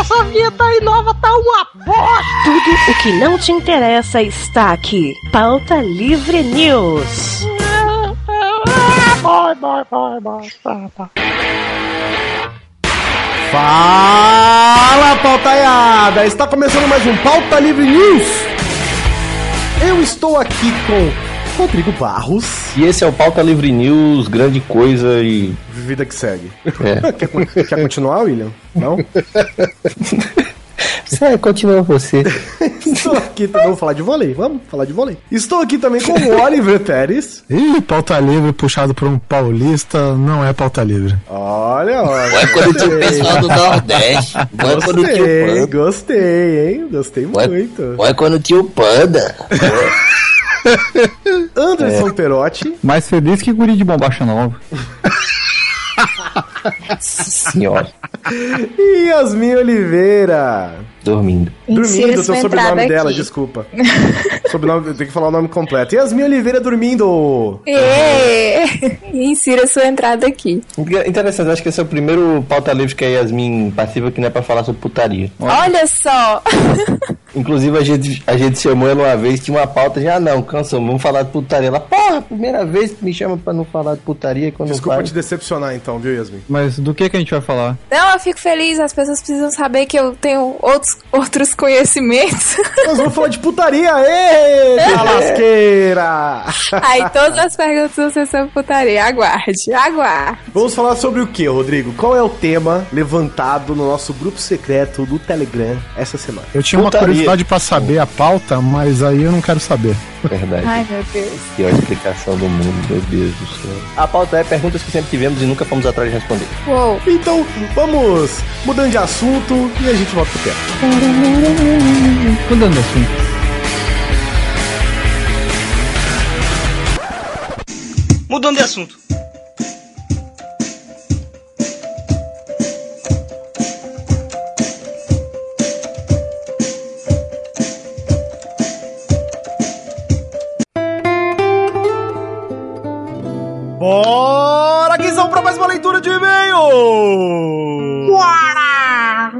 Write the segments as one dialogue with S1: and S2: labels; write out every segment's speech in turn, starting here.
S1: Essa vinheta aí nova tá uma bosta!
S2: Tudo o que não te interessa está aqui. Pauta Livre News.
S1: Vai, vai, vai, vai. Tá, tá.
S3: Fala, pautaiada! Está começando mais um Pauta Livre News. Eu estou aqui com Rodrigo Barros.
S4: E esse é o Pauta Livre News, grande coisa e.
S3: Vida que segue.
S4: É.
S3: Quer, con- quer continuar, William? Não?
S4: Sério, continua você.
S3: Estou aqui também. Vamos falar de vôlei? Vamos falar de vôlei? Estou aqui também com o Oliver Pérez.
S5: Ih, pauta livre puxado por um paulista não é pauta livre.
S3: Olha, olha.
S6: Vai quando tinha o pessoal do Nordeste. Vai quando tinha o Panda.
S3: Gostei, gostei, hein? Gostei
S6: Vai,
S3: muito.
S6: vai quando tinha o Panda.
S3: Anderson
S6: É.
S3: Perotti.
S7: Mais feliz que guri de bombacha nova.
S4: Senhora,
S3: E Yasmin Oliveira.
S4: dormindo.
S3: Dormindo,
S8: Insira
S3: seu
S8: sua
S3: sobrenome
S8: entrada
S3: dela,
S8: aqui.
S3: desculpa. sobrenome, eu tenho que falar o nome completo. Yasmin Oliveira dormindo.
S8: Ê! É. Insira sua entrada aqui.
S4: Inter- Interessante, acho que esse é o primeiro pauta livre que a Yasmin participa que não é pra falar sobre putaria.
S8: Olha só!
S4: Inclusive, a gente, a gente chamou ela uma vez, tinha uma pauta de, ah, não, cansou, vamos falar de putaria. Ela, porra, primeira vez que me chama pra não falar de putaria quando
S3: Desculpa
S4: eu
S3: te
S4: falo.
S3: decepcionar então, viu, Yasmin?
S7: Mas do que que a gente vai falar?
S8: Não, eu fico feliz, as pessoas precisam saber que eu tenho outros, outros conhecimentos.
S3: Nós vamos falar de putaria, ê! da lasqueira!
S8: Aí todas as perguntas vocês são putaria. Aguarde, aguarde.
S3: Vamos falar sobre o que, Rodrigo? Qual é o tema levantado no nosso grupo secreto do Telegram essa semana?
S5: Eu tinha uma
S4: Putaria.
S5: curiosidade pra saber a pauta, mas aí eu não quero saber.
S4: Verdade.
S8: Ai, meu Deus.
S4: Pior explicação do mundo, meu Deus do céu. A pauta é perguntas que sempre tivemos e nunca fomos atrás de responder.
S8: Uou.
S3: Então, vamos mudando de assunto e a gente volta pro tema.
S7: Mudando assim.
S1: Mudando de assunto.
S3: Bora, que são pra mais uma leitura de e-mail! Bora!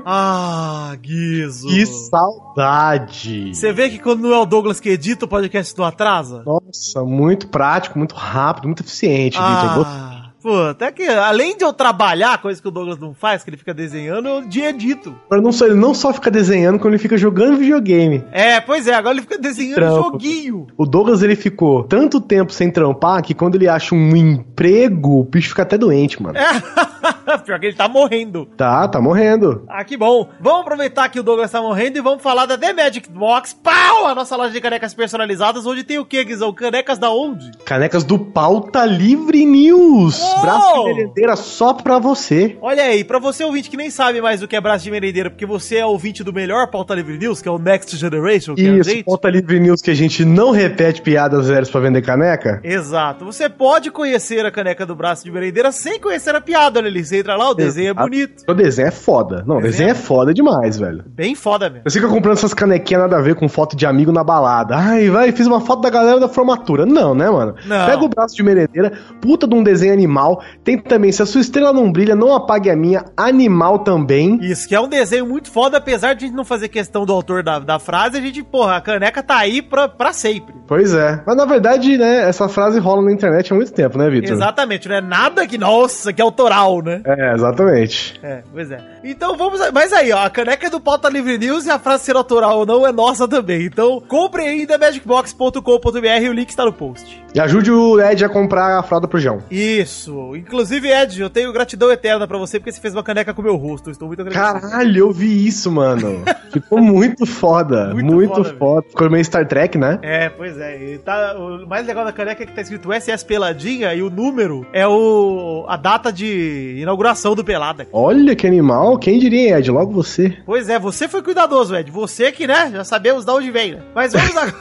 S3: Ah, Guizo.
S9: Que
S3: saudade.
S9: Você vê que quando não é o Douglas que edita, o podcast não atrasa?
S3: Nossa, muito prático, muito rápido, muito eficiente, Vitor.
S9: Ah, pô, até que além de eu trabalhar, coisa que o Douglas não faz, que ele fica desenhando, eu de edito.
S3: Agora não só, ele não só fica desenhando, como ele fica jogando videogame.
S9: É, pois é, agora ele fica desenhando
S3: Trampo.
S9: joguinho.
S3: O Douglas, ele ficou tanto tempo sem trampar que quando ele acha um emprego, o bicho fica até doente, mano.
S9: É, pior que ele tá morrendo.
S3: Tá, tá morrendo.
S9: Ah, que bom. Vamos aproveitar que o Douglas tá morrendo e vamos falar da The Magic Box. Pau! A nossa loja de canecas personalizadas, onde tem o quê, Guizão? Canecas da onde?
S3: Canecas do Pauta Livre News.
S9: Oh!
S3: Braço de merendeira só pra você.
S9: Olha aí, pra você ouvinte que nem sabe mais o que é braço de merendeira, porque você é ouvinte do melhor Pauta Livre News, que é o Next Generation, que é a
S3: Isso,
S9: gente.
S3: Pauta Livre News que a gente não repete piadas velhas pra vender caneca.
S9: Exato. Você pode conhecer a caneca do braço de merendeira sem conhecer a piada, olha ali. Você entra lá, o desenho é
S3: Exato.
S9: bonito.
S3: O Ah, desenho é foda. Não, o
S9: Desenho?
S3: desenho é foda demais, velho.
S9: Bem foda mesmo.
S3: Você fica comprando essas canequinhas nada a ver com foto de amigo na balada. Ai, vai, fiz uma foto da galera da formatura. Não, né, mano?
S9: Não.
S3: Pega o braço de merendeira, puta de um desenho animal. Tem também, se a sua estrela não brilha, não apague a minha, animal também.
S9: Isso, que é um desenho muito foda, apesar de a gente não fazer questão do autor da, da frase, a gente, porra, a caneca tá aí pra, pra sempre.
S3: Pois é. Mas na verdade, né, essa frase rola na internet há muito tempo, né, Vitor?
S9: Exatamente, não é nada que, nossa, que é autoral, né?
S3: É, exatamente.
S9: É, pois é. Então vamos. a- Mas aí, ó, a caneca é do Pauta Livre News e a frase ser autoral ou não é nossa também. Então compre aí em TheMagicBox.com.br e o link está no post.
S3: E ajude o Ed a comprar a fralda pro João.
S9: Isso. Inclusive, Ed, eu tenho gratidão eterna pra você porque você fez uma caneca com o meu rosto. Eu Estou muito agradecido.
S3: Caralho, eu vi isso, mano. Ficou muito foda.
S9: Muito
S3: Muito,
S9: foda,
S3: foda. Ficou meio Star Trek, né?
S9: É, pois é. E tá, o mais legal da caneca é que tá escrito SS Peladinha e o número é o a data de inauguração do Pelada.
S3: Olha que animal. Quem diria, Ed? Logo você.
S9: Pois é, você foi cuidadoso, Ed. Você que, né, já sabemos de onde vem, né? Mas vamos agora.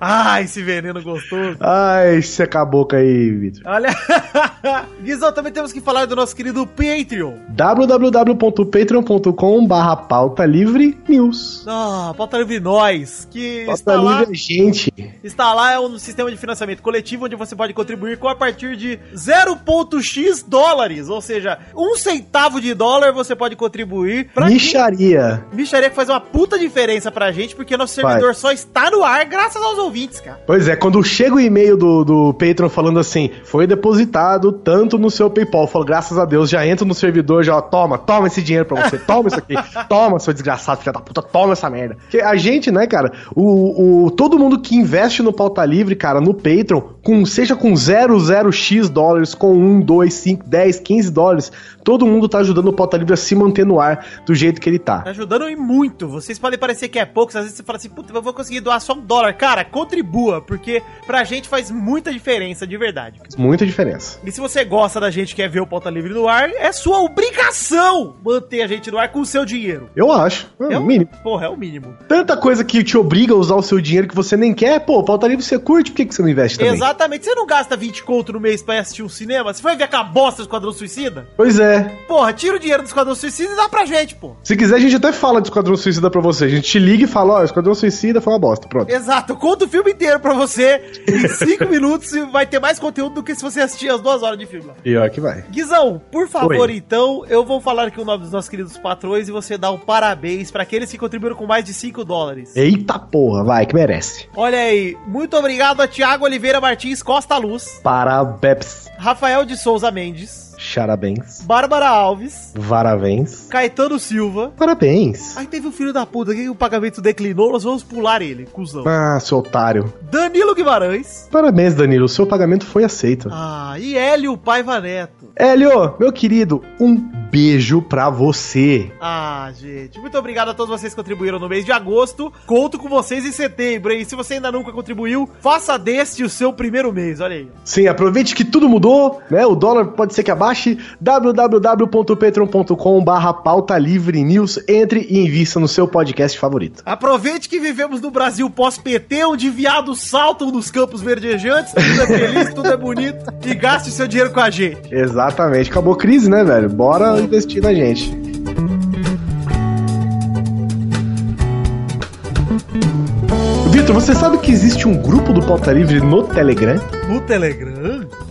S9: Ai, esse veneno gostoso.
S3: Ai, seca a boca aí, Vitor.
S9: Olha. Guizão, também temos que falar do nosso querido Patreon.
S3: www.patreon.com barra pauta livre news.
S9: Ah, Pauta Livre Nós, que
S3: Pauta
S9: está lá,
S3: livre é gente.
S9: está lá é um sistema de financiamento coletivo onde você pode contribuir com a partir de 0.x dólares, ou seja, um centavo de dólar você pode contribuir pra
S3: Micharia.
S9: quem... Micharia que faz uma puta diferença pra gente, porque nosso servidor só está no ar graças aos ouvintes, cara.
S3: Pois é, quando chega o e-mail do, do Patreon falando assim, foi depositado tanto no seu PayPal, eu falo, graças a Deus, já entra no servidor, já ó, toma, toma esse dinheiro pra você, toma isso aqui, toma, seu desgraçado, filha da puta, toma essa merda. Porque a gente, né, cara, o, o, todo mundo que investe no Pauta Livre, cara, no Patreon, com, seja com 00x dólares, com 1, 2, 5, 10, 15 dólares, todo mundo tá ajudando o Pauta Livre a se manter no ar do jeito que ele tá.
S5: É.
S9: Tá ajudando e muito. Vocês podem parecer que é pouco, às vezes você fala assim, puta, eu vou conseguir doar só um dólar. Cara, contribua, porque pra gente faz muita diferença, de verdade.
S3: Muita diferença.
S9: E se você gosta da gente e quer ver o Pauta Livre no ar, é sua obrigação manter a gente no ar com o seu dinheiro.
S3: Eu acho. É
S9: É
S3: o
S9: o-
S3: mínimo.
S9: Porra, é o mínimo.
S3: tanta coisa que te obriga a usar o seu dinheiro que você nem quer, pô, pauta livre você curte, por que, que você não investe também?
S9: Exatamente. Você não gasta 20 conto no mês pra assistir um cinema? Você foi ver aquela bosta do Esquadrão Suicida?
S3: Pois é.
S9: Porra, tira o dinheiro do Esquadrão Suicida e dá pra gente, pô.
S3: Se quiser, a gente até fala de Esquadrão Suicida pra você. A gente te liga e fala, ó, Esquadrão Suicida foi uma bosta, pronto.
S9: Exato, conta o filme inteiro pra você em 5 minutos e vai ter mais conteúdo do que se você assistir as duas horas de filme lá.
S3: Pior que vai.
S9: Guizão, por favor,
S3: Oi.
S9: então, eu vou falar aqui o nome dos nossos queridos patrões e você dá um parabéns pra aqueles que contribuíram com mais de 5 dólares.
S3: Eita porra, vai, que merece.
S9: Olha aí, muito obrigado a Tiago Oliveira Martins Costa Luz,
S3: Parabéns,
S9: Rafael de Souza Mendes,
S3: charabéns,
S9: Bárbara Alves,
S3: varavens,
S9: Caetano Silva.
S3: parabéns.
S9: Aí teve um filho da puta aqui que o pagamento declinou, nós vamos pular ele, cuzão.
S3: Ah, seu otário.
S9: Danilo Guimarães.
S3: Parabéns, Danilo, o seu pagamento foi aceito.
S9: Ah, e Hélio Paiva Neto.
S3: Hélio, meu querido, um beijo pra você.
S9: Ah, gente, muito obrigado a todos vocês que contribuíram no mês de agosto. Conto com vocês em setembro, hein? Se você ainda nunca contribuiu, faça deste o seu primeiro mês, olha aí.
S3: Sim, aproveite que tudo mudou, né? O dólar pode ser que abaixe. www.patreon.com barra pauta livre news. Entre e invista no seu podcast favorito.
S9: Aproveite que vivemos no Brasil pós-PT, onde viados saltam dos campos verdejantes, tudo é feliz, tudo é bonito, e gaste seu dinheiro com a gente.
S3: Exatamente. Acabou a crise, né, velho? Bora investir na gente. Vitor, você sabe que existe um grupo do Pauta Livre no Telegram?
S9: No Telegram?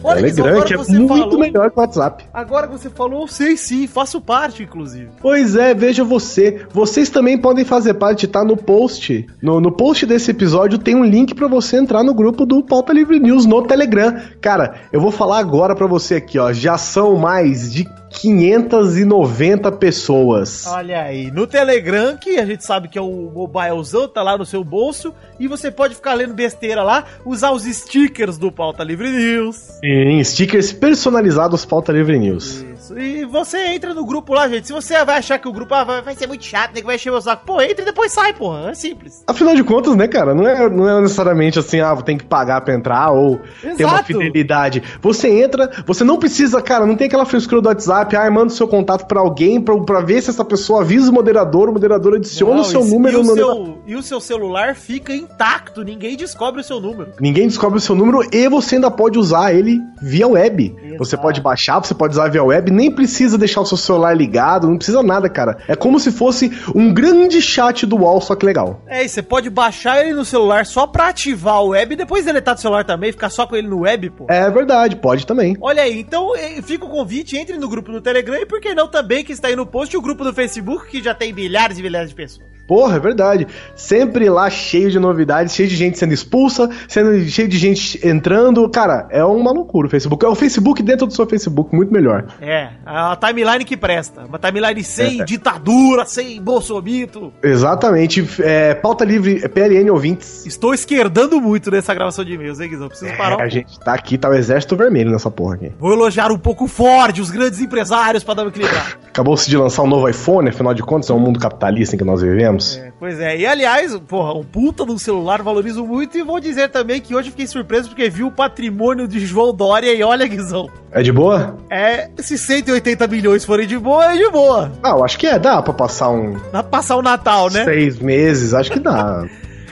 S9: Guizão,
S3: Telegram,
S9: agora
S3: que é
S9: você
S3: muito
S9: falou-
S3: melhor que o WhatsApp.
S9: Agora que você falou, eu sei sim, faço parte, inclusive.
S3: Pois é, veja você. Vocês também podem fazer parte, tá? No post. No, no post desse episódio tem um link pra você entrar no grupo do Pauta Livre News no Telegram. Cara, eu vou falar agora pra você aqui, ó. Já são mais de 590 pessoas.
S5: Ah.
S9: Olha aí, no Telegram, que a gente sabe que é o mobilezão, tá lá no seu bolso, e você pode ficar lendo besteira lá, usar os stickers do Pauta Livre News.
S3: Em stickers personalizados Pauta Livre News.
S9: Isso. E você entra no grupo lá, gente. Se você vai achar que o grupo ah, vai, vai ser muito chato, né, que vai encher meu saco, pô, entra e depois sai, porra. É simples.
S3: Afinal de contas, né, cara? Não é, não é necessariamente assim, ah, tem que pagar pra entrar ou ter uma fidelidade. Você entra, você não precisa, cara, não tem aquela frescura do WhatsApp, ah, manda o seu contato pra alguém pra, pra ver se essa pessoa avisa o moderador, o moderador adiciona
S9: Não,
S3: o seu
S9: e-
S3: número
S9: e o
S3: no
S9: seu, e o seu celular fica intacto, ninguém descobre o seu número.
S3: Ninguém descobre o seu número e você ainda pode usar ele via web. Você pode baixar, você pode usar via web, nem precisa deixar o seu celular ligado, não precisa nada, cara. É como se fosse um grande chat do UOL, só que legal.
S9: É, e você pode baixar ele no celular só pra ativar o web e depois deletar do celular também, ficar só com ele no web, pô.
S3: É verdade, pode também.
S9: Olha aí, então eh, fica o convite, entre no grupo do Telegram e por que não também que está aí no post o grupo do Facebook que já tem milhares e milhares de pessoas.
S3: Porra, é verdade. Sempre lá cheio de novidades, cheio de gente sendo expulsa, sendo cheio de gente entrando. Cara, é uma loucura o Facebook. É o Facebook dentro do seu Facebook, muito melhor.
S9: É, a timeline que presta. Uma timeline sem ditadura, sem bolsomito.
S3: Exatamente. É, pauta livre, é PLN ouvintes.
S9: Estou esquerdando muito nessa gravação de e-mails, hein, Guizão? Preciso parar. um
S3: É, a
S9: pouco.
S3: gente tá aqui, tá o exército vermelho nessa porra aqui.
S9: Vou elogiar um pouco o Ford, os grandes empresários, pra dar uma equilibrada.
S3: Acabou-se de lançar um novo iPhone, afinal de contas, é um mundo capitalista em que nós vivemos.
S9: É, pois é, e aliás, porra, um puta do celular valorizo muito e vou dizer também que hoje fiquei surpreso porque vi o patrimônio de João Dória e olha, Guizão,
S3: É de boa?
S9: é, se 180 milhões forem de boa, é de boa.
S3: Ah, eu acho que é. Dá pra passar um
S9: Dá pra passar o Natal, né?
S3: seis meses, acho que dá.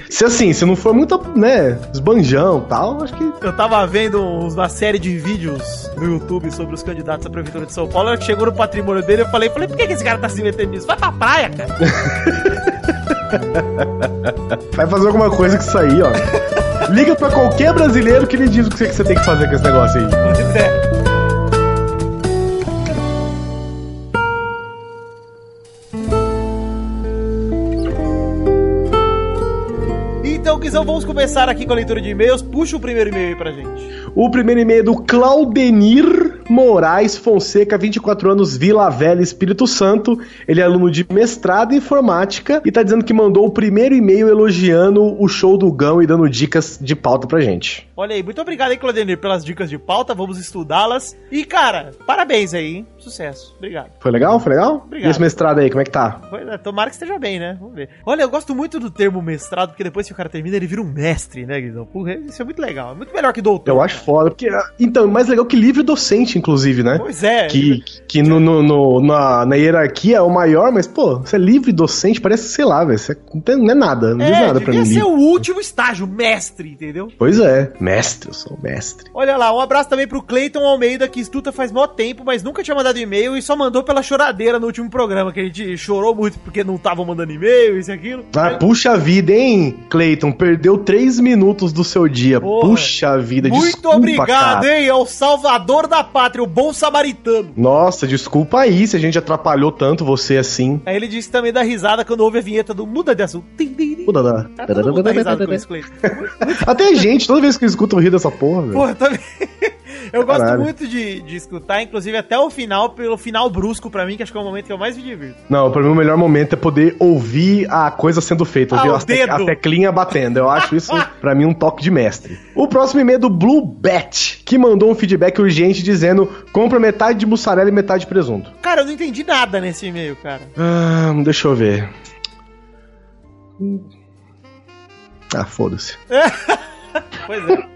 S3: Se assim, se não for muito, né, esbanjão e tal, acho que.
S9: Eu tava vendo uns- uma série de vídeos no YouTube sobre os candidatos à Prefeitura de São Paulo. A hora que chegou no patrimônio dele, eu falei, falei, por que, que esse cara tá se metendo nisso? Vai pra praia, cara.
S3: Vai fazer alguma coisa que isso aí, ó. Liga pra qualquer brasileiro que me diz o que você- que você tem que fazer com esse negócio aí.
S9: Pois é. Então, Guizão, vamos começar aqui com a leitura de e-mails. Puxa o primeiro e-mail aí pra gente.
S3: O primeiro e-mail é do Claudenir Moraes Fonseca, 24 anos, Vila Velha, Espírito Santo. Ele é aluno de mestrado em informática e tá dizendo que mandou o primeiro e-mail elogiando o show do Gão e dando dicas de pauta pra gente.
S9: Olha aí, muito obrigado aí, Claudenir, pelas dicas de pauta. Vamos estudá-las. E, cara, parabéns aí, hein? Sucesso. Obrigado.
S3: Foi legal? Foi legal?
S9: Obrigado.
S3: E esse mestrado aí, como é que tá?
S9: Pois é, tomara que esteja bem, né? Vamos ver. Olha, eu gosto muito do termo mestrado, porque depois que o cara termina, ele vira um mestre, né, Guizão? Porra, isso é muito legal. É muito melhor que doutor.
S3: Eu acho foda, porque. Então, mais legal que livre docente, inclusive, né?
S9: Pois é.
S3: Que, que no, no- no- na, na hierarquia é o maior, mas, pô, você é livre docente, parece, sei lá, velho. Você não, tem- não é nada, não diz
S9: É,
S3: nada pra mim.
S9: devia ser o último estágio, mestre, entendeu?
S3: Pois é, mestre, eu sou mestre.
S9: Olha lá, um abraço também pro Cleiton Almeida, que estuda faz mó tempo, mas nunca tinha mandado e-mail e só mandou pela choradeira no último programa, que a gente chorou muito porque não tava mandando e-mail, isso e aquilo.
S3: Ah, puxa vida, hein, Cleiton? Perdeu três minutos do seu dia.
S9: Porra.
S3: puxa vida,
S9: muito
S3: desculpa,
S9: obrigado,
S3: cara.
S9: hein? É o salvador da pátria, o bom samaritano.
S3: Nossa, desculpa aí se a gente atrapalhou tanto você assim.
S9: Aí ele disse também da risada quando ouve a vinheta do Muda de Assunto. Tim, tim, tim.
S3: Pô, Dadá.
S9: Tá todo mundo dá risada com isso, Cleiton.
S3: Até a gente, toda vez que eu escuto, eu rio dessa porra, velho.
S9: Pô, eu também. Eu gosto
S3: Caralho.
S9: muito de, de escutar, inclusive até o final, pelo final brusco pra mim, que acho que é o momento que eu mais me divirto.
S3: Não, pra mim o melhor momento é poder ouvir a coisa sendo feita,
S9: Ah,
S3: ouvir
S9: o
S3: as te-
S9: dedo.
S3: a teclinha batendo. Eu acho isso, pra mim, um toque de mestre. O próximo e-mail é do Blue Bet, que mandou um feedback urgente dizendo: compra metade de mussarela e metade de presunto.
S9: Cara, eu não entendi nada nesse e-mail, cara.
S3: Ah, deixa eu ver. Hum. Ah, foda-se.
S9: Pois é.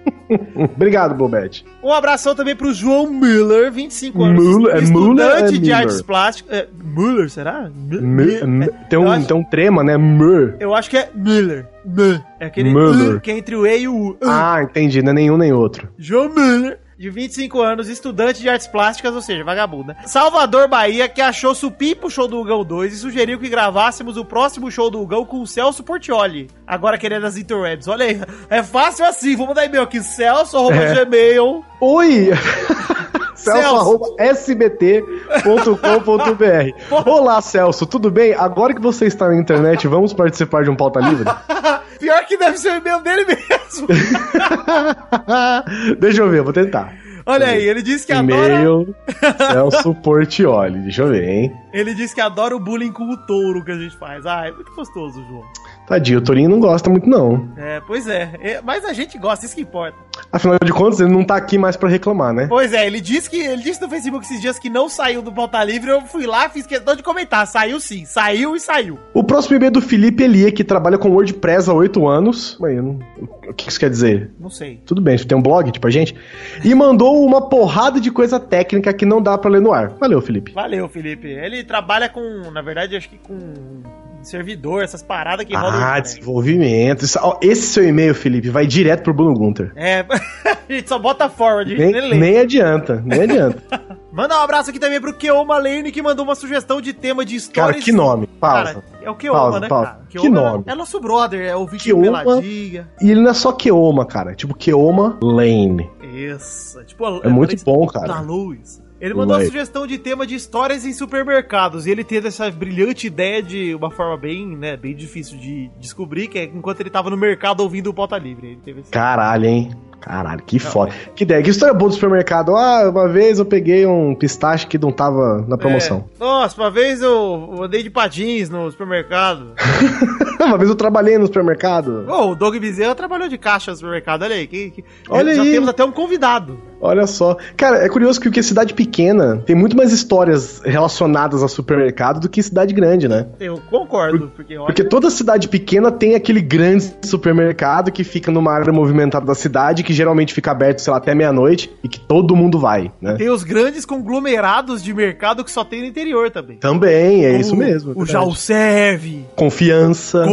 S3: Obrigado, Bobet.
S9: Um abração também pro João Müller, 25 anos.
S3: Müller- é Müller ou é
S9: estudante de
S3: Müller?
S9: artes plásticas. É, Müller, será? Mü- é,
S3: Tem um,
S9: eu acho-
S3: tem um trema, né? Mur.
S9: Eu acho que é Müller. Mü. É aquele
S3: Müller.
S9: Müller. que é entre o E e o U.
S3: Ah, entendi. Não é nenhum nem outro.
S9: João Müller, de 25 anos, estudante de artes plásticas, ou seja, vagabunda. Salvador Bahia, que achou supimpa o show do Hugão 2 e sugeriu que gravássemos o próximo show do Hugão com o Celso Portioli. Agora querendo as interwebs. Olha aí, é fácil assim. Vou mandar e-mail aqui, celso, arroba
S3: É.
S9: gmail.
S3: Oi!
S9: Celso.
S3: Celso, arroba sbt.com.br Olá, Celso, tudo bem? Agora que você está na internet, vamos participar de um pauta livre?
S9: Pior que deve ser o e-mail dele mesmo.
S3: Deixa eu ver, vou tentar.
S9: Olha aí, ele disse que adora...
S3: E-mail Celso Portioli. Deixa eu ver, hein?
S9: Ele disse que adora o bullying com o touro que a gente faz. Ah, é muito gostoso, João.
S3: Tadinho, o Torinho não gosta muito, não.
S9: É, pois é. É, Mas a gente gosta, isso que importa.
S3: Afinal de contas, ele não tá aqui mais pra reclamar, né?
S9: Pois é, ele disse que ele disse no Facebook esses dias que não saiu do pauta livre. Eu fui lá, fiz questão de comentar. Saiu sim, saiu e saiu.
S3: O próximo e-mail é do Felipe Elia, que trabalha com WordPress há oito anos. Mas eu não- O que isso quer dizer?
S9: Não sei.
S3: Tudo bem, você tem um blog, tipo a gente. E mandou uma porrada de coisa técnica que não dá pra ler no ar. Valeu, Felipe.
S9: Valeu, Felipe. Ele trabalha com, na verdade, acho que com servidor, essas paradas que rodam.
S3: Ah,
S9: né?
S3: desenvolvimento. Isso- ó, esse seu e-mail, Felipe, vai direto pro Bruno Gunter.
S9: É, a gente só bota forward, a gente
S3: Nem,
S9: nem lê.
S3: nem adianta, nem adianta.
S9: Manda um abraço aqui também pro Keoma Lane, que mandou uma sugestão de tema de
S3: Cara,
S9: histórias.
S3: que nome. Pausa.
S9: Cara, é o Keoma,
S3: Pausa,
S9: né,
S3: pausa.
S9: cara?
S3: Que
S9: Keoma
S3: nome.
S9: É nosso brother, é o Vitinho
S3: Keoma-
S9: Peladinha.
S3: E ele não é só Keoma, cara. Tipo, Keoma Lane.
S9: Isso. Tipo,
S3: É muito bom, cara.
S9: Da luz. Ele mandou
S3: Vai.
S9: a sugestão de tema de histórias em supermercados. E ele teve essa brilhante ideia de uma forma bem, né, bem difícil de descobrir, que é enquanto ele tava no mercado ouvindo o Pauta Livre. Ele teve esse...
S3: Caralho, hein? Caralho, que foda. Que ideia, que história boa do supermercado. Ah, uma vez eu peguei um pistache que não tava na promoção.
S9: É. Nossa, uma vez eu eu andei de patins no supermercado.
S3: uma vez eu trabalhei no supermercado.
S9: Ô, o Doug Bezerra trabalhou de caixa no supermercado, olha aí. Que, que-
S3: Olha
S9: já
S3: aí.
S9: temos até um convidado.
S3: Olha só. Cara, é curioso que o que é cidade pequena tem muito mais histórias relacionadas a supermercado do que cidade grande, né?
S9: Eu concordo, porque olha...
S3: Porque toda cidade pequena tem aquele grande supermercado que fica numa área movimentada da cidade, que geralmente fica aberto, sei lá, até meia-noite e que todo mundo vai, né?
S9: Tem os grandes conglomerados de mercado que só tem no interior também.
S3: Também, é isso
S9: Como
S3: mesmo. é
S9: O
S3: verdade.
S9: Jaú serve,
S3: Confiança.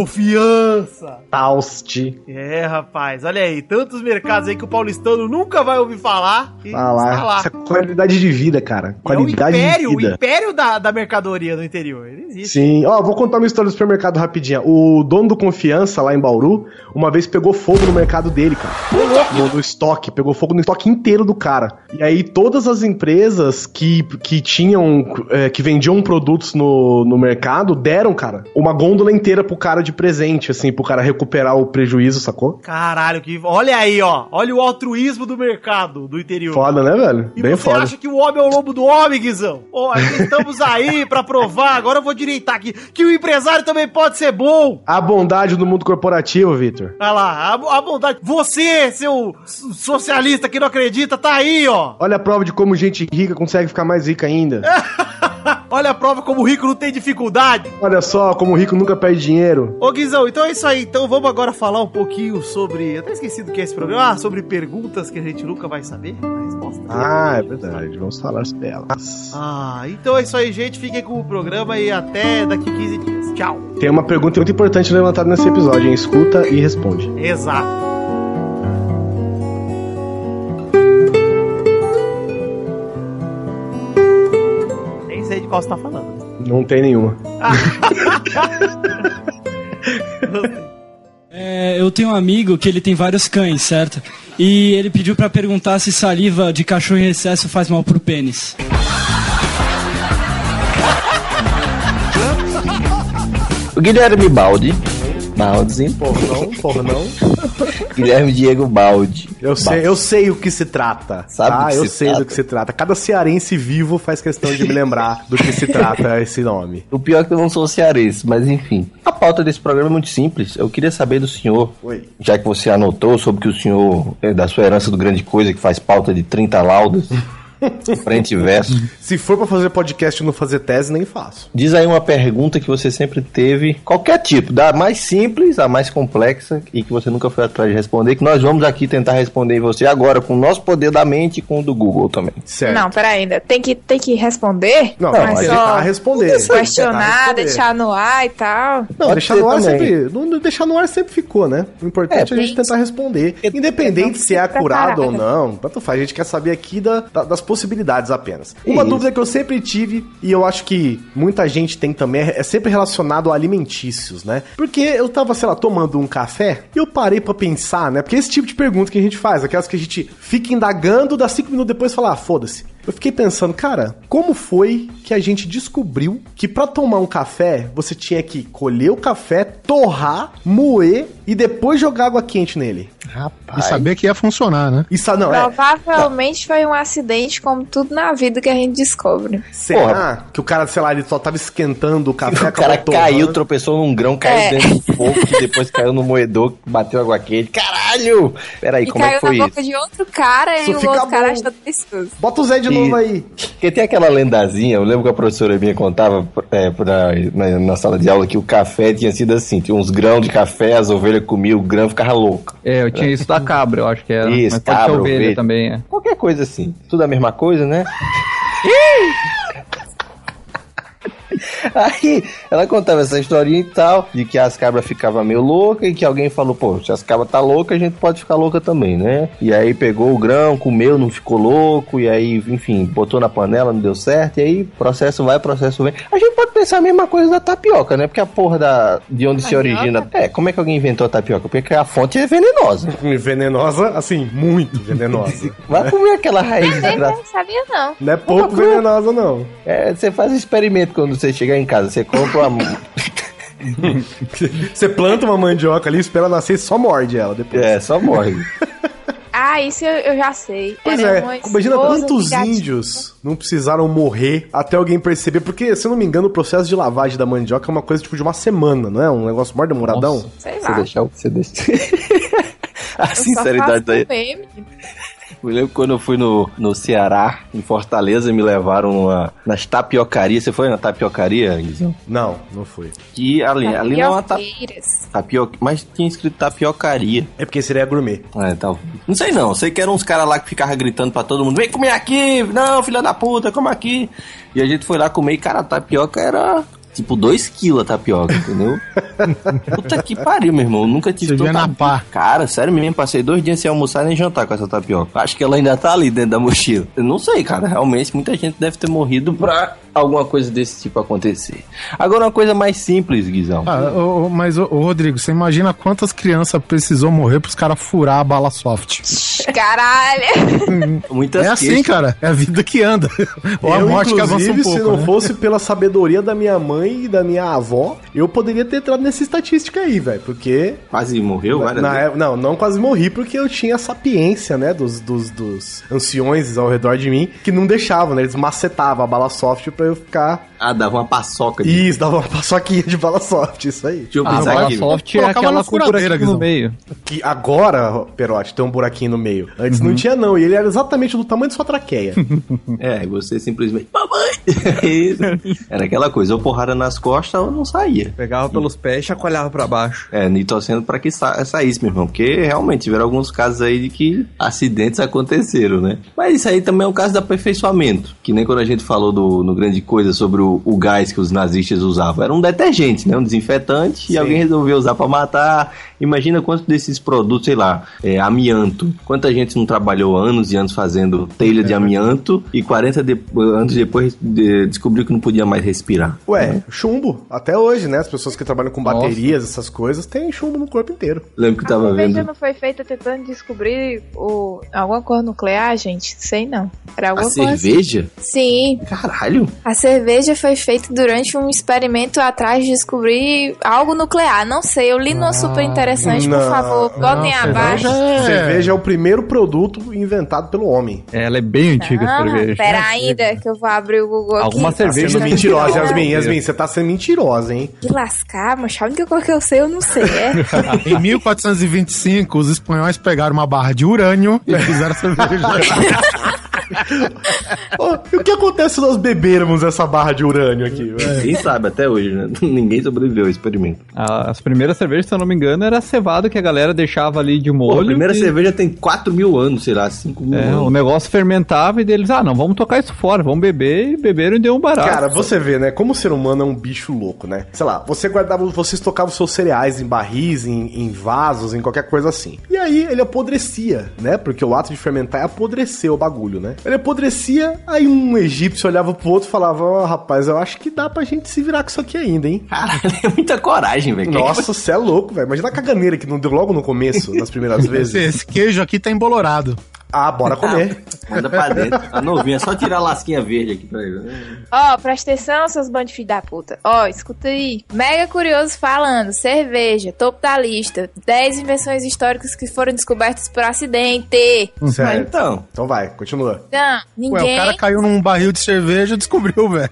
S9: Confiança.
S3: Tauste.
S9: É, rapaz, olha aí, tantos mercados aí que o paulistano nunca vai ouvir falar. E
S3: Ah lá. Essa qualidade de vida, cara. Qualidade
S9: Tá é o império,
S3: de vida.
S9: o império da, da mercadoria no interior. Ele existe.
S3: Sim, ó, vou contar uma história do supermercado rapidinha. O dono do Confiança, lá em Bauru, uma vez pegou fogo no mercado dele, cara. No, no estoque, pegou fogo no estoque inteiro do cara. E aí todas as empresas que, que tinham, eh, que vendiam produtos no, no mercado, deram, cara, uma gôndola inteira pro cara de presente, assim, pro cara recuperar o prejuízo, sacou?
S9: Caralho, que. Olha aí, ó. Olha o altruísmo do mercado do interior.
S3: Foda, né, velho?
S9: E
S3: Bem
S9: você
S3: foda.
S9: acha que o homem é o lobo do homem, Guizão? Ó, ainda estamos aí pra provar, agora eu vou direitar aqui, que o empresário também pode ser bom.
S3: A bondade do mundo corporativo, Vitor.
S9: Olha lá, a, a bondade. Você, seu so- socialista que não acredita, tá aí, ó.
S3: Olha a prova de como gente rica consegue ficar mais rica ainda.
S9: É. Olha a prova como o rico não tem dificuldade.
S3: Olha só como o rico nunca perde dinheiro.
S9: Ô Guizão, então é isso aí. Então vamos agora falar um pouquinho sobre. Eu até esqueci do que é esse programa. Ah, sobre perguntas que a gente nunca vai saber. A resposta.
S3: Ah, é verdade. Vamos falar sobre elas.
S9: Ah, então é isso aí, gente. Fiquem com o programa e até daqui 15 dias. Tchau.
S3: Tem uma pergunta muito importante levantada nesse episódio, hein? Escuta e responde.
S9: Exato. Nem sei de qual você tá falando.
S3: Não tem nenhuma.
S10: É, eu tenho um amigo que ele tem vários cães, certo? E ele pediu pra perguntar se saliva de cachorro em excesso faz mal pro pênis.
S11: O Guilherme Baldi. Baldizinho.
S3: Porra, não, porra, não.
S11: Guilherme Diego Baldi.
S3: Eu sei, eu sei o que se trata.
S11: Sabe
S3: tá?
S11: do que
S3: eu
S11: se
S3: sei
S11: trata.
S3: do que se trata. Cada cearense vivo faz questão de me lembrar do que se trata esse nome.
S11: O pior é que eu não sou cearense, mas enfim. A pauta desse programa é muito simples. Eu queria saber do senhor,
S3: Oi.
S11: já que você anotou sobre que o senhor é da sua herança do Grande Coisa, que faz pauta de 30 laudas, frente e verso.
S3: Se for pra fazer podcast e não fazer tese, nem faço.
S11: Diz aí uma pergunta que você sempre teve, qualquer tipo, da mais simples à mais complexa e que você nunca foi atrás de responder, que nós vamos aqui tentar responder você agora com o nosso poder da mente e com o do Google também.
S3: Certo.
S8: Não, peraí, ainda. Tem que, tem que responder?
S3: Não,
S11: Não,
S3: mas
S11: mas
S3: tentar
S8: só-
S3: responder.
S8: questionar,
S3: Tentar responder.
S8: deixar no ar e tal.
S3: Não,
S11: Pode
S3: deixar
S11: ser
S3: no ar
S11: também.
S3: sempre. não- não deixar no ar sempre ficou, né? O importante é,
S11: É,
S3: a gente tentar responder. Independente se é
S8: fico
S3: acurado ou
S8: preparada.
S3: não, tanto faz. A gente quer saber aqui da- da- das possibilidades apenas. Uma
S11: Isso.
S3: dúvida que eu sempre tive, e eu acho que muita gente tem também, é sempre relacionado a alimentícios, né? Porque eu tava, sei lá, tomando um café e eu parei pra pensar, né? Porque esse tipo de pergunta que a gente faz, aquelas que a gente fica indagando, dá cinco minutos depois e fala, ah, foda-se. Eu fiquei pensando, cara, como foi que a gente descobriu que pra tomar um café você tinha que colher o café, torrar, moer e depois jogar água quente nele?
S12: E saber que ia funcionar, né?
S3: Isso ah, não é.
S8: Provavelmente foi um acidente, como tudo na vida que a gente descobre.
S3: Será que o cara, sei lá, ele só tava esquentando o café,
S11: O cara
S3: acabou torrando?
S11: caiu, tropeçou num grão, caiu
S8: É.
S11: dentro do fogo, que depois caiu no moedor, bateu água quente. Caralho! Peraí,
S8: E
S11: como é
S8: caiu
S11: que foi
S8: na
S11: isso?
S8: boca de outro cara
S3: Isso
S8: e o
S3: fica
S8: outro cara
S3: bom.
S8: achou delicioso.
S3: Bota o Zé de novo
S11: E-
S3: aí.
S11: Porque tem aquela lendazinha, eu lembro que a professora minha contava é, pra- na, na sala de aula que o café tinha sido assim, tinha uns grãos de café, as ovelhas comiam, o grão ficava louco.
S7: É, eu tinha isso da cabra, eu acho que era.
S11: Isso,
S7: mas pode ser
S11: cabra,
S7: ovelha
S11: ovelha.
S7: também, é.
S11: Qualquer coisa assim. Tudo a mesma coisa, né? Aí ela contava essa historinha e tal, de que as cabras ficavam meio loucas e que alguém falou, pô, se as cabras tá louca, a gente pode ficar louca também, né? E aí pegou o grão, comeu, não ficou louco, e aí, enfim, botou na panela, não deu certo, e aí processo vai, processo vem. A gente pode pensar a mesma coisa da tapioca, né? Porque a porra da, de onde se origina. É, como é que alguém inventou a tapioca? Porque a fonte é venenosa.
S3: Venenosa, assim, muito venenosa.
S11: Vai comer aquela raiz
S8: Nem
S11: desgraçada.
S8: sabia, não.
S3: Não é pouco
S11: Uma coisa-
S3: venenosa, não.
S11: É, você faz um experimento quando você chegar em casa. Você compra uma.
S3: Você planta uma mandioca ali, espera nascer e só morde ela depois.
S11: é, só morre.
S8: Ah, isso eu, eu já sei.
S3: Pois
S8: Era um
S3: é,
S8: uma
S3: imagina
S8: esposa
S3: quantos
S8: que já tinha-
S3: índios não precisaram morrer até alguém perceber, porque, se eu não me engano, o processo de lavagem da mandioca é uma coisa tipo de uma semana, não é? Um negócio mó demoradão.
S11: Nossa,
S8: Sei
S11: Você
S8: lá.
S11: deixar o que você deixa. A
S8: Tá. Eu só
S11: sinceridade
S8: faço um
S11: daí.
S8: comer, menino.
S11: Eu lembro quando eu fui no, no Ceará, em Fortaleza, me levaram numa, nas tapiocarias. Você foi na tapiocaria, Guizão?
S3: Não, não foi.
S11: Que ali, ali não é uma ta-
S8: Tapiocas.
S11: tapioca, mas tinha escrito tapiocaria.
S3: É porque seria gourmet.
S11: É, tal. Não sei não, sei que eram uns caras lá que ficavam gritando pra todo mundo, vem comer aqui, não, filha da puta, come aqui. E a gente foi lá comer e, cara, a tapioca era tipo 2 quilos a tapioca, entendeu? Puta que pariu, meu irmão. Eu nunca tive
S5: Você via na pá.
S11: Cara, sério mesmo, passei dois dias sem almoçar nem jantar com essa tapioca. Acho que ela ainda tá ali dentro da mochila. Eu não sei, cara. Realmente, muita gente deve ter morrido pra alguma coisa desse tipo acontecer. Agora, uma coisa mais simples, Guizão.
S5: Ah, ô, ô, mas, ô, ô, Rodrigo, você imagina quantas crianças precisou morrer pros caras furar a bala soft?
S8: Caralho!
S11: Muitas
S5: É assim, cara. É a vida que anda. Ou a
S3: eu,
S5: morte que avança um
S3: inclusive, se
S5: pouco.
S3: não
S5: né?
S3: fosse pela sabedoria da minha mãe e da minha avó, eu poderia ter entrado nessa estatística aí, velho. Porque.
S11: Quase morreu,
S3: na-
S5: é-
S11: várias
S3: na
S11: vezes.
S3: época- não, não quase morri, porque eu tinha a sapiência, né, dos, dos, dos anciões ao redor de mim, que não deixavam, né? Eles macetavam a bala soft pra eu ficar.
S11: Ah, dava uma paçoca. de-
S3: Isso, dava uma paçoquinha de bala soft, isso aí.
S11: Deixa eu
S7: A
S11: pensar
S7: bala
S11: aqui.
S7: soft é
S5: Colocava na
S7: aquela com
S5: furadeira,
S7: buraquinho no
S5: Guizão.
S7: meio.
S3: Que agora, Perote, tem um buraquinho no meio. Antes não tinha, não. E ele era exatamente do tamanho de sua traqueia.
S11: É, e você simplesmente. Mamãe! Era aquela coisa, ou porrada nas costas ou não saía.
S7: Pegava pelos pés e chacoalhava pra baixo.
S11: É, e torcendo pra que sa saísse, meu irmão. Porque realmente tiveram alguns casos aí de que acidentes aconteceram, né? Mas isso aí também é um caso de aperfeiçoamento. Que nem quando a gente falou do, no Grande Coisa sobre o, o gás que os nazistas usavam. Era um detergente, né? Um desinfetante. E alguém resolveu usar pra matar. Imagina quantos desses produtos, sei lá, é, amianto. Quanta gente não trabalhou anos e anos fazendo telha de amianto e 40 de- anos depois de- descobriu que não podia mais respirar.
S3: Ué, chumbo. Até hoje, né? As pessoas que trabalham com baterias, essas coisas, têm chumbo no corpo inteiro.
S11: Lembro que eu
S8: A
S11: tava
S8: cerveja
S11: vendo.
S8: não foi feita tentando descobrir o... alguma coisa nuclear, gente? Sei não. Era
S11: A
S8: alguma coisa.
S11: cerveja?
S8: Sim,
S11: Caralho!
S8: a cerveja foi feita durante um experimento atrás de descobrir algo nuclear. Não sei, eu li numa super interessante, por
S3: Ah, não,
S8: favor, botem
S5: cerveja
S8: abaixo.
S5: é-
S3: Cerveja é o primeiro produto inventado pelo homem.
S7: Ela é bem antiga a
S8: Ah,
S7: cerveja.
S8: pera ainda que eu vou abrir o Google aqui.
S7: Alguma cerveja
S3: Sendo
S7: Tá
S3: mentirosa,
S7: mentirosa.
S3: Yasmin, Yasmin, você tá sendo mentirosa, hein?
S8: Que lascar, mas sabe que coisa que eu sei, eu não sei. É.
S5: Em 1425, os espanhóis pegaram uma barra de urânio e fizeram cerveja.
S3: Ó, e o que acontece se nós bebermos essa barra de urânio aqui? velho?
S11: Ninguém sabe até hoje, né? Ninguém sobreviveu ao experimento.
S7: A- Ah, As primeiras cervejas, se eu não me engano, era a cevada que a galera deixava ali de molho.
S11: Pô, a primeira
S7: e-
S11: cerveja tem 4 mil anos, sei lá, 5 mil
S7: É, o
S11: anos.
S7: negócio fermentava e deles, ah, não, vamos tocar isso fora, vamos beber, e beberam e deu um barato.
S3: Cara, você vê, né? Como o ser humano é um bicho louco, né? Sei lá, você guardava, você estocava os seus cereais em barris, em, em vasos, em qualquer coisa assim. E aí ele apodrecia, né? Porque o ato de fermentar é apodrecer o bagulho, né? Ele apodrecia, aí um egípcio olhava pro outro e falava: Ó, rapaz, eu acho que dá pra gente se virar com isso aqui ainda, hein?
S11: Caralho, é muita coragem, velho. Quem é que
S3: Nossa, você é louco, velho. Imagina a caganeira que não deu logo no começo, nas primeiras vezes.
S5: Esse queijo aqui tá embolorado.
S3: Ah, bora comer.
S11: Manda pra dentro. A novinha, é só tirar a lasquinha verde aqui pra
S3: É.
S11: ele.
S8: Ó, presta atenção, seus bandos de filho da puta. Ó, escuta aí. Mega curioso falando. Cerveja, topo da lista. 10 invenções históricas que foram descobertas por acidente.
S11: Ah,
S3: Certo.
S11: então.
S3: Então vai, continua.
S8: Não,
S5: Ué, o
S8: ninguém.
S5: cara caiu num barril de cerveja e descobriu, velho.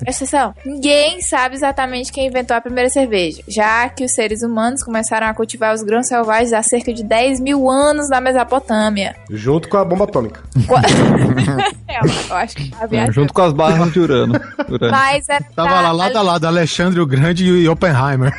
S8: Presta atenção. Ninguém sabe exatamente quem inventou a primeira cerveja. Já que os seres humanos começaram a cultivar os grãos selvagens há cerca de 10 mil anos na Mesopotâmia.
S3: Junto com a bomba atômica.
S8: Qua- é, eu acho que a
S7: É,
S8: viagem.
S7: junto com as barras de urano. urano.
S8: Mas é
S5: Tá Tava lá lado a lado, Alexandre o Grande e Oppenheimer.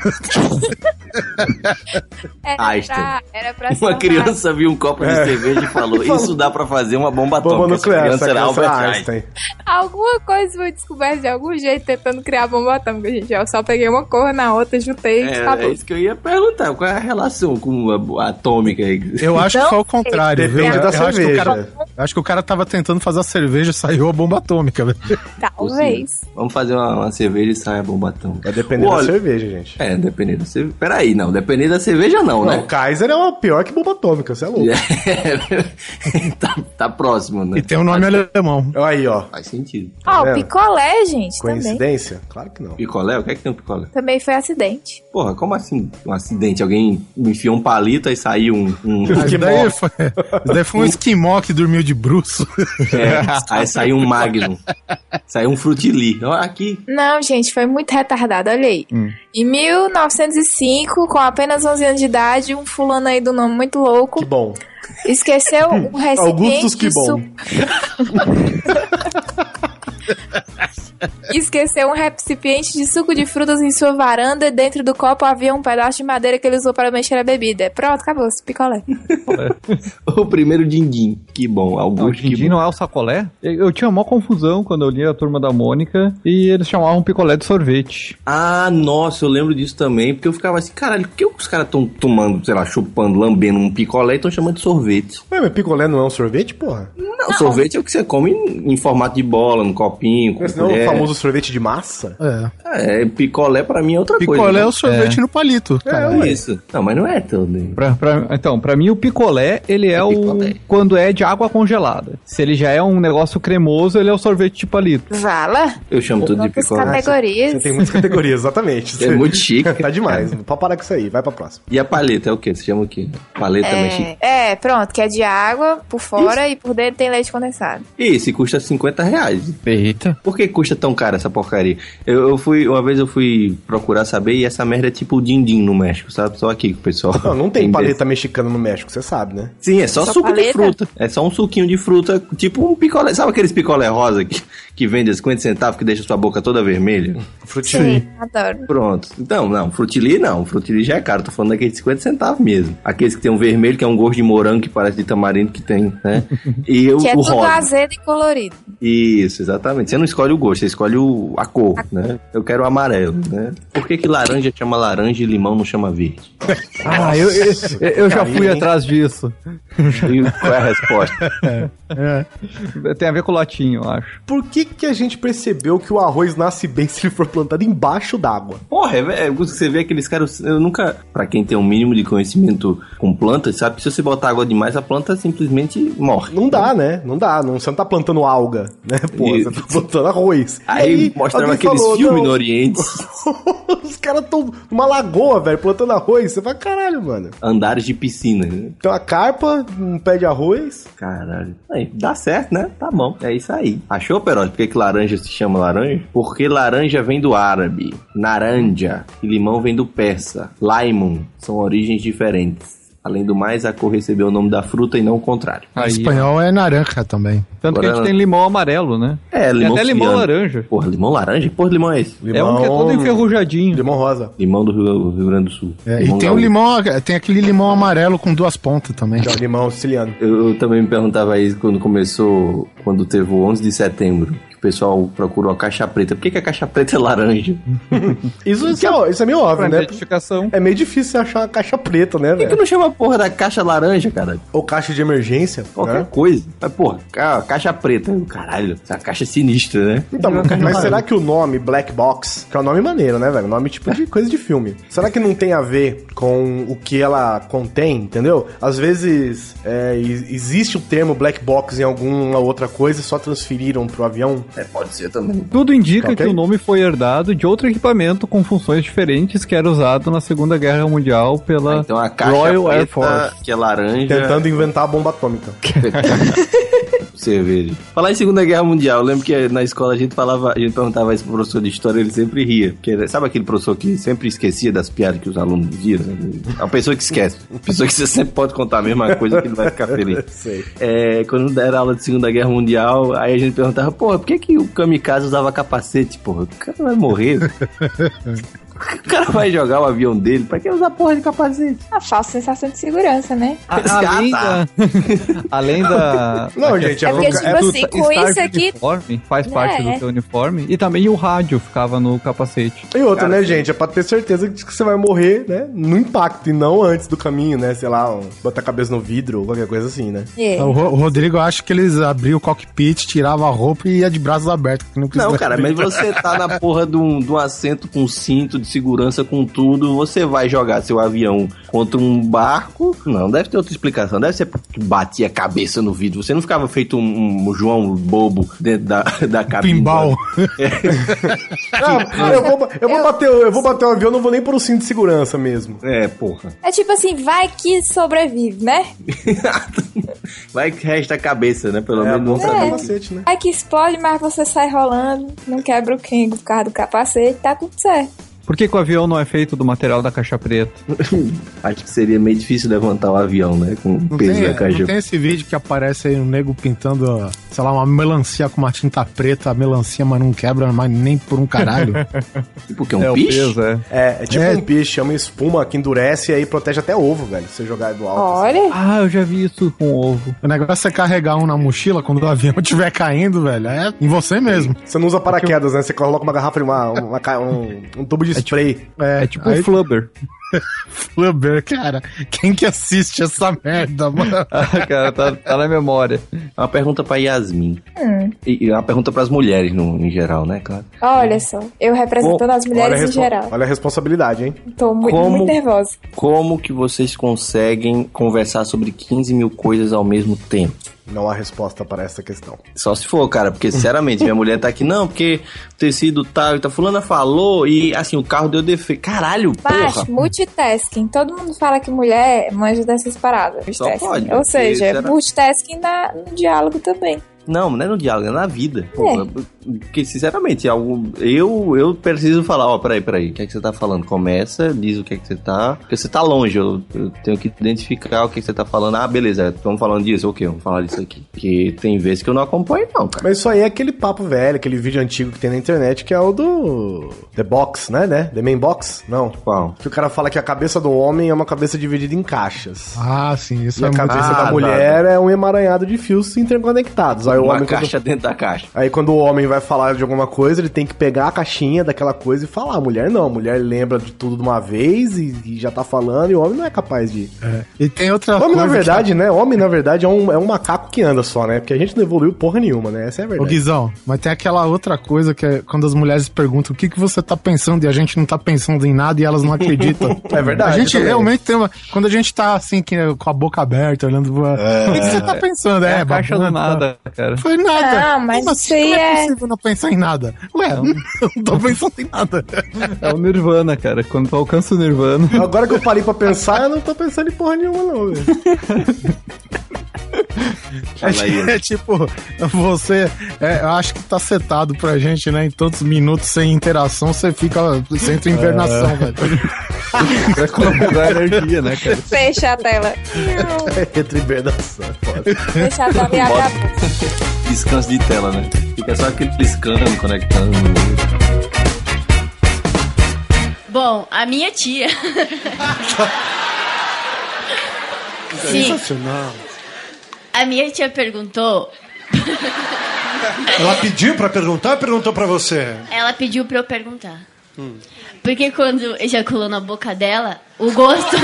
S8: Era pra,
S11: Ah, Einstein.
S8: era pra se
S11: Uma
S8: tornar-
S11: criança viu um copo de cerveja e falou: Isso dá pra fazer uma bomba atômica.
S3: É. Bomba
S11: Essa
S3: nuclear, essa
S11: criança era
S3: criança era
S11: Albert Einstein.
S3: Einstein.
S8: Alguma coisa foi descoberta de algum jeito tentando criar a bomba atômica, gente. Eu só peguei uma cor na outra, juntei e
S11: É, é
S8: acabou.
S11: isso que eu ia perguntar. Qual é a relação com a- a atômica aí?
S5: Eu acho que foi o contrário, viu?
S3: Depende
S5: É, Eu
S3: da
S5: acho que o
S3: cerveja.
S5: cara- eu acho que o cara tava tentando fazer a cerveja e saiu a bomba atômica, velho.
S8: Talvez.
S11: Vamos fazer uma, uma cerveja e sai a bomba atômica.
S3: Vai É depender da
S11: Olha-
S3: cerveja, gente.
S11: É, dependendo da cerveja. Peraí, não. Dependendo da cerveja, não,
S3: Não,
S11: né?
S3: o Kaiser é uma pior que bomba atômica, você é louco.
S11: É, tá, tá próximo, né?
S5: E tem um nome alemão.
S3: É. Aí, ó.
S11: Faz sentido.
S8: Ó,
S5: Tá
S3: vendo?
S8: o picolé, gente, também.
S3: Coincidência? Claro que não.
S11: Picolé? O que é que tem um picolé?
S8: Também foi acidente.
S11: Porra, como assim? Um acidente? Alguém enfiou um palito e saiu um. um
S5: Mas
S11: É,
S5: daí foi, isso daí foi um esquimó que dormiu de bruxo.
S11: é, aí saiu um magnum. Saiu um frutili. Ó, aqui.
S8: Não, gente, foi muito retardado, olha aí.
S5: Hum.
S8: Em 1905, com apenas 11 anos de idade, um fulano aí do nome muito louco
S3: Que bom.
S8: esqueceu um recipiente
S3: Augustus, que
S8: de
S3: bom.
S8: su- esqueceu um recipiente de suco de frutas em sua varanda e dentro do copo havia um pedaço de madeira que ele usou para mexer a bebida. Pronto, acabou, esse picolé.
S11: O primeiro dindim. Que bom, Augusto.
S7: Não,
S11: que
S7: não é o sacolé? Eu, eu tinha uma confusão quando eu li a turma da Mônica e eles chamavam picolé de sorvete.
S11: Ah, nossa, eu lembro disso também, porque eu ficava assim, caralho, por que os caras estão tomando, sei lá, chupando, lambendo um picolé e estão chamando de sorvete?
S3: Ué, mas picolé não é um sorvete, porra?
S11: Não, sorvete é o que você come em, em formato de bola, no copinho, com
S3: Mas não é o
S11: colher.
S3: famoso sorvete de massa?
S5: É.
S11: É, picolé pra mim é outra coisa.
S5: Picolé é o sorvete
S7: É.
S5: no palito. cara.
S11: É isso. Não, mas não é tudo.
S7: Pra, pra- então, pra mim o picolé, ele é, o
S11: picolé.
S7: quando é de água congelada. Se ele já é um negócio cremoso, ele é o sorvete de palito.
S8: Vala?
S11: Eu chamo tudo de
S8: Quantas
S11: picolé.
S3: Você
S8: categorias?
S3: tem muitas categorias, exatamente.
S11: É muito chique.
S3: Tá demais. Pode parar com isso aí, vai pra próxima.
S11: E a paleta é o quê? Você chama o quê? Paleta mexicana.
S8: É, é, pronto, que é de água por fora e por dentro tem leite condensado.
S11: E esse custa 50 reais.
S7: Eita.
S11: Por que custa tão caro essa porcaria? Eu, eu fui, uma vez eu fui procurar saber e essa merda é tipo o din-din no México, sabe? Só aqui que o pessoal.
S3: Não, não tem
S11: entende.
S3: paleta mexicana no México, você sabe, né?
S11: Sim, é só,
S8: Só
S11: suco de
S8: paleta?
S11: fruta. É só um suquinho de fruta, tipo um picolé. Sabe aqueles picolé rosa que, que vende a 50 centavos que deixa sua boca toda vermelha?
S3: Frutinho.
S8: Adoro.
S11: Pronto. Então, não, frutili não. Frutili já é caro. Tô falando daqueles de 50 centavos mesmo. Aqueles que tem um vermelho, que é um gosto de morango que parece de tamarindo que tem, né? E o,
S8: Que é
S11: o
S8: tudo
S11: rosa.
S8: azedo e colorido.
S11: Isso, exatamente. Você não escolhe o gosto, você escolhe o- a cor, né? Eu quero o amarelo, né? Por que que laranja chama laranja e limão não chama verde?
S7: Ah, eu, eu, eu já fui atrás disso.
S11: E qual é a resposta?
S7: Tem a ver com o latinho, eu acho.
S3: Por que que a gente percebeu que o arroz nasce bem se ele for plantado embaixo d'água?
S11: Porra, é, velho, você vê aqueles caras, eu nunca, Pra quem tem um mínimo de conhecimento com plantas, sabe que se você botar água demais, a planta simplesmente morre.
S3: Não dá, né? Não dá. Não, você não tá plantando alga, né? Pô,
S11: E-
S3: você tá plantando arroz.
S11: Aí, mostrava
S3: alguém
S11: aqueles
S3: falou,
S11: filmes
S3: "Não,
S11: no Oriente.
S3: Os caras tão numa lagoa, velho, plantando arroz. Você fala, caralho, mano.
S11: andares de piscina. né?
S3: Tem uma carpa, um pé de arroz.
S11: Caralho. Aí, dá certo, né? Tá bom. É isso aí. Achou, Perotti? Por que, que laranja se chama laranja? Porque laranja vem do árabe, naranja, e limão vem do persa, laimon. São origens diferentes. Além do mais, a cor recebeu o nome da fruta e não o contrário.
S7: Aí,
S5: Espanhol é naranja também.
S7: tanto que a gente
S11: Agora-
S7: tem limão amarelo, né?
S11: É,
S7: Tem
S11: limão
S7: até limão
S11: siciliano.
S7: laranja.
S11: Porra, limão laranja? Porra, limão é esse?
S7: É um que é todo enferrujadinho.
S3: Limão rosa.
S11: Limão do Rio, Rio Grande do Sul.
S5: É, e tem o
S11: gaúcho.
S5: limão, tem aquele limão amarelo com duas pontas também.
S3: Que é o limão siciliano.
S11: Eu, eu também me perguntava isso quando começou, quando teve o 11 de setembro, que o pessoal procurou a caixa preta. Por que, que a caixa preta é laranja?
S3: Isso, isso, é, isso é meio óbvio,
S7: Pra Então-
S3: né?
S7: identificação.
S3: É meio difícil você achar uma caixa preta, né,
S11: Por que, que
S3: velho?
S11: não chama a porra da caixa laranja, cara?
S3: Ou caixa de emergência,
S7: É?
S11: Qualquer
S3: né?
S11: coisa. Mas, porra, ca- caixa preta. Caralho, essa caixa é sinistra, né?
S3: Então, mas será que o nome Black Box, que é um nome maneiro, né, velho? Nome tipo de coisa de filme. Será que não tem a ver com o que ela contém, entendeu? Às vezes é, e- existe o termo Black Box em alguma outra coisa e só transferiram pro avião.
S11: É, pode ser também.
S7: Tudo indica
S3: Tá ok?
S7: que o nome foi herdado de outro equipamento com funções diferentes que era usado na Segunda Guerra Mundial pela
S11: Então a caixa
S7: Royal
S11: preta,
S7: Air Force.
S11: que é laranja.
S3: Tentando inventar a bomba atômica.
S11: Cerveja. Falar em Segunda Guerra Mundial, eu lembro que na escola a gente falava, a gente perguntava isso pro professor de história, ele sempre ria. Porque ele- sabe aquele professor que sempre esquecia das piadas que os alunos diziam? É uma pessoa que esquece. Uma pessoa que você sempre pode contar a mesma coisa que ele vai ficar feliz.
S3: Sei.
S11: É, quando deram aula de Segunda Guerra Mundial, aí a gente perguntava, porra, por que, que o kamikaze usava capacete, porra? O cara vai morrer. O cara vai jogar o avião dele, pra que usar porra de capacete?
S8: A falsa sensação de segurança, né?
S7: A- além da, além da
S3: Não,
S7: da
S3: gente,
S7: questão
S3: é porque,
S7: do- do
S8: tipo assim, com
S7: estar
S8: isso
S7: de
S8: aqui-
S7: uniforme, faz
S8: É.
S7: parte do teu uniforme e também o rádio ficava no capacete.
S3: E outra,
S11: Cara,
S3: né, gente? É pra ter certeza de que você vai morrer, né? No impacto e não antes do caminho, né? Sei lá, um- botar a cabeça no vidro ou qualquer coisa assim, né?
S8: Yeah.
S5: O Ro- o Rodrigo acha que eles abriam o cockpit, tiravam a roupa e ia de braços abertos. que Não,
S11: Não,
S5: precisava
S11: cara,
S5: abrir.
S11: mas você tá na porra de um, de um assento com cinto de segurança, com tudo, você vai jogar seu avião contra um barco? Não, deve ter outra explicação. Deve ser porque batia a cabeça no vidro. Você não ficava feito um, um João bobo dentro da, da
S7: Tá
S11: cabine.
S5: Pinball.
S3: Ah, eu, vou, eu, vou
S8: Eu-
S3: bater, eu vou bater o avião, não vou nem pro cinto de segurança mesmo.
S11: É, porra.
S8: É tipo assim, vai que sobrevive, né?
S11: Vai que resta a cabeça, né? Pelo
S3: É,
S11: menos não
S3: bom
S11: sabe.
S3: saber
S8: É.
S3: macete, né?
S8: Vai que explode, mas você sai rolando, não quebra o King por causa do capacete, tá tudo certo.
S7: Por que, que o avião não é feito do material da caixa preta?
S11: Acho que seria meio difícil levantar o avião, né? Com o
S5: Não
S11: peso
S5: tem, é,
S11: da
S5: não
S11: caixa.
S5: tem esse vídeo que aparece aí um nego pintando, sei lá, uma melancia com uma tinta preta, a melancia, mas não quebra mas nem por um caralho.
S11: tipo
S3: que é um É, o piche? peso,
S7: é.
S3: É, é tipo
S5: É.
S3: um peixe, é uma espuma que endurece e aí protege até ovo, velho. Se você jogar do alto.
S8: Olha.
S7: Ah, eu já vi isso com ovo.
S5: O negócio é carregar um na mochila quando o avião estiver caindo, velho. É em você mesmo.
S3: assim. Você não usa paraquedas, né? Você coloca uma garrafa, uma, uma ca- um, um tubo de spray.
S5: É,
S7: Tipo um flubber.
S5: Flubber, cara. Quem que assiste essa merda, mano?
S7: Ah, cara, tá, tá na memória.
S11: É Uma pergunta pra Yasmin. E, e uma pergunta pras mulheres no, em geral, né, claro?
S8: Olha só, eu representando as mulheres em
S3: respo-
S8: geral.
S3: olha a responsabilidade, hein?
S8: Tô muito,
S11: Como-
S8: muito nervosa.
S11: Como que vocês conseguem conversar sobre 15 mil coisas ao mesmo tempo?
S3: Não há resposta para essa questão.
S11: Só se for, cara, porque sinceramente, minha mulher tá aqui, não, porque o tecido tal e tal. Fulana falou e assim, o carro deu defeito. Caralho,
S8: Mas,
S11: porra!
S8: multitasking. Todo mundo fala que mulher é manja dessas paradas. Multitasking.
S11: pode,
S8: Ou
S11: porque
S8: seja,
S11: será-
S8: multitasking na, no diálogo também.
S11: Não, não é no diálogo, é na vida. Pô, Porque, sinceramente, é algo- eu, eu preciso falar, ó, peraí, peraí, o que é que você tá falando? Começa, diz o que é que você tá. Porque você tá longe, eu, eu tenho que identificar o que, é que você tá falando. Ah, beleza, estamos falando disso, ok, vamos falar disso aqui. Porque tem vezes que eu não acompanho, não, cara.
S3: Mas isso aí é aquele papo velho, aquele vídeo antigo que tem na internet, que é o do. The Box, né? né? The Main Box? Não.
S11: Qual?
S3: Que o cara fala que a cabeça do homem é uma cabeça dividida em caixas.
S5: Ah, sim, isso
S3: E
S5: é
S3: a
S5: muito...
S3: cabeça
S11: Ah,
S3: da
S11: tá,
S3: mulher é um emaranhado de fios interconectados. Aí o
S11: Uma
S3: homem quando-
S11: caixa dentro da caixa.
S3: Aí quando o homem vai falar de alguma coisa, ele tem que pegar a caixinha daquela coisa e falar. A mulher não, a mulher lembra de tudo de uma vez e, e já tá falando, e o homem não é capaz de.
S5: É. E tem outra
S3: homem,
S5: coisa...
S3: na
S5: que- tá
S3: verdade, né? Homem, na verdade, é um, é um macaco que anda só, né? Porque a gente não evoluiu porra nenhuma, né? Essa é a
S5: Ô,
S3: verdade.
S5: Guizão, mas tem aquela outra coisa que é quando as mulheres perguntam o que, que você tá pensando e a gente não tá pensando em nada e elas não acreditam.
S3: É verdade,
S5: A gente
S3: também.
S5: realmente tem uma. Quando a gente tá assim, que, com a boca aberta, olhando pro.
S3: É.
S5: O que, que você tá pensando?
S7: É, a caixa do
S5: babando,
S7: nada, cara.
S5: tá. Foi nada.
S8: Não, mas
S5: Como
S8: isso aí
S5: Como
S8: é-
S5: é possível não pensar em nada? Ué,
S7: Então,
S5: eu não tô pensando em nada.
S7: É o Nirvana, cara. Quando tu alcança o Nirvana.
S3: Agora que eu parei pra pensar, eu não tô pensando em porra nenhuma, não, velho.
S11: Fala aí.
S5: É tipo, você. é, eu acho que tá setado pra gente, né? Em tantos minutos sem interação, você fica. Você entra em invernação,
S3: É.
S5: velho.
S7: Pra economizar energia, né, cara?
S8: Fecha a tela.
S3: Entre hibernação, foda.
S8: Fecha a tela e abre a boca.
S11: Descanso de tela, né? Fica só aquele piscando, conectando.
S13: Bom, a minha tia. Sim,
S3: Sensacional.
S13: a minha tia perguntou.
S14: Ela pediu pra perguntar ou perguntou pra você?
S13: Ela pediu pra eu perguntar. Porque quando ejaculou na boca dela, o gosto.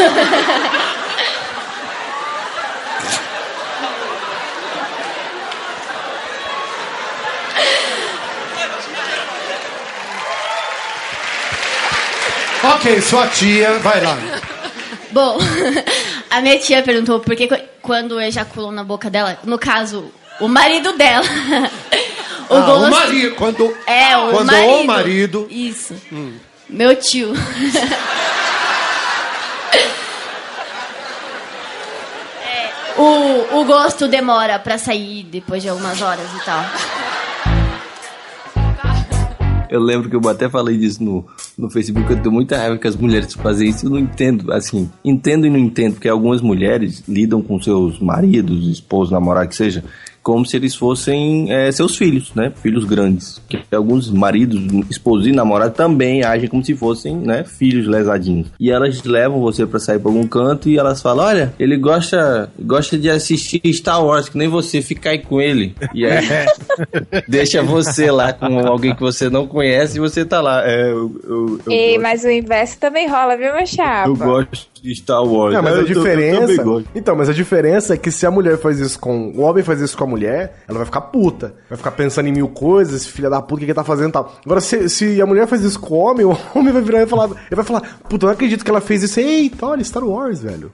S14: Ok, sua tia, vai lá.
S13: Bom, a minha tia perguntou por que qu- quando ejaculou na boca dela, no caso, o marido dela. O
S14: Ah,
S13: gosto.
S14: o marido, quando,
S13: É, o
S14: quando
S13: marido.
S14: o marido.
S13: Isso.
S5: Hum.
S13: Meu tio. É, o, o gosto demora pra sair depois de algumas horas e tal.
S11: Eu lembro que eu até falei disso no, no Facebook, eu tenho muita raiva que as mulheres fazem isso, eu não entendo, assim, entendo e não entendo, porque algumas mulheres lidam com seus maridos, esposos, namorados, que seja, como se eles fossem eh, seus filhos, né, filhos grandes, que alguns maridos, esposos e namorados também agem como se fossem, né, filhos lesadinhos, e elas levam você pra sair pra algum canto e elas falam, olha, ele gosta, gosta de assistir Star Wars, que nem você, fica aí com ele, e aí... Deixa você lá com alguém que você não conhece e você tá lá. É, eu, eu, eu
S8: Ei,
S11: gosto-
S8: mas o inverso também rola, viu, meu chapa?
S11: eu gosto de Star Wars.
S3: Não, mas
S11: Eu
S3: a
S11: tô- Eu também
S3: diferença.
S11: gosto.
S3: Então, mas a diferença é que se a mulher faz isso com. O homem faz isso com a mulher, ela vai ficar puta. Vai ficar pensando em mil coisas, filha da puta, o que, que tá fazendo e tal. Agora, se, se a mulher faz isso com o homem, o homem vai virar e falar. Ele vai falar, puta, eu não acredito que ela fez isso. Eita, olha, Star Wars, velho.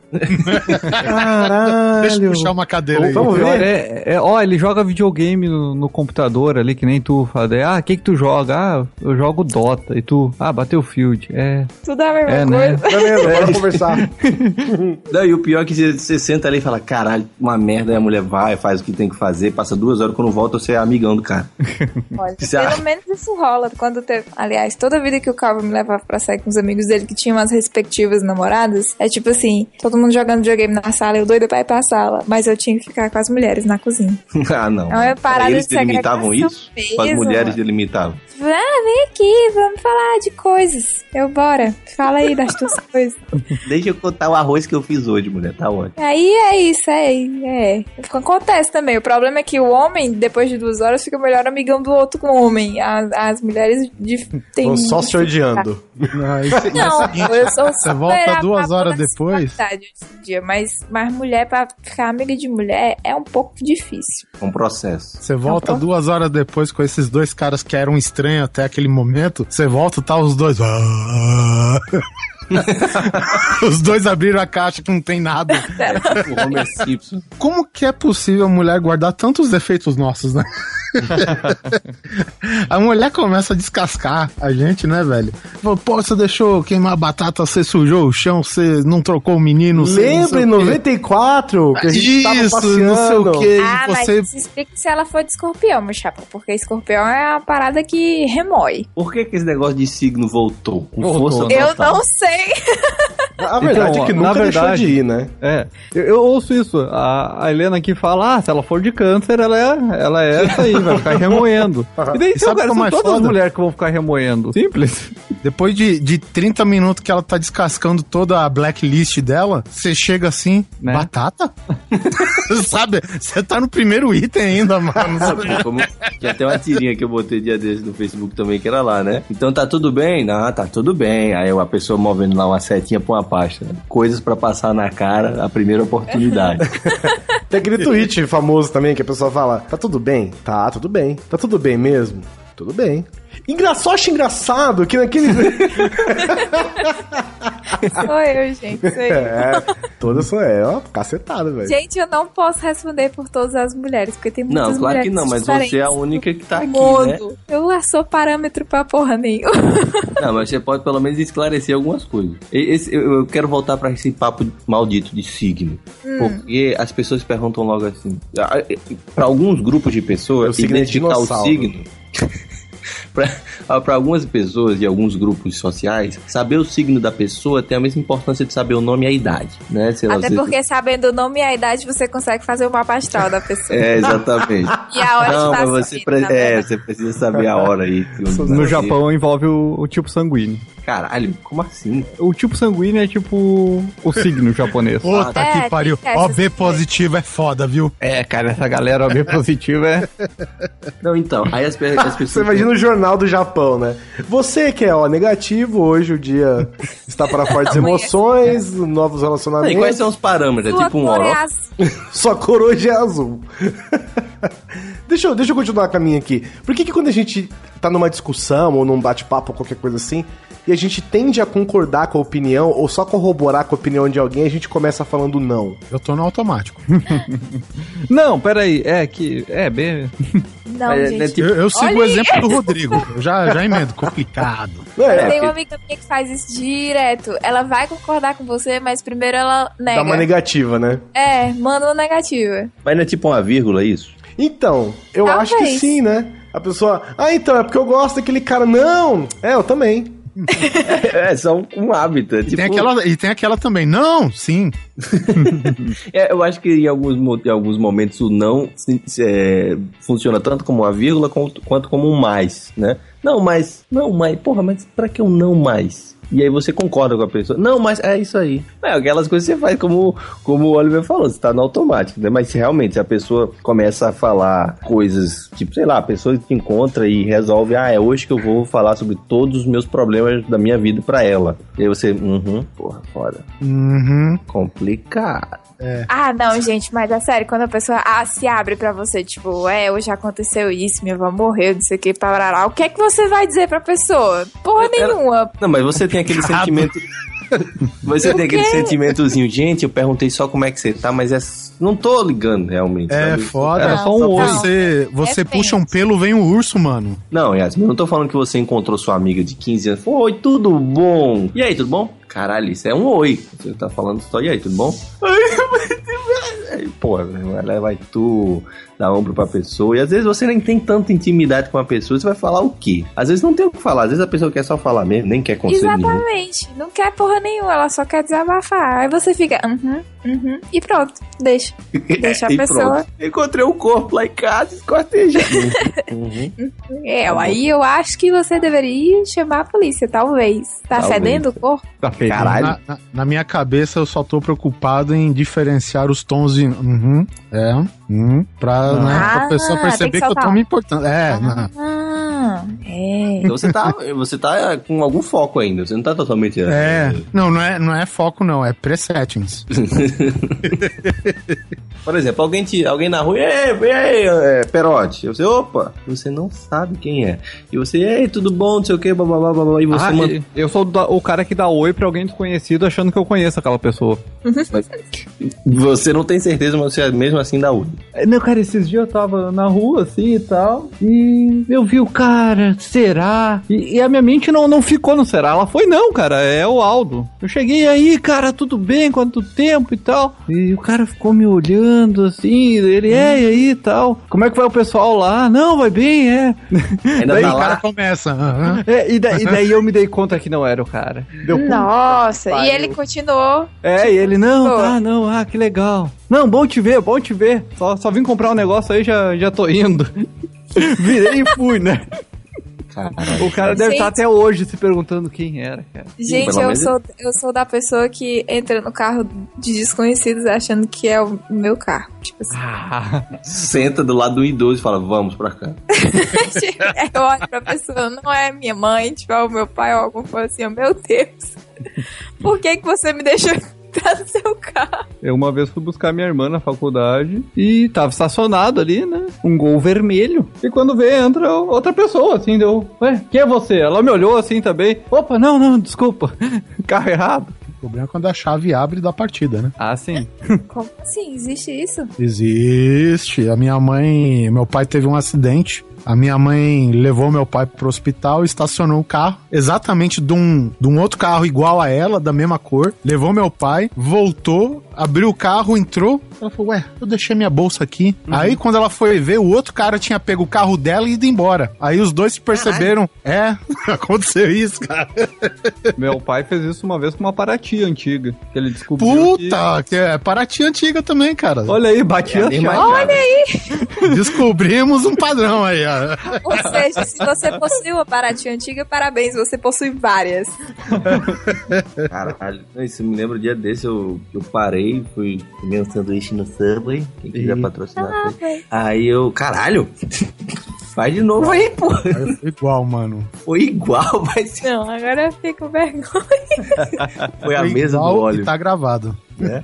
S3: Caralho.
S5: Deixa eu puxar uma cadeira aí.
S3: Vamos
S7: Pior
S3: ver?
S7: é, é, ó, ele joga videogame no, no computador ali, que nem tu fala. daí, Ah, o que que tu joga? Ah, eu jogo Dota. E tu, ah, Battlefield. É,
S8: Tudo a mesma
S7: É, né?
S8: coisa.
S3: Beleza, bora conversar.
S11: Não, e o pior é que você- você senta ali e fala, caralho, uma merda, aí a mulher vai, faz o que tem que fazer, passa duas horas, quando volta você é amigão do cara.
S8: Olha,
S11: Você
S8: pelo
S11: acha?
S8: menos isso rola. Quando teve... Aliás, toda vida que o Calvo me levava pra sair com os amigos dele que tinham as respectivas namoradas, é tipo assim, todo mundo jogando videogame na sala, eu doida pra ir pra sala, mas eu tinha que ficar com as mulheres na cozinha.
S11: ah, não.
S8: Não, é parada
S11: eles
S8: de
S11: delimitavam isso?
S8: segregação
S11: As
S8: mesmo,
S11: mulheres
S8: mano.
S11: delimitavam.
S8: Ah, vem aqui, vamos falar de coisas. Eu, bora, fala aí das tuas coisas.
S11: Deixa eu contar o arroz que eu fiz hoje, mulher, tá ótimo.
S8: Aí é isso, é, é. Acontece também. O problema é que o homem, depois de duas horas, fica o melhor amigão do outro homem. As, as mulheres de, tem
S3: Tô só se odiando.
S8: Não, eu sou
S5: é Você volta duas horas depois?
S8: verdade hoje em dia, mas, mas mulher, pra ficar amiga de mulher, é um pouco difícil.
S11: Um processo.
S5: Você volta duas horas depois com esses dois caras que eram estranhos até aquele momento. Você volta e tá os dois. Ah, os dois abriram a caixa que não tem nada.
S11: É tipo O Homer Simpson.
S5: Como que é possível a mulher guardar tantos defeitos nossos, né? a mulher começa a descascar a gente, né, velho? Fala, Pô, você deixou queimar a batata, você sujou o chão, você não trocou o menino. você não
S3: Lembra
S5: sei
S3: em
S5: o quê."
S3: 94 que a gente tava
S5: Isso, não sei o
S3: passeando?
S5: quê,
S8: ah, mas isso explica se ela for de escorpião, meu chapa, porque escorpião é a parada que remói.
S11: Por que, que esse negócio de signo voltou? Com força
S8: Eu
S11: total.
S8: não sei.
S5: Então,
S3: A verdade é que nunca deixou de ir, né?
S7: É. Eu, eu ouço isso. A, a Helena aqui fala, ah, se ela for de câncer, ela é, ela é essa aí, vai ficar remoendo. E daí,
S5: E sabe
S7: cara,
S5: como
S7: são
S5: é
S7: todas as
S5: foda?
S7: mulheres que vão ficar remoendo. Simples.
S5: Depois de, de 30 minutos que ela tá descascando toda a blacklist dela, você chega assim, batata? Sabe? Você tá no primeiro item ainda, mano.
S11: Sabe né, como- Tinha até uma tirinha que eu botei dia desses no Facebook também, que era lá, né? Então tá tudo bem? Não, tá tudo bem. Aí a pessoa movendo lá uma setinha pra uma pasta. né? Coisas pra passar na cara a primeira oportunidade.
S3: Tem aquele tweet famoso também que a pessoa fala: tá tudo bem? Tá, tudo bem. Tá tudo bem mesmo? Tudo bem. Engra... Só acho engraçado que naquele.
S8: Sou eu, gente. Sou eu.
S3: é, todas são. É, ó, cacetada, velho.
S8: Gente, eu não posso responder por todas as mulheres, porque tem muitas
S11: É. não,
S8: mulheres
S11: claro que não, mas
S8: diferentes
S11: você é a única que tá
S8: no
S11: aqui, né?
S8: mundo. Eu lá sou parâmetro pra porra nenhuma.
S11: Não, mas você pode pelo menos esclarecer algumas coisas. E- esse- eu, eu quero voltar pra esse papo maldito de signo.
S8: Hum.
S11: Porque as pessoas perguntam logo assim. ah, eh, Pra alguns grupos de pessoas,
S3: signo é
S11: identificar o
S3: dinossauro.
S11: signo. Para algumas pessoas e alguns grupos sociais, saber o signo da pessoa tem a mesma importância de saber o nome e a idade, né? Sei lá,
S8: Até
S11: você-
S8: porque sabendo o nome e a idade, você consegue fazer o mapa astral da pessoa.
S11: É, exatamente.
S8: E a hora tá
S11: Não,
S8: de
S11: mas
S8: passar.
S11: você, pre- é, você precisa saber a hora aí. que- é.
S7: No Japão envolve o, o tipo sanguíneo.
S11: Caralho, como assim?
S7: O tipo sanguíneo é tipo o signo japonês.
S5: Puta Tá que pariu. OB positivo é foda, viu?
S7: É, cara, essa galera OB positiva é.
S11: Não, então, aí as, pe- as
S3: Você
S11: pessoas.
S3: imagina o jornal do Japão, né? Você que é ó negativo, hoje o dia está para fortes emoções, novos
S11: Não,
S3: relacionamentos.
S11: e quais são os parâmetros? É
S8: Sua
S11: tipo um
S8: cor é
S11: oral.
S8: azul.
S3: Sua cor hoje é azul. deixa, eu, deixa eu continuar com a minha aqui. Por que, que quando a gente tá numa discussão ou num bate-papo ou qualquer coisa assim, e a gente tende a concordar com a opinião ou só corroborar com a opinião de alguém, a gente começa falando não?
S5: Eu tô no automático.
S7: Não, peraí, é que. É, bem.
S8: Não,
S11: É,
S8: gente.
S11: tipo,
S5: eu, eu sigo o
S8: Olha
S5: exemplo do
S8: isso.
S5: Rodrigo. Eu já, já emendo. Complicado.
S3: É,
S8: eu tenho É, uma amiga minha que faz isso direto. Ela vai concordar com você, mas primeiro ela nega.
S3: Dá uma negativa, né?
S8: É, manda uma negativa.
S11: Mas não é tipo uma vírgula isso?
S3: Então, eu
S8: Talvez.
S3: acho que sim, né? A pessoa, ah, então, é porque eu gosto daquele cara. Não, é, eu também.
S11: É, é só um, um hábito. é
S5: E tem,
S11: tipo-
S5: aquela, e tem aquela também. Não, sim.
S11: É, eu acho que em alguns, mo- em alguns momentos o não se- se- é, funciona tanto como uma vírgula quanto, quanto como um mais, né? Não, mas. Não, mas. Porra, mas pra que um não mais? E aí você concorda com a pessoa. Não, mas é isso aí. É, aquelas coisas que você faz como, como o Oliver falou, você tá no automático, né? Mas se realmente se a pessoa começa a falar coisas, tipo, sei lá, a pessoa te encontra e resolve, ah, é hoje que eu vou falar sobre todos os meus problemas da minha vida pra ela. E aí você, uhum, porra, foda.
S5: Uhum.
S11: Complicado.
S5: É.
S8: Ah, não, gente, mas é sério, quando a pessoa ah, se abre pra você, tipo, é, hoje aconteceu isso, minha avó morreu, não sei o que, parará. O que é que você vai dizer pra pessoa? Porra nenhuma.
S11: Não, mas você tem aquele sentimento. Você
S4: O
S11: tem aquele
S4: quê?
S11: sentimentozinho, gente, eu perguntei só como é que você tá, mas é... não tô ligando realmente.
S5: É
S11: sabe?
S5: foda.
S11: Era só um olho.
S5: Você, você puxa um pelo, vem o urso, mano.
S11: Não, Yasmin, eu não tô falando que você encontrou sua amiga de 15 anos. Oi, tudo bom? E aí, tudo bom? Caralho, isso é um oi. Você tá falando só, e aí, tudo bom? Aí, Pô, ela vai tu, dá ombro pra pessoa. E às vezes você nem tem tanta intimidade com a pessoa, você vai falar o quê? Às vezes não tem o que falar, às vezes a pessoa quer só falar mesmo, nem quer conselho nenhum.
S8: Exatamente. Não quer porra nenhuma, ela só quer desabafar. Aí você fica, uhum, uhum, e pronto, deixa. Deixa a
S11: É, E
S8: pessoa.
S11: pronto. Encontrei um corpo lá em casa, escortejei. Uhum.
S8: É, aí eu acho que você deveria chamar a polícia, talvez. Tá
S5: Talvez.
S8: fedendo o corpo?
S11: Caralho.
S5: Na, na- na minha cabeça, eu só tô preocupado em diferenciar os tons de. Uhum, é, uhum, pra, né, pra
S8: Ah,
S5: pessoa
S8: tem
S5: perceber que,
S8: que
S5: eu tô
S8: saltar.
S5: me importando. É, não.
S8: Ah, é.
S11: Então você tá, você tá com algum foco ainda, você não tá totalmente.
S5: É. Não, não é, não é foco, não. É presettings.
S11: Por exemplo, alguém, te, alguém na rua, ei, vem aí, é, Perote. Eu sei, opa, você não sabe quem é. E você, ei, tudo bom, não sei o que, blá blá blá blá, blá, e você
S7: Ah,
S11: manda.
S7: e- eu sou da- o cara que dá oi pra alguém desconhecido achando que eu conheço aquela pessoa.
S11: Mas você não tem certeza, mas você mesmo assim dá oi.
S7: É, Não, cara, esses dias eu tava na rua assim e tal, e eu vi o cara, será? E, e a minha mente não, não ficou no será, ela foi não, cara, é o Aldo. Eu cheguei aí, cara, tudo bem, quanto tempo e tal. E o cara ficou me olhando assim, ele, é, e aí e tal. Como é que vai o pessoal lá? Não, vai bem, é.
S5: Ainda
S7: daí
S5: tá
S7: o cara
S5: lá? começa. aham.
S7: É, e, da- e daí eu me dei conta que não era o cara.
S8: Nossa, e ele continuou.
S7: É, e ele, não, tá, não, ah, que legal. Não, bom te ver, bom te ver. Só, só vim comprar um negócio aí, já, já tô indo. Virei e fui, né? O cara deve
S8: Gente.
S7: estar até hoje se perguntando quem era, cara.
S8: Gente, eu sou, eu sou da pessoa que entra no carro de desconhecidos achando que é o meu carro. Tipo assim.
S11: Senta do lado do idoso e fala, vamos pra cá.
S8: assim, eu olho pra pessoa, não é minha mãe, tipo, é o meu pai ou algum fã assim, eu, meu Deus. Por que, que você me deixou entrar no seu carro?
S7: Eu uma vez fui buscar minha irmã na faculdade e tava estacionado ali, né? Um gol vermelho. E quando vê, entra outra pessoa, assim, deu. Ué, quem é você? Ela me olhou assim também. Opa, não, não, desculpa. Carro errado.
S5: O problema é quando a chave abre da partida, né?
S7: Ah, sim.
S8: Como assim? Existe isso?
S5: Existe. A minha mãe. Meu pai teve um acidente. A minha mãe levou meu pai pro hospital, estacionou o carro, exatamente de um, de um outro carro igual a ela, da mesma cor. Levou meu pai, voltou, abriu o carro, entrou. Ela falou: Ué, eu deixei minha bolsa aqui. Aí quando ela foi ver, o outro cara tinha pego o carro dela e ido embora. Aí os dois se perceberam: É, aconteceu isso, cara.
S7: Meu pai fez isso uma vez com uma Paraty antiga. Que ele descobriu.
S5: Puta, que é Paraty antiga também, cara.
S7: Olha aí, bati a chave.
S8: Olha aí!
S5: Descobrimos um padrão aí, ó.
S8: Ou seja, se você possui uma Paraty antiga, parabéns, você possui várias.
S11: Caralho. Isso me lembra o dia desse, eu, eu parei, fui comer um sanduíche no Subway. Quem quiser patrocinar.
S8: Tá
S11: foi. Aí eu, caralho. Vai de novo aí, pô.
S5: Foi igual, mano.
S11: Foi igual, mas
S8: Não, agora eu fico com vergonha.
S11: foi É a mesa do
S5: igual
S11: óleo.
S5: E tá gravado.
S11: né?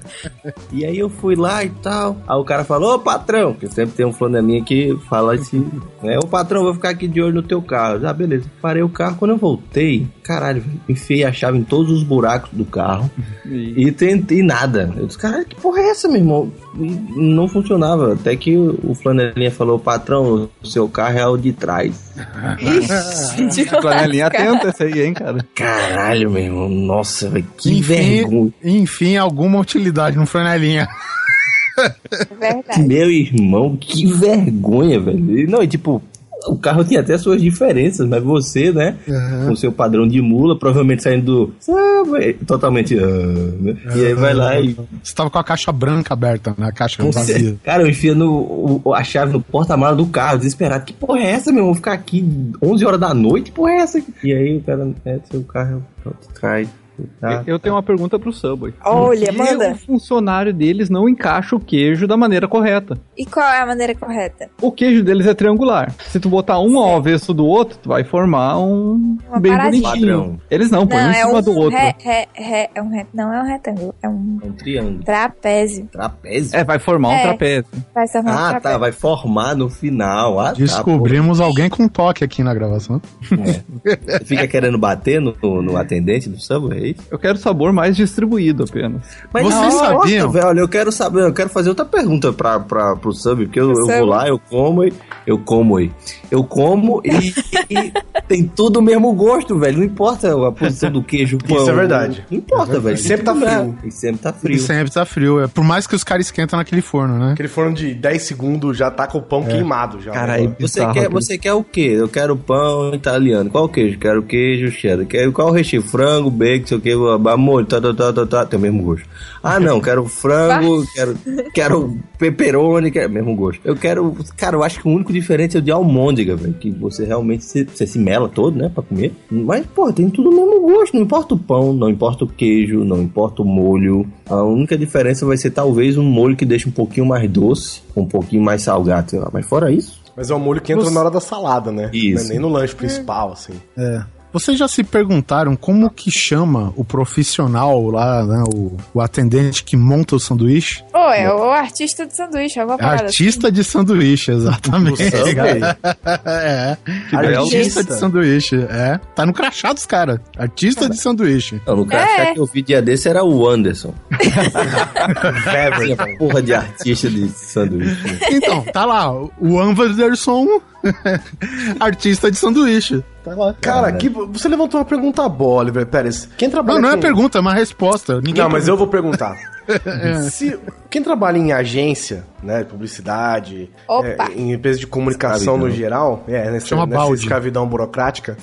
S11: E aí eu fui lá e tal. Aí o cara falou, ô patrão, que sempre tem um flanelinha que fala assim, né? Ô patrão, vou ficar aqui de olho no teu carro. Eu, Ah, beleza. Parei o carro. Quando eu voltei, caralho, velho, enfiei a chave em todos os buracos do carro e tentei nada. Eu disse, caralho, que porra é essa, meu irmão? E não funcionava. Até que o flanelinha falou, patrão, o seu carro é o de trás.
S7: Tipo, Flanelinha atenta essa aí, hein, cara?
S11: Caralho, meu irmão. Nossa, velho, que vergonha.
S5: Enfim, enfim, alguma utilidade no franelinha.
S8: Verdade.
S11: Meu irmão, que vergonha, velho. E Não, e tipo, o carro tinha até suas diferenças, mas você, né? Com seu padrão de mula, provavelmente saindo do. sabe, totalmente. ah, né? E aí vai lá e.
S5: Você tava com a caixa branca aberta, né? A caixa vazia.
S11: Cara, eu enfiando o- o- a chave no porta-malas do carro, desesperado. Que porra é essa, meu? Vou ficar aqui 11 horas da noite? Que porra é essa? E aí o cara, é, seu carro é o cai. Tá.
S7: Eu tenho uma pergunta pro Subway. Por
S8: Olha,
S7: que
S8: manda.
S7: O funcionário deles não encaixa o queijo da maneira correta.
S8: E qual é a maneira correta?
S7: O queijo deles é triangular. Se tu botar um ao avesso do outro, tu vai formar um
S8: Uma
S7: bem
S8: paradinha.
S7: bonitinho.
S11: Padrão.
S7: Eles não, põe um em cima do outro.
S8: é ré- ré- ré- é um ré- não é um retângulo, é um
S11: É um triângulo.
S8: trapézio.
S11: Trapézio?
S7: É, vai formar
S8: um É.
S7: trapézio.
S8: Vai ser um
S11: Ah, tá,
S8: trapézio.
S11: vai formar no final. Ah, tá,
S5: Descobrimos alguém com toque aqui na gravação.
S11: É. Você Fica querendo bater no, no atendente do Subway?
S7: vez. Eu quero sabor mais distribuído apenas.
S11: Mas vocês sabiam? velho, eu quero saber, eu quero fazer outra pergunta pra, pra, pro sub, porque eu, eu
S8: Sub.
S11: vou lá, eu como e. Eu como e. Eu como e, e tem tudo o mesmo gosto, velho. Não importa a posição do queijo. o
S5: Isso é
S11: pão,
S5: verdade.
S11: Não importa,
S5: É verdade.
S11: velho.
S5: Sempre tá frio.
S11: E sempre tá
S5: E
S11: frio.
S5: sempre tá frio. É, por mais que os caras esquentam naquele forno, né?
S3: Aquele forno de 10 segundos já tá com o pão
S5: É.
S3: queimado já.
S11: Caralho, você quer, você quer o quê? Eu quero pão italiano. Qual queijo? Quero queijo cheddar. Quero, qual recheio? Frango, bacon, sei o quê, blá, blá, molho, tá, tá, tá, tá, tá. Tem o mesmo gosto. Ah, não, quero frango, quero, quero pepperoni, quero, mesmo gosto. Eu quero, cara, eu acho que o único diferente é o de almôndega, velho, que você realmente se, você se mela todo, né, pra comer. Mas, pô, tem tudo o mesmo gosto. Não importa o pão, não importa o queijo, não importa o molho. A única diferença vai ser talvez um molho que deixa um pouquinho mais doce, um pouquinho mais salgado, sei lá. Mas fora isso...
S3: Mas é um molho que entra
S11: Nossa.
S3: na hora da salada, né?
S11: Isso.
S3: Não é nem no lanche principal, assim.
S5: É. Vocês já se perguntaram como que chama o profissional lá, né? O, o atendente que monta o sanduíche?
S8: Ô, é o artista de sanduíche, é uma
S5: É
S8: parada.
S5: artista de sanduíche, exatamente.
S8: Subway?
S5: cara. é.
S8: Que belo.
S5: Artista de sanduíche, é. Tá no crachá dos caras. Artista de sanduíche.
S11: Não, no crachá
S8: É.
S11: que eu vi dia desse era o Anderson. Essa porra de artista de sanduíche.
S5: Então, tá lá, o Anderson, artista de sanduíche. Tá lá.
S3: Cara, que, você levantou uma pergunta boa, Oliver Pérez. Quem trabalha
S5: Não, não é
S3: com-
S5: pergunta, é uma resposta. Ninguém
S3: não, Então, mas
S5: pergunta.
S3: eu vou perguntar.
S5: É.
S3: Se, quem trabalha em agência, né, publicidade,
S8: Opa.
S3: é, em empresa de comunicação
S5: Escravidão.
S3: no geral, é, nessa,
S5: Chama
S3: nessa
S5: balde. Uhum.
S3: escravidão burocrática,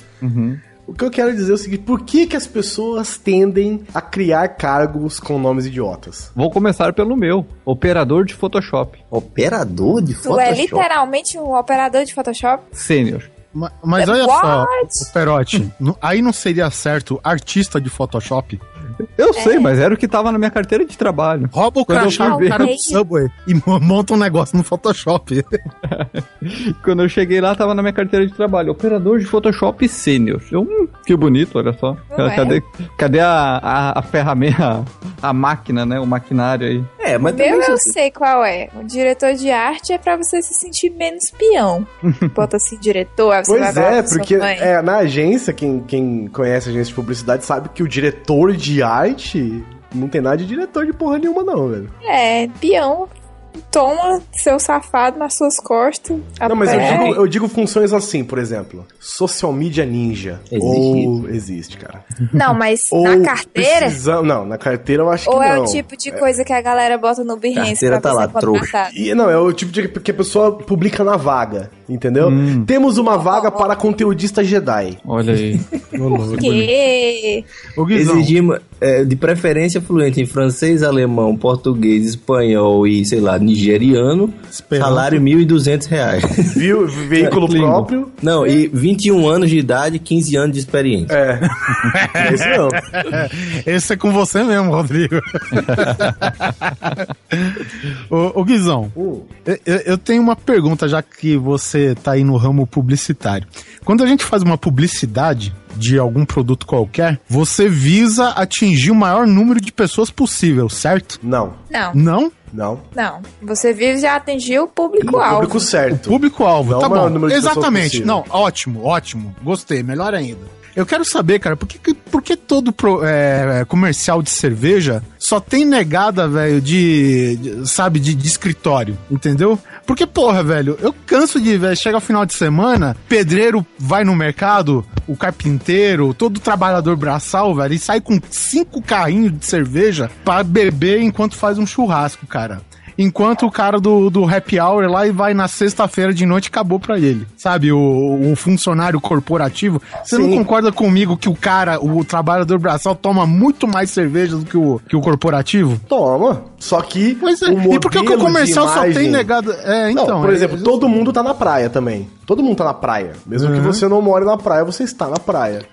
S3: o que eu quero dizer é o seguinte, por que que as pessoas tendem a criar cargos com nomes idiotas?
S7: Vou começar pelo meu, operador de Photoshop.
S11: Operador de
S8: Tu é literalmente um operador de Photoshop?
S7: Sênior.
S5: Ma- Mas olha
S8: What?
S5: só, o Perotti, no- aí não seria certo artista de Photoshop?
S8: É.
S7: Eu sei, mas era o que tava na minha carteira de trabalho.
S5: Rouba o
S7: Quando eu
S5: crachá
S7: fui
S5: do
S7: ver-
S5: cara do Subway e mo- monta um negócio no Photoshop.
S7: Quando eu cheguei lá, tava na minha carteira de trabalho. Operador de Photoshop sênior. Eu, hum, que bonito, olha só.
S8: Não é?
S7: Cadê, cadê a, a, a ferramenta, a máquina, né? O maquinário aí.
S11: É, mas
S8: Meu, eu sei qual é. O diretor de arte é pra você se sentir menos peão. Bota assim, diretor, aí você vai
S3: Pois
S8: falar
S3: é,
S8: pra sua
S3: porque
S8: mãe.
S3: é, na agência, quem, quem conhece agência de publicidade sabe que o diretor de arte não tem nada de diretor de porra nenhuma não, velho.
S8: É, peão toma seu safado nas suas costas.
S3: Não, mas eu
S8: aperta.
S3: digo, eu digo funções assim, por exemplo, social media ninja.
S11: Existe
S3: Ou existe, cara.
S8: Não, mas
S3: Ou
S8: na carteira.
S3: precisa- Não, na carteira eu acho
S8: Ou
S3: que
S8: é
S3: não.
S8: o tipo de coisa que a galera bota no Behance
S3: Carteira
S8: pra
S3: tá
S8: você
S3: lá,
S8: contratar?
S3: E, não, é o tipo de que a pessoa publica na vaga, entendeu?
S5: Hum.
S3: Temos uma vaga para conteudista Jedi.
S7: Olha aí.
S8: Que?
S11: Exigimos, é, de preferência, fluente em francês, alemão, português, espanhol e, sei lá, nigeriano. Salário R$ 1.200. reais.
S3: Viu? Veículo próprio.
S11: Não, e 21 anos de idade, 15 anos de experiência.
S3: É.
S5: Esse não. Esse é com você mesmo, Rodrigo. ô, ô, Guizão, eu- eu, eu tenho uma pergunta, já que você tá aí no ramo publicitário. Quando a gente faz uma publicidade de algum produto qualquer, você visa atingir o maior número de pessoas possível, certo?
S3: Não.
S8: Não.
S5: Não?
S3: Não.
S8: Não. Você vive já atingiu o público-alvo.
S3: Público certo.
S5: Público-alvo,
S3: Não é
S5: tá
S3: o maior
S5: bom.
S3: número de pessoas
S5: Exatamente.
S3: possível.
S5: Não, ótimo, ótimo. Gostei, melhor ainda. Eu quero saber, cara, por que, que- por que todo pro- é, comercial de cerveja só tem negada, velho, de, de- sabe, de, de escritório, entendeu? Porque, porra, velho, eu canso de, velho, chega o final de semana, pedreiro vai no mercado, o carpinteiro, todo trabalhador braçal, velho, e sai com cinco carrinhos de cerveja pra beber enquanto faz um churrasco, cara. Enquanto o cara do, do happy hour lá e vai na sexta-feira de noite acabou pra ele. Sabe, o, o funcionário corporativo. Você não
S3: Sim.
S5: concorda comigo que o cara, o trabalhador braçal, toma muito mais cerveja do que o, que o corporativo?
S3: Toma. Só que.
S5: Pois é.
S3: o
S5: E por que que o
S3: modelo de
S5: comercial só tem
S3: imagem-
S5: negada? É,
S3: Não,
S5: então.
S3: por
S5: é-
S3: exemplo, todo mundo tá na praia também. Todo mundo tá na praia. Mesmo que
S5: Uhum.
S3: você não more na praia, você está na praia.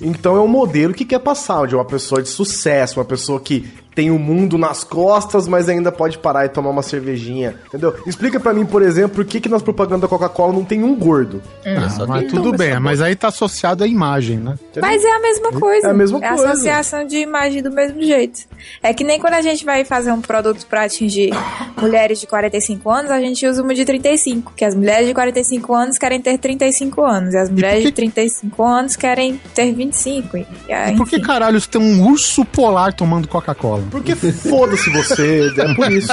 S3: Então é um modelo que quer passar, de uma pessoa de sucesso, uma pessoa que tem o mundo nas costas, mas ainda pode parar e tomar uma cervejinha, entendeu? Explica pra mim, por exemplo, por que, que nas propagandas da Coca-Cola não tem um gordo.
S5: Ah, mas tudo bem, mas aí tá associado à imagem, né?
S8: Mas é a mesma coisa.
S5: É a mesma coisa.
S8: associação de imagem do mesmo jeito. É que nem quando a gente vai fazer um produto pra atingir mulheres de 45 anos, a gente usa uma de 35. Que as mulheres de 45 anos querem ter 35 anos. E as mulheres de 35 anos querem ter 25. E, aí,
S5: E por que caralho tem um urso polar tomando Coca-Cola?
S3: Porque É foda-se você, é por isso.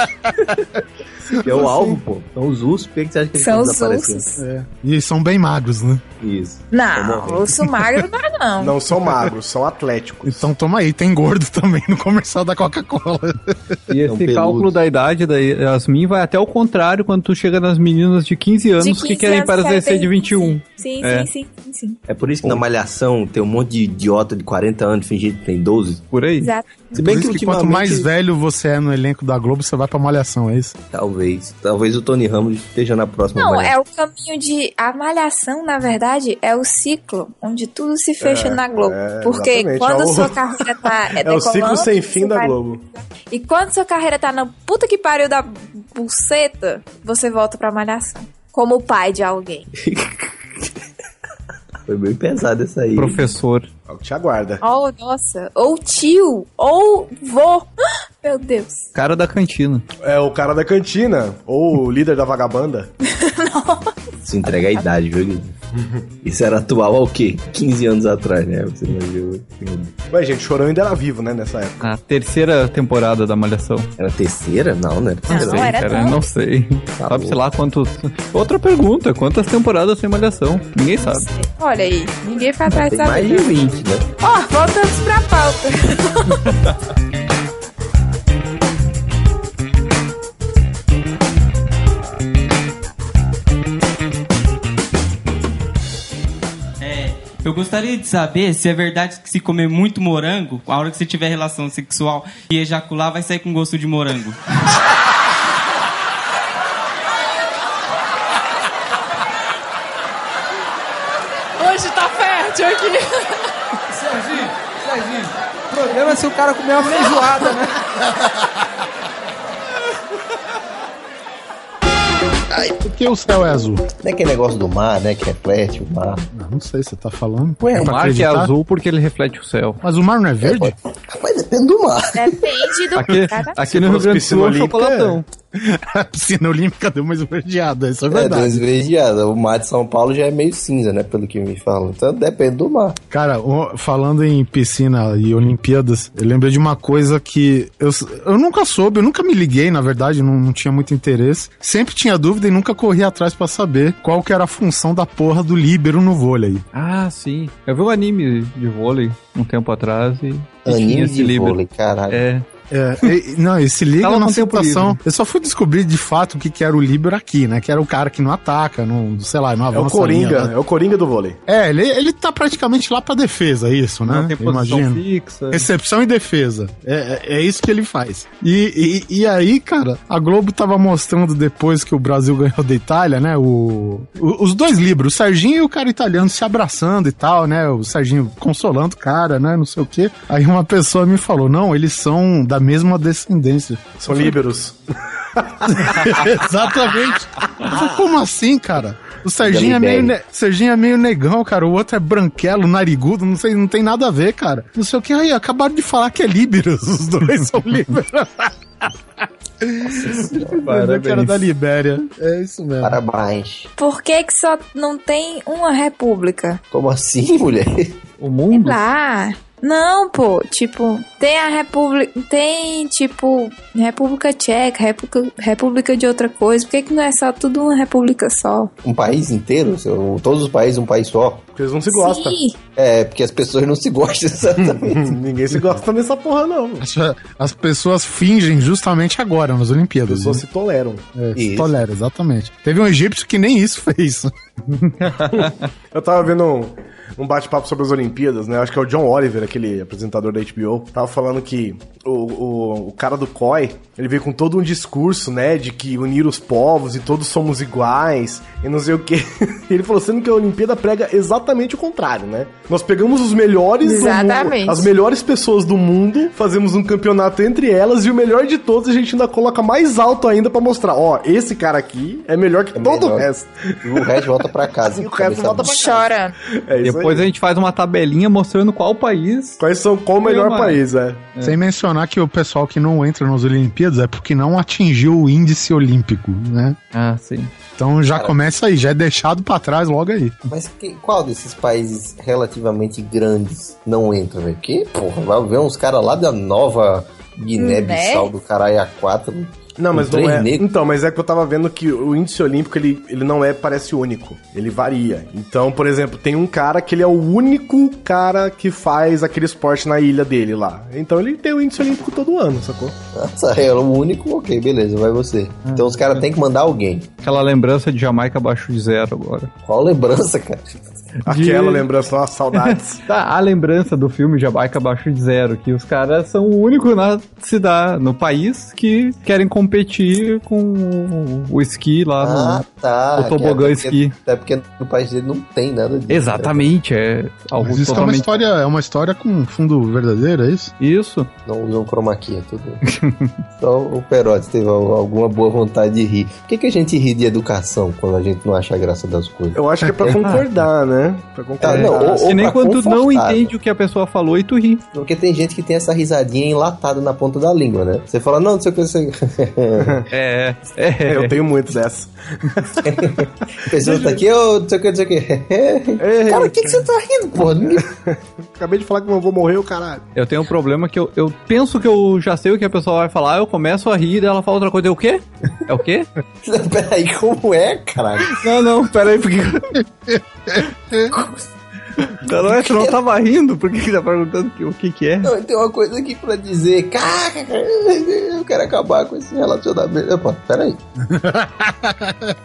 S4: Que é o alvo, pô. São os ursos. Por que que você acha que eles
S8: São
S4: estão
S8: os
S4: desaparecendo?
S8: ursos.
S5: E são bem magros, né?
S4: Isso.
S8: Não, urso magro não é não.
S3: são magros, são atléticos.
S5: Então toma aí, tem gordo também no comercial da Coca-Cola.
S7: E esse cálculo da idade da Yasmin vai até o contrário quando tu chega nas meninas de 15 anos
S8: De
S7: que
S8: 15
S7: querem
S8: anos
S7: parecer
S8: querem-
S7: ser de 21.
S8: Sim,
S4: É.
S8: sim, sim, sim, sim.
S4: É por isso que na Malhação tem um monte de idiota de 40 anos fingindo que tem 12.
S7: Por aí.
S8: Exato.
S4: Se bem que,
S5: Por isso que
S4: ultimamente...
S5: quanto mais velho você é no elenco da Globo, você vai pra malhação, é isso?
S4: Talvez. Talvez o Tony Ramos esteja na próxima.
S8: Não,
S4: Malhação.
S8: é o caminho de. A malhação, na verdade, é o ciclo onde tudo se fecha
S4: É,
S8: na Globo.
S4: é,
S8: Porque
S4: exatamente,
S8: quando
S4: é o-
S8: sua carreira tá. É,
S3: É o
S8: decolando,
S3: ciclo sem fim
S8: você
S3: da
S8: vai-
S3: Globo.
S8: E quando sua carreira tá na puta que pariu da buceta, você volta pra malhação. Como o pai de alguém.
S4: Foi bem pesado essa aí.
S7: Professor.
S3: É o que te aguarda.
S8: Oh, nossa. Ou tio. Ou vô. Ah, Meu Deus.
S7: Cara da cantina.
S3: É o cara da cantina, ou o líder da vagabanda.
S4: Se entrega a idade, viu? Guilherme? Isso era atual ao quê? 15 anos atrás, né? Você imagina.
S3: Ué, gente, Chorão ainda era vivo, né, nessa época.
S7: A terceira temporada da Malhação.
S4: Era terceira? Não, né?
S7: Não, sei, cara, não sei. Sabe-se lá quantos. Outra pergunta: quantas temporadas tem Malhação? Ninguém sabe.
S8: Olha aí. Ninguém foi atrás de
S7: Tem mais de
S8: saber.
S7: 20, né?
S8: Ó, voltamos pra pauta.
S11: É, eu gostaria de saber se é verdade que se comer muito morango, a hora que você tiver relação sexual e ejacular, vai sair com gosto de morango.
S15: Hoje tá fértil aqui. Serginho, Serginho, o problema é se o cara comer uma feijoada, né?
S5: Por que o céu é azul?
S4: Não é aquele negócio do mar, né? Que reflete o mar.
S5: Não, não sei se você tá falando.
S7: Ué,
S5: É
S7: o
S5: pra
S7: mar que é
S5: acreditar?
S7: azul porque ele reflete o céu.
S5: Mas o mar não é verde?
S4: Mas depende do mar.
S8: Depende do
S7: Aqui,
S8: cara.
S7: aqui no Rio Grande do Sul é um chocolatão.
S5: A piscina olímpica deu mais verdeada, isso é
S4: É,
S5: verdade.
S4: dois esverdeadas. O mar de São Paulo já é meio cinza, né? Pelo que me falam. Então depende do mar.
S5: Cara, o- falando em piscina e Olimpíadas, eu lembrei de uma coisa que eu, s- eu nunca soube, eu nunca me liguei, na verdade, não, não tinha muito interesse. Sempre tinha dúvida e nunca corri atrás pra saber qual que era a função da porra do líbero no vôlei.
S7: Ah, sim. Eu vi um anime de vôlei um tempo atrás e. e
S5: Anime
S7: tinha esse
S5: de
S7: livro.
S5: vôlei,
S4: caralho.
S7: É.
S5: É, e- e- não, e se liga
S7: Tava
S5: na
S7: com tempo
S5: situação.
S7: livre. Tá
S5: Eu só fui descobrir de fato o que, que era o líbero aqui, né? Que era o cara que não ataca, não, sei lá, não
S3: É o
S5: avança. a
S3: Coringa,
S5: linha, né?
S3: é o Coringa do vôlei.
S5: É, ele, ele tá praticamente lá pra defesa, isso, né?
S3: Não tem posição
S7: fixa.
S5: Recepção e defesa. É, é, é isso que ele faz. E, e, e aí, cara, a Globo tava mostrando depois que o Brasil ganhou da Itália, né? O, o- os dois livros, o Serginho e o cara italiano se abraçando e tal, né? O Serginho consolando o cara, né? Não sei o quê. Aí uma pessoa me falou: não, eles são da mesma descendência.
S3: São líberos.
S5: Exatamente. Eu falei, como assim, cara? O Serginho é, meio ne- Serginho é meio negão, cara. O outro é branquelo, narigudo, não sei, não tem nada a ver, cara. Não sei o que. Aí, acabaram de falar que é Líberos. Os dois são Líberos. Entendeu que era da Libéria. É isso mesmo.
S4: Parabéns.
S8: Por que que só não tem uma república?
S4: Como assim, mulher?
S7: O mundo?
S8: Lá. Não, pô, tipo, tem a República. Tem, tipo, República Tcheca, República, República de outra coisa. Por que, que não é só tudo uma república só?
S4: Um país inteiro? Seu- Todos os países, um país só?
S3: Porque eles não
S8: se gostam. Sim.
S4: É, porque as pessoas não se gostam exatamente.
S3: Ninguém se gosta nessa porra, não.
S5: As, as pessoas fingem justamente agora nas Olimpíadas. As pessoas
S3: se toleram.
S5: É, se
S3: Isso.
S5: toleram, exatamente. Teve um egípcio que nem isso fez.
S3: Eu tava vendo um, um bate-papo sobre as Olimpíadas, né? Acho que é o John Oliver, aquele apresentador da HBO, tava falando que o, o, o cara do COI, ele veio com todo um discurso, né? De que unir os povos e todos somos iguais e não sei o quê. E ele falou sendo que a Olimpíada prega exatamente o contrário, né? Nós pegamos os melhores do
S8: Exatamente.
S3: mundo, as melhores pessoas do mundo, fazemos um campeonato entre elas e o melhor de todos a gente ainda coloca mais alto ainda pra mostrar, ó, esse cara aqui é melhor que todo o resto.
S4: E o resto volta pra casa.
S3: E o resto volta pra casa.
S8: Chora.
S3: É isso
S7: Depois
S3: aí.
S7: a gente faz uma tabelinha mostrando qual país.
S3: Quais são qual o melhor país, é.
S5: Sem mencionar que o pessoal que não entra nas Olimpíadas é porque não atingiu o índice olímpico, né?
S7: Ah, sim.
S5: Então já
S4: Cara.
S5: começa aí, já é deixado pra trás logo aí.
S4: Mas que- qual desses países relativamente grandes não entra, velho? Porque, porra, vai ver uns caras lá da nova Guiné-Bissau
S3: Né?
S4: do caralho A4.
S3: Não,
S4: com
S3: mas não
S4: três
S3: é.
S4: negros.
S3: Então, mas é que eu tava vendo que o índice olímpico, ele, ele não é, parece único. Ele varia. Então, por exemplo, tem um cara que ele é o único cara que faz aquele esporte na ilha dele lá. Então ele tem o índice olímpico todo ano, sacou?
S4: Nossa, era o único, ok, beleza, vai você. Então os caras têm que mandar alguém.
S7: Aquela lembrança de Jamaica abaixo de zero agora.
S4: Qual lembrança, cara?
S3: Aquela lembrança, nossa, saudades.
S7: tá, a lembrança do filme Jamaica abaixo de zero, que os caras são o único na cidade, no país, que querem competir com o- o esqui lá
S4: Ah,
S7: no
S4: tá.
S7: o tobogã
S4: Até
S7: esqui.
S4: Até porque no país dele não tem nada disso.
S7: Exatamente, é algo
S5: Mas isso é uma
S7: totalmente...
S5: história, é uma história com fundo verdadeiro, é isso?
S7: Isso.
S4: Não usam chroma key, é tudo. Só o Perotti teve al- alguma boa vontade de rir. Por que, que a gente ri de educação quando a gente não acha a graça das coisas?
S3: Eu acho que é pra concordar, né? Pra concordar.
S4: Ah, não, ou-
S7: que É, nem
S4: pra
S7: quando tu não
S4: confortar.
S7: entende o que a pessoa falou e tu ri.
S4: Porque tem gente que tem essa risadinha enlatada na ponta da língua, né? Você fala, não, não sei o que você.
S7: É,
S3: É, eu tenho muito dessa.
S4: Pessoa tá aqui, ô, não sei o que, não sei o que. Cara, o que, que você tá rindo, pô?
S3: Acabei de falar que meu avô morreu, caralho.
S7: Eu tenho um problema que eu, eu penso que eu já sei o que a pessoa vai falar, eu começo a rir, daí ela fala outra coisa. É o quê? É o quê?
S4: Peraí, como é, caralho?
S7: Não, não, peraí, porque. Não, não, tu não tava rindo, por que que tá perguntando que- o que que é?
S4: Não, tem uma coisa aqui pra dizer. Cara, eu quero acabar com esse relacionamento. Opa, peraí.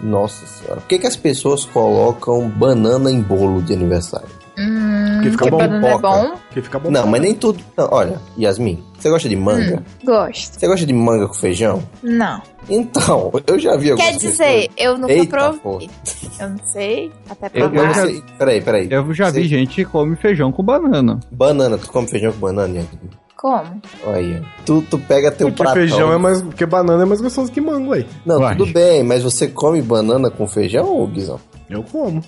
S4: Nossa senhora. Por que, que as pessoas colocam banana em bolo de aniversário?
S8: Hum, que banana é bom?
S3: Porque fica bom.
S4: Não, mas nem tudo. Não, olha, Yasmin, você gosta de manga?
S8: Hum. Gosto.
S4: Você gosta de manga com feijão?
S8: Não.
S4: Então, eu já vi algumas
S8: Quer dizer, eu nunca
S4: Eita,
S8: provei.
S4: porra.
S8: Eu não sei. Até
S7: Eu-
S8: provar.
S7: eu já-
S4: Ah, Peraí, peraí.
S7: Eu já vi
S4: Você-
S7: gente que come feijão com banana.
S4: Banana, tu come feijão com banana, Yasmin?
S8: Como?
S4: Olha aí. ó. Tu, tu pega teu
S3: Porque
S4: um pratão.
S3: feijão é mais. Porque banana é mais gostoso que mango aí.
S4: Não, tudo bem, mas você come banana com feijão, ô, Guizão?
S3: Eu como.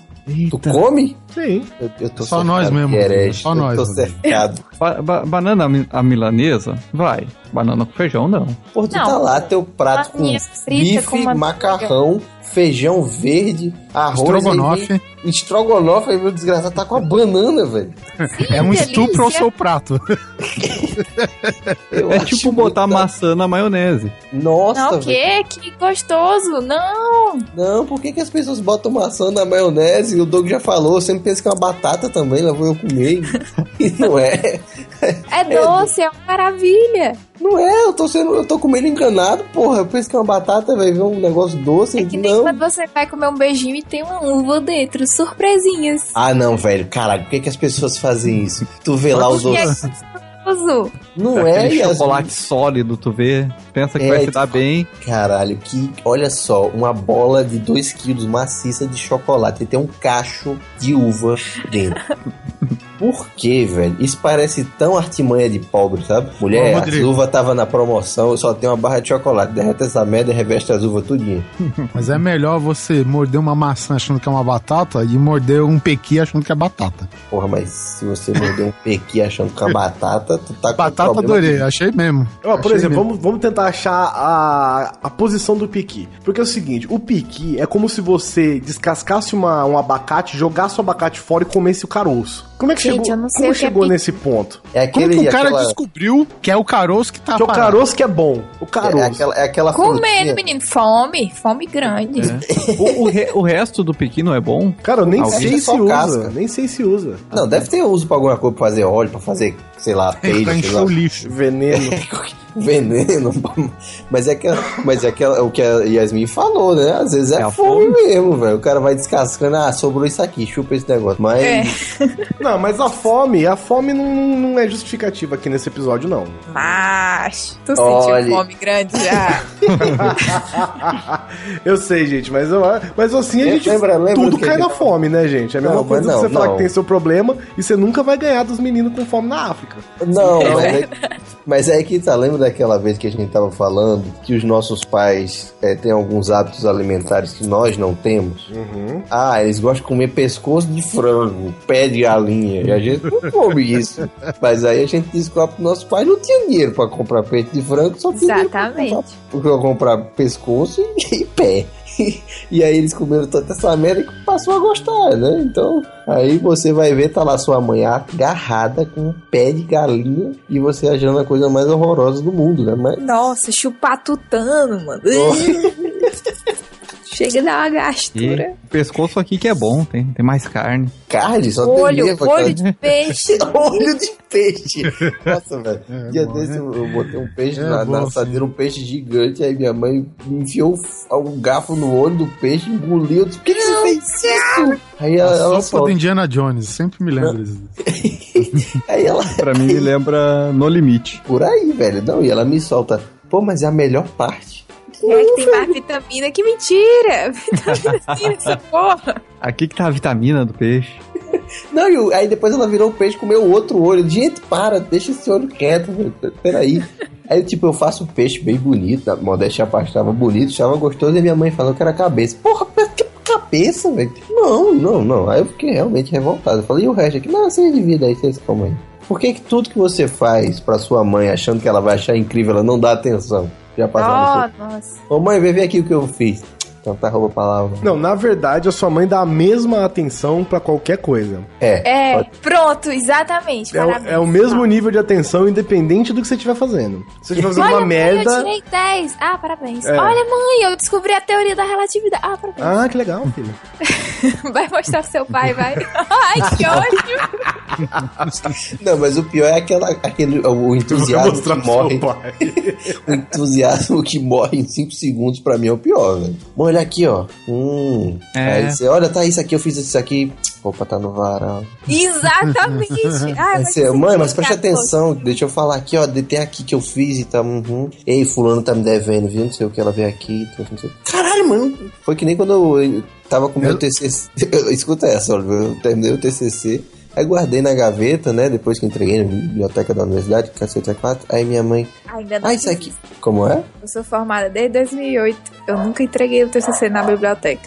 S4: Tu come?
S3: Sim.
S4: Eu, eu tô
S5: Só
S4: cercado
S5: nós
S4: de
S5: mesmo,
S4: herege,
S5: só
S4: eu
S5: nós,
S4: Tô
S5: mano.
S4: cercado.
S7: Ba- ba- banana mi- a milanesa? Vai. Banana com feijão, não.
S4: Pô, tu
S8: Não.
S4: tá lá, teu prato com
S8: Bananinha frita
S4: bife,
S8: com manteiga.
S4: macarrão, feijão verde, arroz...
S5: Estrogonofe.
S4: aí vem- Estrogonofe, aí meu desgraçado tá com a banana, velho.
S5: É um
S8: delícia.
S5: estupro ao seu prato.
S4: Eu
S7: é
S4: acho
S7: tipo botar maçã na maionese.
S4: Nossa,
S8: não, o
S4: velho.
S8: quê? Que gostoso! Não!
S4: Não, por que, que as pessoas botam maçã na maionese? O Doug já falou, eu sempre penso que é uma batata também, lá vou eu comer. e não é.
S8: É doce, é uma maravilha!
S4: Não é, eu tô sendo, eu tô comendo enganado, porra. Eu penso que é uma batata, vai ver um negócio doce.
S8: É que nem
S4: não.
S8: quando você vai comer um beijinho e tem uma uva dentro. Surpresinhas!
S4: Ah, não, velho. Caralho, por que, que as pessoas fazem isso? Tu vê lá os
S8: E é
S4: outros. Tá
S8: gostoso!
S4: Não é,
S7: Aquele
S4: Yasmin.
S7: chocolate sólido, tu vê. Pensa que
S4: É,
S7: vai se
S4: tu-
S7: dar bem.
S4: Caralho, que. Olha só, uma bola de 2 quilos maciça de chocolate e tem um cacho de uva dentro. Por que, velho? Isso parece tão artimanha de pobre, sabe?
S5: Ô,
S4: Mulher,
S5: Rodrigo.
S4: as uvas tava na promoção, eu só tenho uma barra de chocolate. Derrete essa merda e reveste as uvas tudinho.
S5: Mas é melhor você morder uma maçã achando que é uma batata e morder um pequi achando que é batata.
S4: Porra, mas se você mordeu um pequi achando que é uma batata, tu tá com
S5: Batata
S4: problema
S5: adorei, achei mesmo.
S3: Ó, por
S5: Achei
S3: exemplo,
S5: mesmo.
S3: vamos, vamos tentar achar a, a posição do piqui. Porque é o seguinte, o piqui é como se você descascasse uma, um abacate, jogasse o abacate fora e comesse o caroço. Como é que
S8: Gente,
S3: chegou,
S8: eu não sei
S3: como
S8: o que é
S3: chegou
S8: piqui.
S3: nesse ponto?
S4: É
S5: Como
S4: aquele,
S5: que o cara
S4: aquela-
S5: descobriu que é o caroço que tá
S3: Que é o
S5: parado?
S3: caroço que é bom. O
S4: É
S3: caroço.
S4: aquela, é aquela
S8: Comendo,
S4: frutinha.
S8: menino, fome, fome grande.
S7: O, o re- o resto do pequi não é bom?
S3: Cara, eu nem
S4: Alguém
S3: sei
S4: tá
S3: se
S4: só
S3: usa.
S4: casca.
S3: Nem sei se usa.
S4: Não, deve ter uso pra alguma coisa, pra fazer óleo, pra fazer, sei lá,
S5: Pra
S4: peixe, sei
S5: encher
S4: lá.
S5: o lixo.
S3: Veneno.
S4: veneno. Mas é que, mas é que é o que a Yasmin falou, né? Às vezes é, fome, mesmo, velho. O cara vai descascando, ah, sobrou isso aqui, chupa esse negócio.
S8: É.
S4: Mas.
S3: Não, mas a fome, a fome não, não é justificativa aqui nesse episódio, não.
S8: Mas, tu
S3: Olha.
S8: sentiu fome grande já.
S3: Eu sei, gente, mas, eu, mas assim a
S4: Lembra-
S3: gente.
S4: lembra- lembra do
S3: tudo
S4: que
S3: cai
S4: ele
S3: na
S4: fala?
S3: fome, né, gente? É a mesma
S4: Não, mas
S3: coisa que
S4: não,
S3: você falar
S4: não.
S3: que tem seu problema e você nunca vai ganhar dos meninos com fome na África.
S4: Não, mas é, mas é que tá. Lembra daquela vez que a gente tava falando que os nossos pais é, têm alguns hábitos alimentares que nós não temos? Ah, eles gostam de comer pescoço de frango, pé de galinha. E a gente não come isso. Mas aí a gente descobre que nossos pais não tinham dinheiro pra comprar peito de frango, só tinha dinheiro pra
S8: Exatamente.
S4: comprar, pra comprar pescoço e, pé. E aí eles comeram toda essa merda que passou a gostar, né? Então, aí você vai ver, tá lá sua mãe agarrada com um pé de galinha e você achando a coisa mais horrorosa do mundo, né? Mas
S8: Nossa, chupar tutano, mano. Chega a dar uma gastura.
S7: o pescoço aqui que é bom, tem, tem mais carne.
S4: Carne? Só
S8: Olho, olho de peixe.
S4: olho de peixe. Nossa, velho. Um Dia desse eu eu botei um peixe
S7: É
S4: na,
S7: bom,
S4: na
S7: sim.
S4: assadeira, um peixe gigante, aí minha mãe enfiou f- um garfo no olho do peixe, engoliu. eu disse, Por que, que você fez isso? Aí ela,
S5: a
S4: ela
S5: sopa
S4: solta.
S5: do Indiana Jones, sempre me lembro disso.
S4: Aí ela...
S5: Pra mim me lembra No Limite.
S4: Por aí, velho. Não, e ela me solta. Pô, mas é a melhor parte.
S8: É que tem mais vitamina. Que mentira! Vitamina C nessa porra.
S7: Aqui que tá a vitamina do peixe.
S4: Não, e o- aí depois ela virou o peixe, comeu o outro olho. Gente, para, deixa esse olho quieto, velho. Peraí. Aí, tipo, eu faço o peixe bem bonito, a modéstia à parte tava bonito, estava gostoso, e minha mãe falou que era cabeça. Porra, mas que cabeça, velho? Não, não, não. Aí eu fiquei realmente revoltado. Eu falei, e o resto aqui? Não, vocês dividem aí, vocês comam aí. Por que, que tudo que você faz pra sua mãe, achando que ela vai achar incrível, ela não dá atenção? Já passaram
S8: Oh,
S4: isso?
S8: nossa.
S4: Ô mãe, vem ver aqui o que eu fiz. Então tá, rouba a palavra.
S3: Não, na verdade, a sua mãe dá a mesma atenção pra qualquer coisa.
S8: É, pronto, exatamente.
S3: É o,
S8: Parabéns.
S3: é o mesmo nível de atenção, independente do que você estiver fazendo. Se você estiver fazendo
S8: Olha,
S3: uma merda.
S8: mãe, eu tirei 10. Ah, parabéns.
S3: É.
S8: Olha, mãe, eu descobri a teoria da relatividade. Ah, parabéns.
S3: Ah, que legal, filho.
S8: Vai mostrar pro seu pai, vai. Ai, que ódio.
S4: Não, mas o pior é aquela, aquele, o entusiasmo
S3: mostrar pro
S4: que
S3: seu
S4: morre. o entusiasmo que morre em 5 segundos pra mim é o pior, velho. Mãe, olha aqui, ó. Hum.
S7: É.
S4: Aí você, olha, tá isso aqui, eu fiz isso aqui. Opa, tá no varal.
S8: Exatamente. Ah,
S4: Aí
S8: mas
S4: você,
S8: isso
S4: mãe,
S8: aqui
S4: mas
S8: é
S4: preste
S8: cacto.
S4: atenção, deixa eu falar aqui, ó. de- Tem aqui que eu fiz e tá. Uhum. Ei, fulano tá me devendo, viu? Não sei o que ela veio aqui. tá, Não sei. o que. Caralho, mano. Foi que nem quando eu, eu tava com o meu TCC. Escuta essa, Oliver. Eu terminei o TCC. Aí guardei na gaveta, né? Depois que entreguei na biblioteca da universidade, cacete a quatro. Aí minha mãe.
S8: Ainda não
S4: Ah, isso aqui. Como é?
S8: Eu sou formada desde 2008. Eu nunca entreguei o TCC na biblioteca.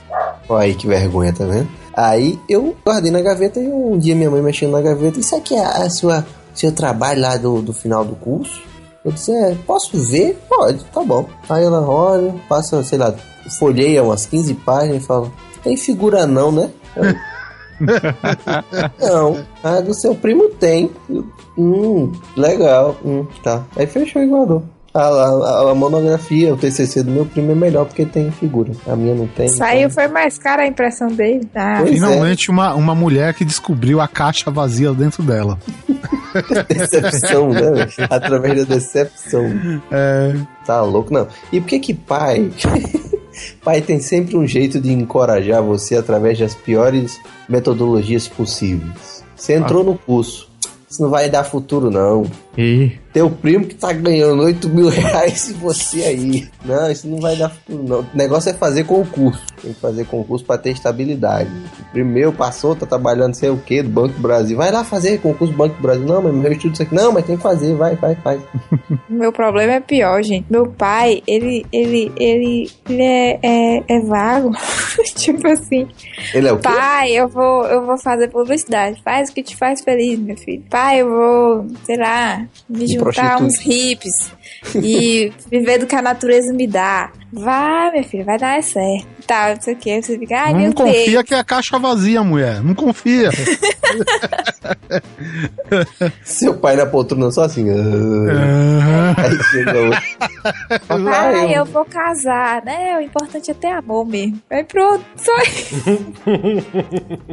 S4: Olha aí que vergonha, tá vendo? Aí eu guardei na gaveta e um dia minha mãe mexendo na gaveta. Isso aqui é a sua, seu trabalho lá do, do final do curso? Eu disse, é, posso ver? Pode, tá bom. Aí ela olha, passa, sei lá, folheia umas 15 páginas e fala, tem figura não, né? Eu, não, a do seu primo tem. Eu, Hum, legal. Hum, tá. Aí fechou e guardou. A, a- a monografia, o TCC do meu primo é melhor porque tem figura. A minha não tem.
S8: Saiu, foi mais cara a impressão dele. Ah,
S4: é.
S5: Finalmente, uma, uma mulher que descobriu a caixa vazia dentro dela.
S4: decepção, né? velho? Através da decepção. Tá louco, não. E por que que pai... pai tem sempre um jeito de encorajar você através das piores metodologias possíveis. Você entrou no curso. Isso não vai dar futuro, não. Teu primo que tá ganhando 8 mil reais e você aí. Não, isso não vai dar futuro, não. O negócio é fazer concurso. Tem que fazer concurso pra ter estabilidade. O primo meu passou, tá trabalhando sei o que do Banco do Brasil. Vai lá fazer concurso do Banco do Brasil. Não, mas meu estudo isso aqui. Não, mas tem que fazer, vai, vai, vai.
S8: Meu problema é pior, gente. Meu pai, ele, ele, ele, ele é, é, é vago. tipo assim.
S4: Ele é o quê?
S8: Pai, eu vou, eu vou fazer publicidade. Faz o que te faz feliz, meu filho. Pai, eu vou, sei lá, me
S4: Me
S8: juntar a
S4: prostituir.
S8: uns hippies e viver do que a natureza me dá. Vai, meu filho, vai dar certo. Tá, não sei o que. Você fica, ai,
S5: não
S8: meu
S5: confia
S8: Deus.
S5: que é caixa vazia, mulher. Não confia.
S4: Seu pai na poltrona só assim. ah. Aí chega outro.
S8: Pai, eu vou casar, né? O importante é ter amor mesmo. Aí pronto, só isso.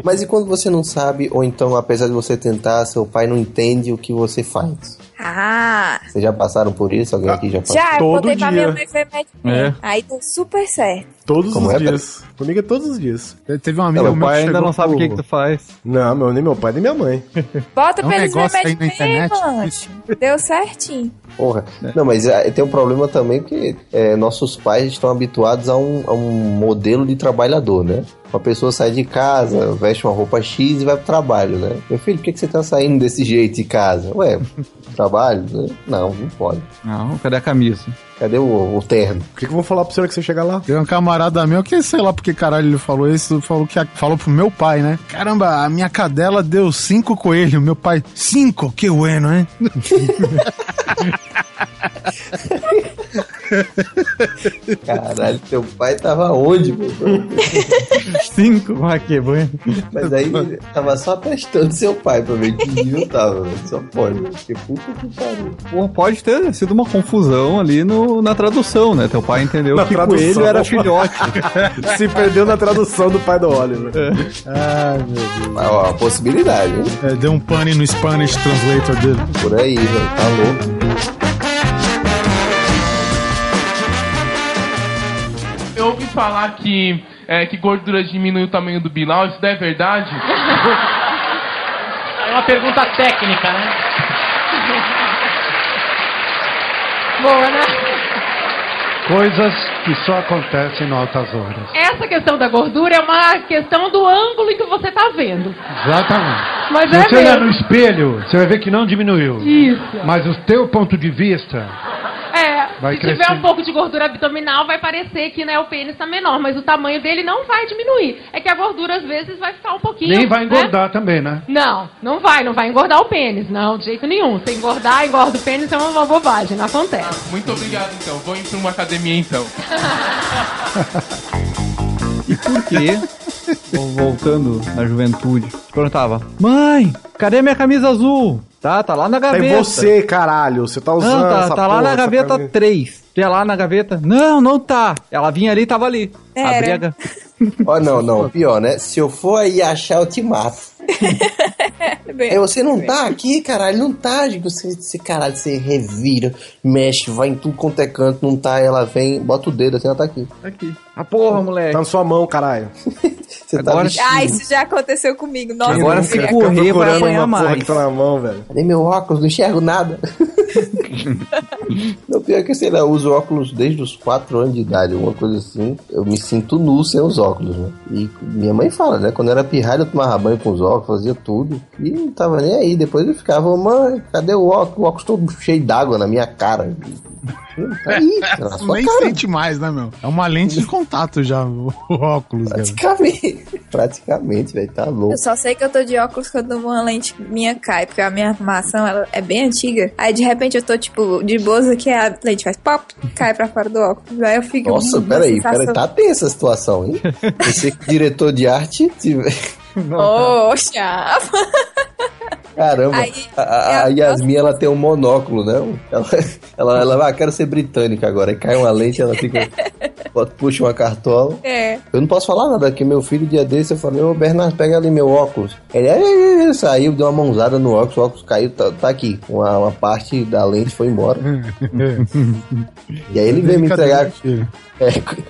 S4: Mas e quando você não sabe, ou então, apesar de você tentar, seu pai não entende o que você faz?
S8: Ah,
S4: Vocês já passaram por isso? Alguém aqui já passou?
S8: Já, eu contei pra minha mãe e foi médico.
S4: É.
S8: Aí deu super certo.
S3: Todos
S4: Como
S3: os
S4: é,
S3: dias. Comigo é todos os dias.
S5: Teve um uma
S3: amiga
S7: meu pai ainda não sabe o que que tu
S3: faz. Não, meu, nem meu pai, nem minha mãe.
S8: Bota
S3: É um
S8: pelos
S3: negócio aí
S8: remédios
S3: na internet,
S8: mano. Deu certinho.
S4: Porra. Não, mas ah, tem um problema também que é, nossos pais estão habituados a um, a um modelo de trabalhador, né? Uma pessoa sai de casa, veste uma roupa X e vai pro trabalho, né? Meu filho, por que, que você tá saindo desse jeito de casa? Ué, trabalho? né? Não, não pode.
S7: Não, cadê a camisa?
S4: Cadê o, o terno?
S3: O que, que eu vou falar pra senhora que você chegar lá?
S5: Tem um camarada meu que, sei lá porque caralho ele falou isso, falou que falou pro meu pai, né? Caramba, a minha cadela deu cinco coelhos. Meu pai, cinco? Que bueno, hein?
S4: Caralho, teu pai tava onde, meu?
S7: Cinco, vai que bueno.
S4: Mas aí tava só testando seu pai pra ver que nível tava, né? Só pode. Que puta que pariu.
S7: Porra, pode ter sido uma confusão ali no, na tradução, né? Teu pai entendeu
S3: Na
S7: que
S3: tradução.
S7: coelho era filhote.
S3: Se perdeu na tradução do pai do Oliver.
S7: É.
S5: Ai, meu Deus.
S4: Mas, ó, a possibilidade, hein?
S5: É, deu um pane no Spanish Translator dele.
S4: Por aí, velho. Tá louco.
S16: Eu ouvi falar que, é, que gordura diminui o tamanho do Bilal, isso daí é verdade?
S17: É uma pergunta técnica, né?
S18: Boa, né?
S19: Coisas que só acontecem em altas horas.
S18: Essa questão da gordura é uma questão do ângulo em que você tá vendo.
S19: Exatamente.
S18: Mas
S19: Se
S18: é
S19: você olhar
S18: mesmo.
S19: no espelho, você vai ver que não diminuiu.
S18: Isso.
S19: Mas o teu ponto de vista
S18: É,
S19: Vai
S18: se tiver
S19: crescendo.
S18: um pouco de gordura abdominal, vai parecer que né, o pênis tá menor, mas o tamanho dele não vai diminuir. É que a gordura às vezes vai ficar um pouquinho.
S19: nem vai
S18: né?
S19: engordar também, né?
S18: Não, não vai, não vai engordar o pênis, não, de jeito nenhum. Se engordar, engorda o pênis é uma bobagem, não acontece.
S16: Muito obrigado, então. Vou ir pra uma academia, então.
S7: E por quê? Vol- Voltando na juventude. Perguntava, mãe, cadê minha camisa azul? Tá, tá lá na gaveta.
S3: Tem você, caralho. Você tá usando
S7: Não, tá,
S3: essa
S7: tá lá
S3: porra,
S7: na
S3: essa
S7: gaveta
S3: camisa.
S7: 3. Tinha lá na gaveta. Não, não tá. Ela vinha ali e tava ali.
S8: Era.
S7: Abri a ga-
S4: Ó, não, não. Pior, né? Se eu for aí achar, eu te mato. Aí você não tá aqui, caralho, não tá. Digo, Você, você, caralho, você revira, mexe, vai em tudo quanto é canto, não tá, ela vem, bota o dedo assim, ela tá aqui.
S7: Aqui. A porra, moleque.
S3: Tá na sua mão, caralho.
S4: Você
S3: tá
S8: Ah, isso já aconteceu comigo. Nossa, eu
S3: você
S8: queria-
S7: correr, vai apanhar
S3: porra
S7: mais.
S3: que tá na mão, velho.
S4: Cadê meu óculos? Não enxergo nada. não, pior que, sei lá, eu uso óculos desde os 4 anos de idade, alguma coisa assim. Eu me sinto nu sem os óculos, né? E minha mãe fala, né? Quando eu era pirralho, eu tomava banho com os óculos, fazia tudo. E não tava nem aí. Depois eu ficava, mãe, cadê o óculos? O óculos todo cheio d'água na minha cara. Tá aí, na sua
S5: Nem
S4: cara.
S5: sente mais, né, meu? É uma lente de contato já, o óculos. né?
S4: Praticamente. Praticamente, velho, tá louco.
S8: Eu só sei que eu tô de óculos quando uma lente minha cai, porque a minha armação ela é bem antiga. Aí de repente eu tô, tipo, de boas que a lente faz pop, cai pra fora do óculos. Aí eu fico.
S4: Nossa,
S8: uma
S4: peraí, peraí,
S8: sensação-
S4: tá tensa a situação, hein? Você que é diretor de arte, tiver...
S8: Ô, chapa!
S4: Caramba,
S8: Aí,
S4: a, a- a Yasmin ela tem um monóculo, né? Ela, ela, ela ah, quero ser britânica agora. Aí cai uma lente, ela fica. bota- puxa uma cartola.
S8: É.
S4: Eu não posso falar nada, que meu filho, dia desse, eu falei, ô Bernardo, pega ali meu óculos. Ele "É, "Ei, ei, ei", saiu, deu uma mãozada no óculos, o óculos caiu, tá, tá aqui. Uma, uma parte da lente foi embora. e aí ele veio me entregar. É,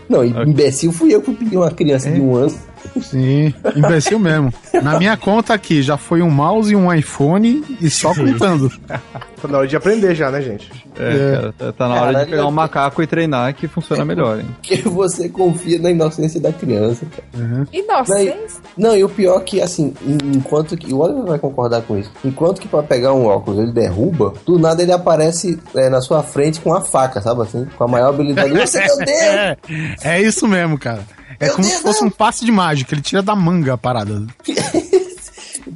S4: não, imbecil fui eu que pedi uma criança de um ano.
S5: Sim, imbecil mesmo. Na minha conta aqui, já foi um mouse e um iPhone e só contando.
S3: Tá na hora de aprender já, né, gente?
S7: É, cara, tá, tá na hora
S4: Caralho,
S7: de pegar
S4: eu-
S7: um macaco e treinar que funciona melhor, hein?
S4: Porque você confia na inocência da criança, cara.
S8: E nossa,
S4: Daí-
S8: hein?
S4: Não, e o pior é que, assim, en- enquanto que. O Oliver vai concordar com isso. Enquanto que pra pegar um óculos ele derruba, do nada ele aparece é, na sua frente com a faca, sabe assim? Com a maior habilidade. Você, meu Deus!
S5: É, é isso mesmo, cara. É como se fosse um passe de mágica, ele tira da manga a parada.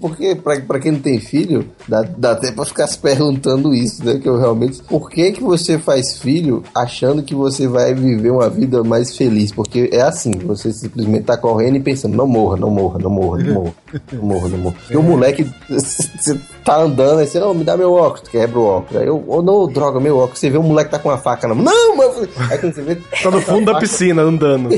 S4: Porque, pra, pra quem não tem filho, dá, dá até pra ficar se perguntando isso, né? Que eu realmente. Por que, que você faz filho achando que você vai viver uma vida mais feliz? Porque é assim, você simplesmente tá correndo e pensando, não morra, não morra, não morra, não morra, não morra, não morra.
S5: É.
S4: E o moleque, você tá andando, aí você, não, me dá meu óculos, tu quebra o óculos. Aí eu, oh, não, droga, meu óculos. Você vê um moleque tá com uma faca na mão, não, mas. Aí quando você vê.
S3: Tá no fundo da piscina, andando.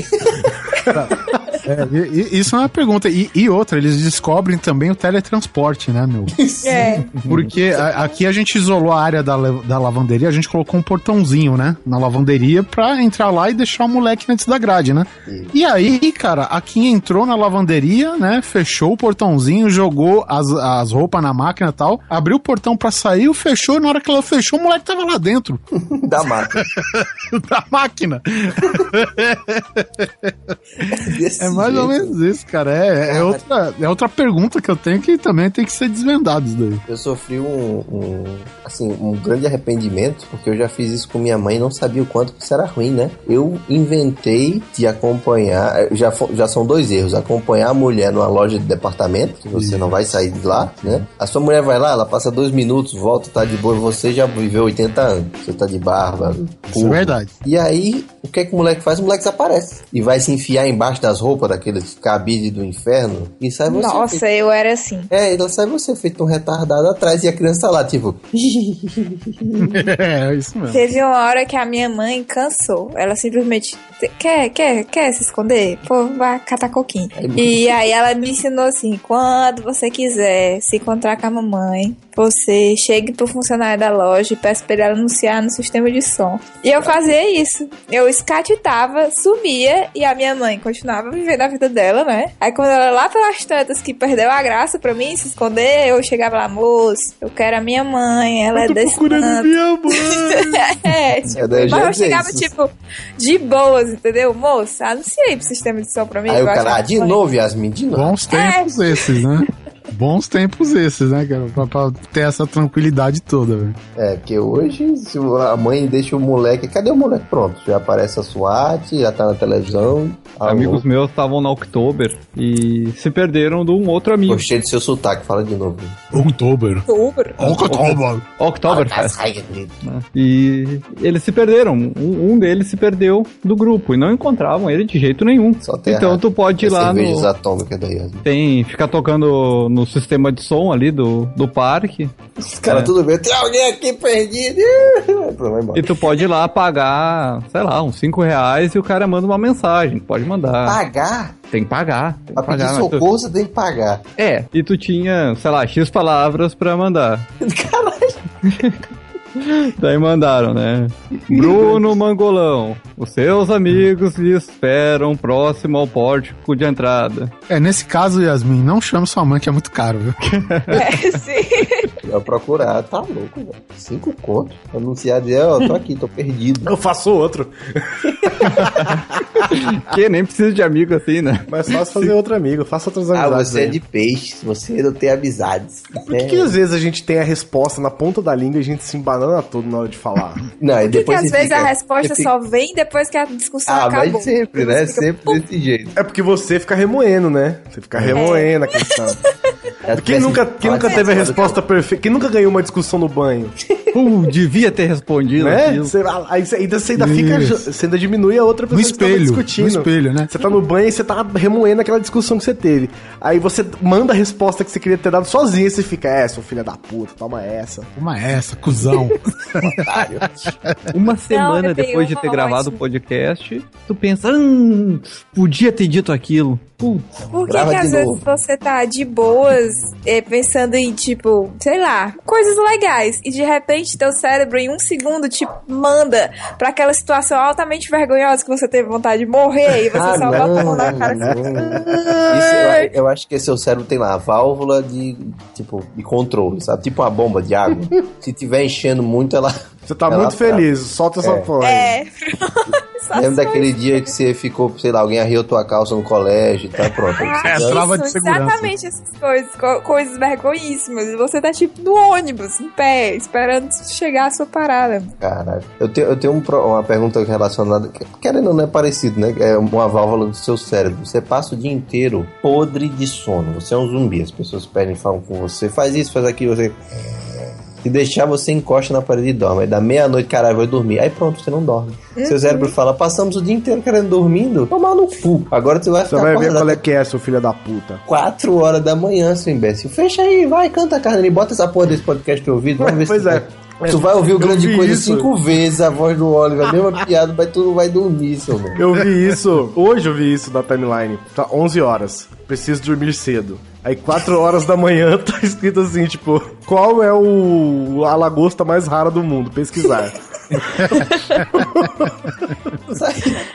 S5: É, e- e- isso é uma pergunta. E, e outra, eles descobrem também o teletransporte, né, meu?
S8: É.
S5: Porque a- aqui a gente isolou a área da, la- da lavanderia, a gente colocou um portãozinho, né? Na lavanderia pra entrar lá e deixar o moleque antes da grade, né? E aí, cara, a Kim entrou na lavanderia, né? Fechou o portãozinho, jogou as, as roupas na máquina e tal, abriu o portão pra sair, fechou, e na hora que ela fechou, o moleque tava lá dentro.
S4: Da máquina.
S5: da máquina. É mais ou menos isso, cara. É, é outra, é outra pergunta que eu tenho que também tem que ser desvendado isso daí.
S4: Eu sofri um, um, assim, um grande arrependimento, porque eu já fiz isso com minha mãe e não sabia o quanto isso era ruim, né? Eu inventei de acompanhar, eh, já, fo- já são dois erros, acompanhar a mulher numa loja de departamento, que você não vai sair de lá, né? A sua mulher vai lá, ela passa dois minutos, volta, tá de boa, você já viveu 80 anos, você tá de barba,
S5: Isso é verdade.
S4: e aí, o que é que o moleque faz? O moleque desaparece. E vai se enfiar embaixo das roupas daqueles cabide do inferno. E sai É você.
S8: Nossa, eu era assim.
S4: É, ela sai você feito um retardado atrás e a criança lá, tipo.
S5: é, isso mesmo.
S8: Teve uma hora que a minha mãe cansou. Ela simplesmente te- quer, quer, quer se esconder? Pô, vai catar coquinho. E aí ela me ensinou assim: quando você quiser se encontrar com a mamãe, você chegue pro funcionário da loja e peça pra ele anunciar no sistema de som. E eu fazia isso. Eu escatitava, sumia e a minha mãe continuava vivendo a vida dela, né? Aí quando ela lá pelas tantas que perdeu a graça pra mim se esconder, eu chegava lá, moço, eu quero a minha mãe, ela
S15: Eu tô
S8: é desse
S15: procurando
S8: tanto."
S15: minha
S8: é, tipo,
S4: Eu daí já
S8: mas eu
S4: dizia
S8: chegava,
S4: isso.
S8: tipo, de boas, entendeu? Moça, anuncia aí pro sistema de som pra mim.
S4: aí
S8: que É.
S4: o
S8: eu acho
S4: cara, ah,
S8: muito
S4: de
S8: bonito."
S4: novo, Yasmin, de novo.
S5: Bons tempos esses, né? Bons tempos esses, né, cara? Pra, pra ter essa tranquilidade toda, velho.
S4: É, porque hoje se a mãe deixa o moleque. Cadê o moleque? Pronto, já aparece a SWAT, já tá na televisão.
S7: Amigos meus estavam na Oktober e se perderam de um outro amigo.
S4: Gostei do seu sotaque, fala de novo.
S5: Oktober.
S8: Oktober.
S5: Oktober.
S4: Ah, tá,
S7: Oktoberfest. E eles se perderam. Um, um deles se perdeu do grupo e não encontravam ele de jeito nenhum.
S4: tem
S7: então
S4: errado.
S7: tu pode ir
S4: As
S7: lá
S4: cervejas
S7: no.
S4: atômicas da Yasmin.
S7: Tem. Ficar tocando no sistema de som ali do, do parque.
S4: Os caras
S7: É.
S4: tudo bem. Tem alguém aqui perdido. Pronto, vai embora.
S7: E tu pode ir lá pagar, sei lá, uns 5 reais e o cara manda uma mensagem. Pode mandar.
S4: Pagar?
S7: Tem que pagar. Tem que
S4: Pra pedir
S7: pagar,
S5: né?
S7: mas tu-
S4: socorro, você tem que pagar.
S7: É, e tu tinha, sei lá, X palavras pra mandar. Caralho. Daí mandaram, né? Bruno Mangolão, os seus amigos lhe esperam próximo ao pórtico de entrada.
S5: É, nesse caso, Yasmin, não chame sua mãe que é muito caro, viu?
S8: É,
S4: Eu procurar, tá louco, velho. Cinco conto. Anunciar dizer, ó, tô aqui, tô perdido.
S3: Eu faço outro.
S7: que nem precisa de amigo assim, né?
S3: Mas faço fazer outro amigo, faço outras
S4: Ah,
S3: amizades.
S4: você é
S3: aí.
S4: de peixe, você não tem amizades. É.
S3: Por que, que às vezes a gente tem a resposta na ponta da língua e a gente se embanana todo na hora de falar?
S4: Não, e
S8: Porque às vezes a resposta só vem depois que a discussão acabou.
S4: né? Ah, Sempre desse jeito.
S3: É porque você fica remoendo, né? Você fica remoendo a questão. Quem nunca, quem nunca
S4: assim,
S3: teve a resposta perfeita? Quem nunca ganhou uma discussão no banho?
S7: Uh, devia ter respondido.
S3: Né?
S7: aquilo.
S3: Você, aí você ainda, você ainda fica.
S7: Isso.
S3: Você ainda diminui a outra pessoa
S5: espelho,
S3: que você tava discutindo.
S5: no espelho, né?
S3: Você tá no banho e você tá remoendo aquela discussão que você teve. Aí você manda a resposta que você queria ter dado sozinho e você fica, é, seu filho da puta, toma essa.
S5: Toma essa, cuzão.
S7: Uma
S3: Não,
S7: semana
S3: eu tenho
S7: depois de ter
S3: uma
S7: gravado o
S3: ótima.
S7: podcast, tu pensa, hum, podia ter dito aquilo. Putz,
S8: Por que, que às vezes você tá de boas é, pensando em, tipo, sei lá, coisas legais e de repente teu cérebro em um segundo te manda pra aquela situação altamente vergonhosa que você teve vontade de morrer e você
S4: Ah,
S8: só
S4: não,
S8: bota a mão na cara
S4: não.
S8: assim.
S4: Isso, eu, eu acho que seu cérebro tem lá a válvula de, tipo, de controle, sabe? Tipo uma bomba de água. Se tiver enchendo muito, ela...
S3: Você tá muito feliz, solta essa porra.
S8: É. Tá
S4: Lembra daquele dia que você ficou, sei lá, alguém arriou tua calça no colégio e tá pronto.
S8: É,
S4: aí você já-
S8: Isso, Exatamente essas coisas, co- coisas vergonhíssimas. E você tá tipo no ônibus, em pé, esperando chegar a sua parada.
S4: Caralho. Eu tenho, eu tenho um pro- uma pergunta relacionada. que- Querendo ou não é parecido, né? É uma válvula do seu cérebro. Você passa o dia inteiro podre de sono. Você é um zumbi. As pessoas pedem, falam com você. Faz isso, faz aquilo. Você... Se deixar, você encosta na parede e dorme. Aí da meia-noite, caralho, vai dormir. Aí pronto, você não dorme. Seu
S3: Uhum.
S4: cérebro fala, passamos o dia inteiro querendo dormindo. Tomar no cu. Agora você vai
S3: Você
S4: ficar
S3: vai ver
S4: acordado
S3: qual é que é, seu filho da puta.
S4: 4 horas da manhã, seu imbécil. Fecha aí, vai, canta a carne. Bota essa porra desse podcast no ouvido. Vamos ver pois se é. Tu vai ouvir o
S3: Eu
S4: grande
S3: vi
S4: coisa
S3: isso.
S4: cinco vezes, a voz do Oliver, a mesma piada, mas tu não vai dormir, seu velho.
S3: Eu vi isso, hoje eu vi isso na timeline. Tá 11 horas, preciso dormir cedo. Aí 4 horas da manhã tá escrito assim, tipo, qual é o a lagosta mais rara do mundo? Pesquisar.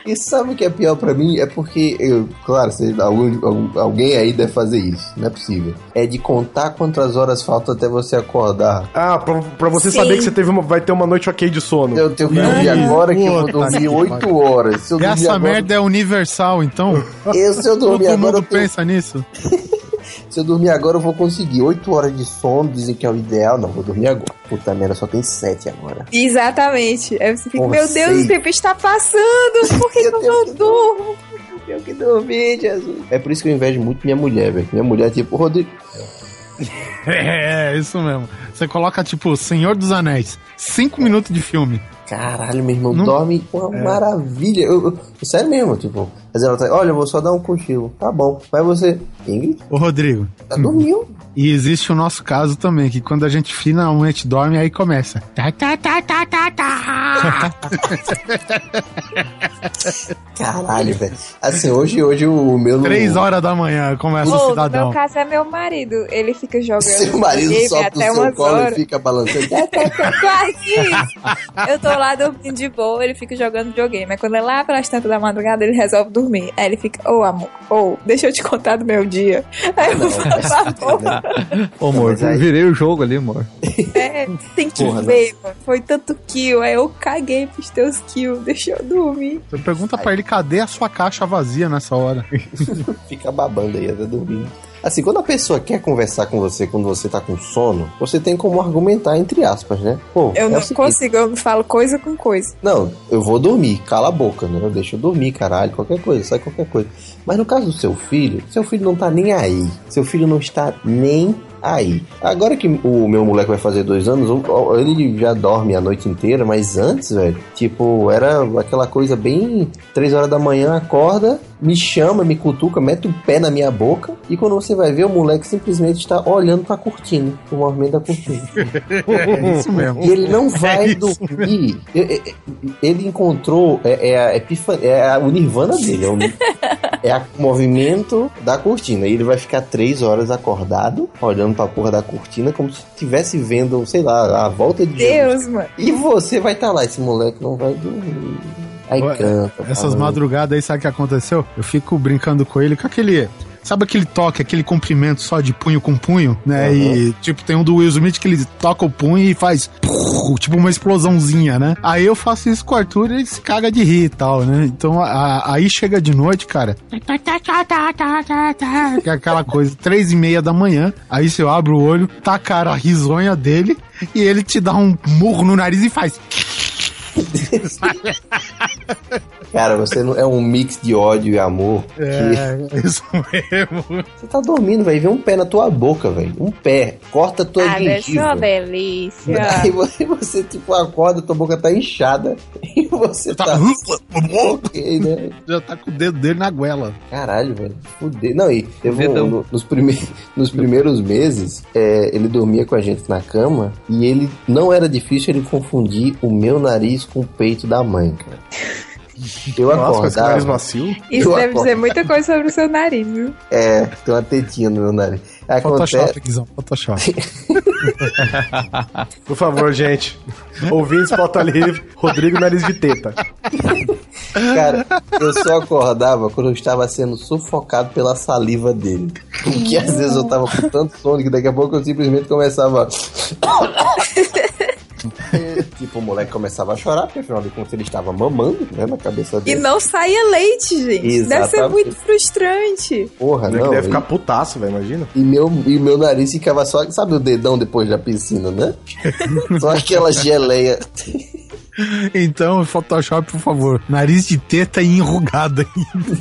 S4: E sabe o que é pior pra mim? É porque, eu, claro, se algum- algum- alguém aí deve fazer isso, não é possível. É de contar quantas horas faltam até você acordar.
S3: ah, pra, pra você
S4: Sim.
S3: saber que você teve uma, vai ter uma noite ok de sono.
S4: Eu tenho que dormir agora que eu vou
S3: Puta
S4: dormir
S3: que
S4: oito
S3: pariu.
S4: horas. Se eu dormir
S5: Essa
S4: agora,
S5: merda é universal, então?
S4: Eu, se eu dormir
S5: Todo
S4: agora,
S5: mundo
S4: eu tenho-
S5: pensa nisso?
S4: Se eu dormir agora, eu vou conseguir. Oito horas de sono, dizem que é o ideal. Não, vou dormir agora. Puta merda, só tem sete agora.
S8: Exatamente. Aí você fica,
S4: Porra,
S8: meu Deus,
S4: sei.
S8: o tempo está passando, por que que eu não durmo? Eu tenho que dormir, Jesus.
S4: É por isso que eu invejo muito minha mulher, velho. Minha mulher, tipo, Rodrigo.
S5: É, isso mesmo. Você coloca, tipo, Senhor dos Anéis, cinco minutos de filme.
S4: Caralho, meu irmão, dorme uma maravilha. Eu, eu- sério mesmo, tipo. Mas ela tá, olha, eu vou só dar um cochilo. Tá bom. Vai você. Ingrid?
S5: Ô, Rodrigo.
S4: Tá dormiu.
S5: Uhum. E existe o nosso caso também, que quando a gente finalmente dorme, aí começa. Tá, tá, tá, tá, tá, tá.
S4: Caralho, velho. Assim, hoje, hoje o meu. não-
S5: Três horas da manhã começa o
S8: Ou, no meu
S5: cidadão.
S8: caso, é meu marido. Ele fica jogando
S4: Seu marido
S8: videogame
S4: só pro
S8: até
S4: seu
S8: umas
S4: colo
S8: horas.
S4: e fica balançando.
S8: Quase isso. Eu tô lá dormindo de boa, ele fica jogando videogame. Aí quando é lá pelas tantas da madrugada, ele resolve dormir. Aí ele fica, ô amor, ô, deixa eu te contar do meu dia. Aí eu falo, "Tá bom."
S7: Ô, amor,
S4: Mas aí-
S7: virei o jogo ali, amor.
S8: É, tem que
S7: Porra,
S8: ver, mano. Foi tanto kill, aí eu caguei pros teus kills, deixa eu dormir.
S5: Você pergunta pra ele cadê a sua caixa vazia nessa hora.
S4: Fica babando aí até dormir. Assim, quando a pessoa quer conversar com você quando você tá com sono, você tem como argumentar, entre aspas, né? Pô, é
S8: Eu
S4: o
S8: não
S4: seguinte,
S8: consigo, eu falo coisa com coisa.
S4: Não, eu vou dormir, cala a boca, né? Deixa eu dormir, caralho, qualquer coisa, sai qualquer coisa. Mas no caso do seu filho, seu filho não tá nem aí. Seu filho não está nem aí. Agora que o meu moleque vai fazer dois anos, o- o- ele já dorme a noite inteira, mas antes, velho, tipo, era aquela coisa bem. Três horas da manhã, acorda, me chama, me cutuca, mete o pé na minha boca, e quando você vai ver, o moleque simplesmente está olhando pra cortina, o movimento da cortina.
S5: É isso mesmo.
S4: E ele não vai
S5: É isso
S4: dormir. E- e- e- Ele encontrou é, é a epifa- é a- o nirvana dele. É o, é a- o movimento da cortina. E ele vai ficar três horas acordado, olhando pra porra da cortina, como se estivesse vendo, sei lá, a volta de
S8: Deus, mano.
S4: E você vai estar lá, esse moleque não vai dormir. Aí
S5: Ué,
S4: canta.
S5: Essas
S4: fala.
S5: madrugadas aí, sabe o que aconteceu? Eu fico brincando com ele com aquele. Sabe aquele toque, aquele cumprimento só de punho com punho, né? E tipo, tem um do Will Smith que ele toca o punho e faz tipo uma explosãozinha, né? Aí eu faço isso com o Arthur e ele se caga de rir e tal, né? Então a- a- aí chega de noite, cara, que é aquela coisa, três e meia da manhã, aí você abre o olho, tá a cara risonha dele e ele te dá um murro no nariz e faz.
S4: Cara, você não, é um mix de ódio e amor.
S5: É, isso mesmo.
S4: Você tá dormindo, vai ver um pé na tua boca, velho. Um pé. Corta a tua
S8: Ah, deve ser
S4: gengiva.
S8: uma delícia.
S4: Aí você, você, tipo, acorda, tua boca tá inchada e você tá. ok, né?
S5: Já tá com o dedo dele na goela.
S4: Caralho, velho. Fudeu. Não, e teve um-
S5: Dedão.
S4: no- nos, prime... nos primeiros meses, é, ele dormia com a gente na cama e ele não era difícil ele confundir o meu nariz com o peito da mãe, cara. Eu
S3: Nossa, mas que
S4: acordava.
S3: nariz macio.
S8: Isso
S4: Eu
S8: deve dizer
S4: acordo.
S8: muita coisa sobre o seu nariz, viu?
S4: É, tem uma tetinha no meu nariz.
S5: Photoshop,
S4: Acontece.
S5: Guizão, Photoshop.
S3: Por favor, gente. Ouvintes, pauta livre, Rodrigo Nariz de Teta.
S4: Cara, eu só acordava quando eu estava sendo sufocado pela saliva dele. Porque às vezes eu tava com tanto sono que daqui a pouco eu simplesmente começava. É, tipo, o moleque começava a chorar, porque afinal de contas ele estava mamando, né, na cabeça
S8: E
S4: dele.
S8: não saía leite, gente. Deve ser
S4: Exatamente.
S8: muito frustrante.
S4: Porra,
S3: Ele
S4: não.
S3: deve ficar
S4: e-
S3: putaço, velho, imagina.
S4: E meu, e meu nariz ficava só, sabe o dedão depois da piscina, né? só aquela geleia.
S5: Então, Photoshop, por favor. Nariz de teta e enrugado ainda.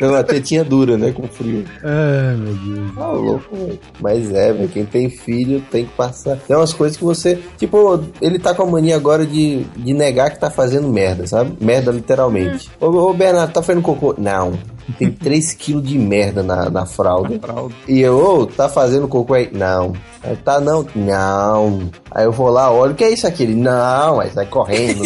S4: Não, a tetinha dura, né? Com frio.
S5: Ai, É, meu Deus.
S4: Tá louco, velho. Mas é, velho. Quem tem filho tem que passar. Tem umas coisas que você. Tipo, ele tá com a mania agora de, de negar que tá fazendo merda, sabe? Merda, literalmente. Ô, ô, Bernardo, tá fazendo cocô? Não. Tem 3kg de merda na, na fralda. E eu, ô, tá fazendo cocô aí? Não. Aí, tá não? Não. Aí eu vou lá, olho, o que é isso aquele? Não. Aí sai correndo.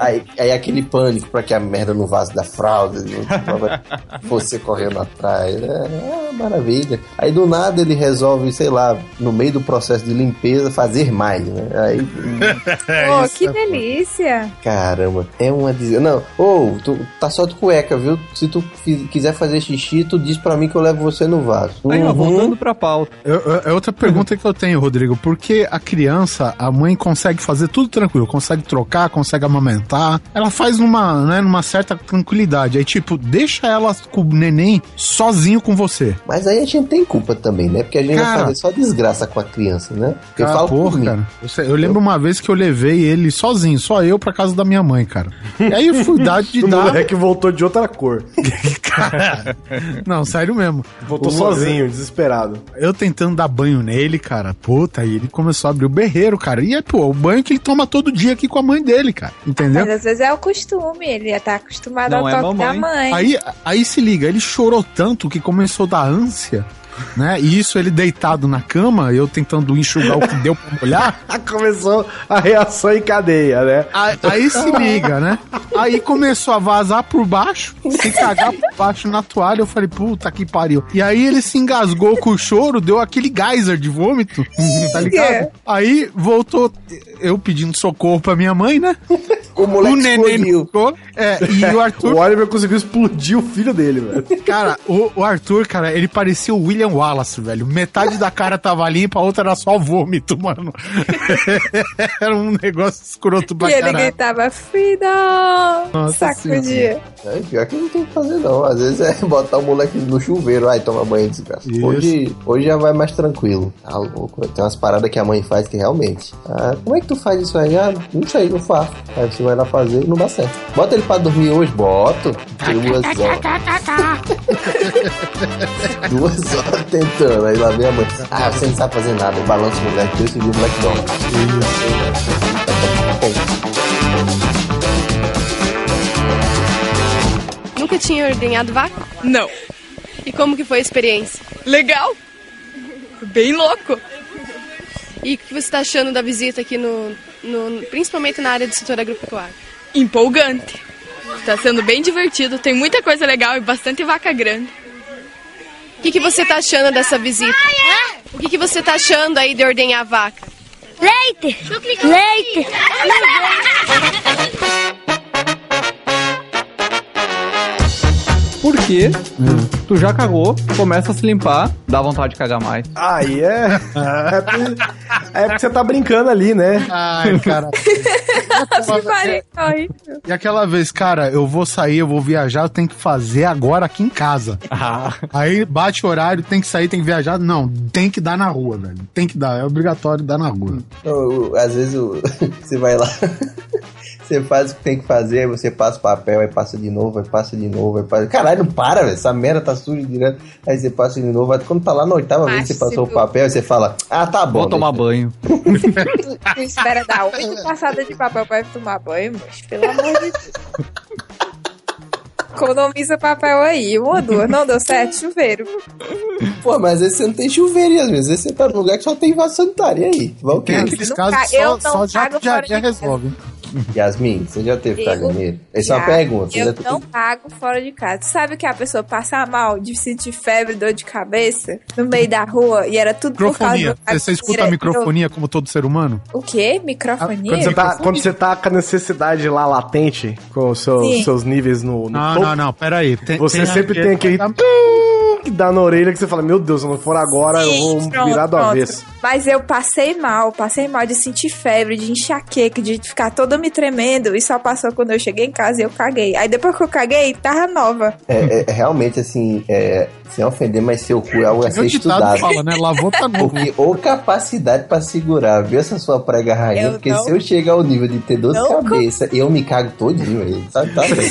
S4: aí, aí aquele pânico pra que a merda não vaze da fralda. não- Você correndo atrás. É, é uma maravilha. Aí do nada ele resolve, sei lá, no meio do processo de limpeza, fazer mais, né? Aí.
S5: É
S8: Pô, que delícia.
S4: Caramba, é uma desgraça. Não, ou tu tá só de cueca, viu? Se tu fi- quiser fazer xixi, tu diz pra mim que eu levo você no vaso. Uhum.
S5: Aí, ó, voltando
S7: pra pauta.
S5: É outra pergunta que eu tenho, Rodrigo. Por que a criança, a mãe consegue fazer tudo tranquilo? Consegue trocar, consegue amamentar. Ela faz numa, né, numa certa tranquilidade. Aí, tipo, deixa ela com o neném sozinho com você.
S4: Mas aí a gente não tem culpa também, né? Porque a gente vai
S5: Cara.
S4: fazer só desgraça com a criança, né? Porque
S5: Cara,
S4: fala
S5: Ah, porra,
S4: por mim.
S5: cara. Eu, sei- eu lembro uma vez que eu levei ele sozinho, só eu, pra casa da minha mãe, cara. E aí eu fui dar de
S3: O
S5: dar.
S3: moleque voltou de outra cor.
S5: Não, sério mesmo.
S3: Voltou
S5: O-
S3: sozinho, desesperado.
S5: Eu tentando dar banho nele, cara. Puta, aí ele começou a abrir o berreiro, cara. E é, pô, o banho que ele toma todo dia aqui com a mãe dele, cara. Entendeu?
S8: Mas às vezes é o costume, ele já tá acostumado
S5: Não
S8: ao
S5: é
S8: toque
S5: mamãe.
S8: da mãe.
S5: Aí, aí se liga, ele chorou tanto que começou a dar ânsia, né? E isso ele deitado na cama, eu tentando enxugar o que deu pra molhar.
S3: Começou a reação em cadeia, né?
S5: Aí, aí se liga, né? Aí começou a vazar por baixo, se cagar por baixo na toalha. Eu falei, puta que pariu. E aí ele se engasgou com o choro, deu aquele geyser de vômito, tá ligado? Aí voltou eu pedindo socorro pra minha mãe, né?
S4: O moleque
S5: não ficou. É, e o Arthur...
S3: o Oliver conseguiu explodir o filho dele, velho.
S5: Cara, o, o Arthur, cara, ele parecia o William Wallace, velho. Metade da cara tava limpa, a outra era só vômito, mano. era um negócio escroto pra
S8: E ele
S5: caralho.
S8: gritava, freedom!
S5: Nossa
S8: Sacudia.
S4: É, pior que não tem o que fazer, não. Às vezes é botar o moleque no chuveiro, aí toma banho, desgraça. Hoje, hoje já vai mais tranquilo. Tá louco, velho. tem umas paradas que a mãe faz que realmente. Ah, como é que tu faz isso aí? Ah, não sei, não faço. Aí você vai lá fazer e não dá certo. Bota ele pra dormir hoje? Boto. Duas horas. Duas horas tentando. Aí lá vem a mãe. Ah, você não sabe fazer nada. Balança o moleque, deixa o moleque dorme.
S14: Nunca tinha ordenhado vaca? Não. E como que foi a experiência? Legal. Bem louco. E o que você está achando da visita aqui no, no- principalmente na área do setor agropecuário? Empolgante. Está sendo bem divertido. Tem muita coisa legal e bastante vaca grande. O que, que você está achando dessa visita? O que, que você está achando aí de ordenhar vaca? Leite. Leite.
S7: Porque
S4: Uhum.
S7: tu já cagou, começa a se limpar, dá vontade de cagar mais.
S4: Ah,
S3: Aí é. É porque, é porque você tá brincando ali, né?
S5: Ai, cara. E aquela vez, cara, eu vou sair, eu vou viajar, eu tenho que fazer agora aqui em casa. Aí bate o horário, tem que sair, tem que viajar. Não, tem que dar na rua, velho. Tem que dar, é obrigatório dar na rua.
S4: Eu- eu- Então, às vezes eu- você vai lá, você faz o que tem que fazer, aí você passa o papel, aí passa de novo, aí passa de novo, aí passa. Caralho, não para, velho. Essa merda tá suja direto. Aí você passa de novo. Aí quando tá lá na oitava vez que você passou o papel, aí você fala, ah, tá bom.
S7: Vou tomar banho.
S8: Tu espera dar oito passadas de papel pra ir tomar banho, mas pelo amor de Deus. Economiza papel aí, uma, duas, não deu certo, chuveiro.
S4: Pô, mas às vezes você não tem chuveiro, e às vezes você tá num lugar que só tem vaso sanitário. E aí? Vai o quê?
S5: Tem aqueles
S8: Não
S5: casos
S8: ca-
S5: que
S8: eu
S5: só,
S8: não
S5: só já
S8: cago fora de
S5: diarreia
S8: casa.
S5: resolve.
S4: Yasmin, você já teve
S8: Eu-
S4: caganeiro? Essa é uma
S8: Já.
S4: pergunta. você
S8: Eu
S4: já
S3: tá
S4: teve-
S8: não pago fora de casa. Sabe o que a pessoa passa mal de sentir febre, dor de cabeça no meio da rua e era tudo por causa
S5: Microfonia.
S8: da
S5: Você, você escuta a
S8: cadeira?
S5: microfonia como todo ser humano?
S8: O quê? Microfonia?
S3: Quando você, tá, quando você tá com a necessidade lá latente, com os seus-
S8: Sim.
S3: seus níveis no, no
S5: Ah, Não,
S3: topo,
S5: não, não, peraí. Tem-
S3: você
S5: tem
S3: sempre
S5: aquele-
S3: tem aquele. um que dá na orelha que você fala, meu Deus, se eu não for agora, eu vou
S8: Sim, pronto,
S3: virar do
S8: pronto.
S3: avesso.
S8: Mas eu passei mal, passei mal de sentir febre, de enxaqueca, de ficar toda me tremendo. E só passou quando eu cheguei em casa e eu caguei. Aí depois que eu caguei, tava nova.
S4: É, é- é realmente assim, é, sem ofender, mas seu cu é algo a
S5: Meu
S4: ser
S7: um
S5: ditado
S4: estudado.
S5: fala, né? Lavou, tá novo.
S4: Porque, ô capacidade pra segurar, viu essa sua prega rainha?
S5: Eu
S4: porque
S5: não-
S4: se eu chegar ao nível de ter 12
S5: não
S4: cabeças, eu me cago todinho aí. Sabe, tá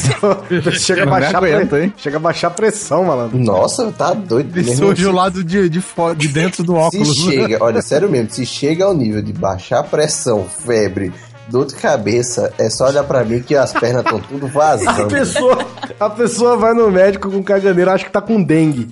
S3: Chega a baixar pre- Chega a baixar pressão, malandro.
S4: Nossa, tá doido.
S5: Ele
S4: mesmo. assim-
S5: surge o lado de, de, fo- de dentro do
S4: Se
S5: óculos. né?
S4: chega, olha, sério mesmo, se chega ao nível de baixar pressão, febre, dor de cabeça, é só olhar pra mim que as pernas estão tudo
S3: A
S4: vazando.
S3: pessoa, a pessoa vai no médico com caganeira, acha que tá com dengue.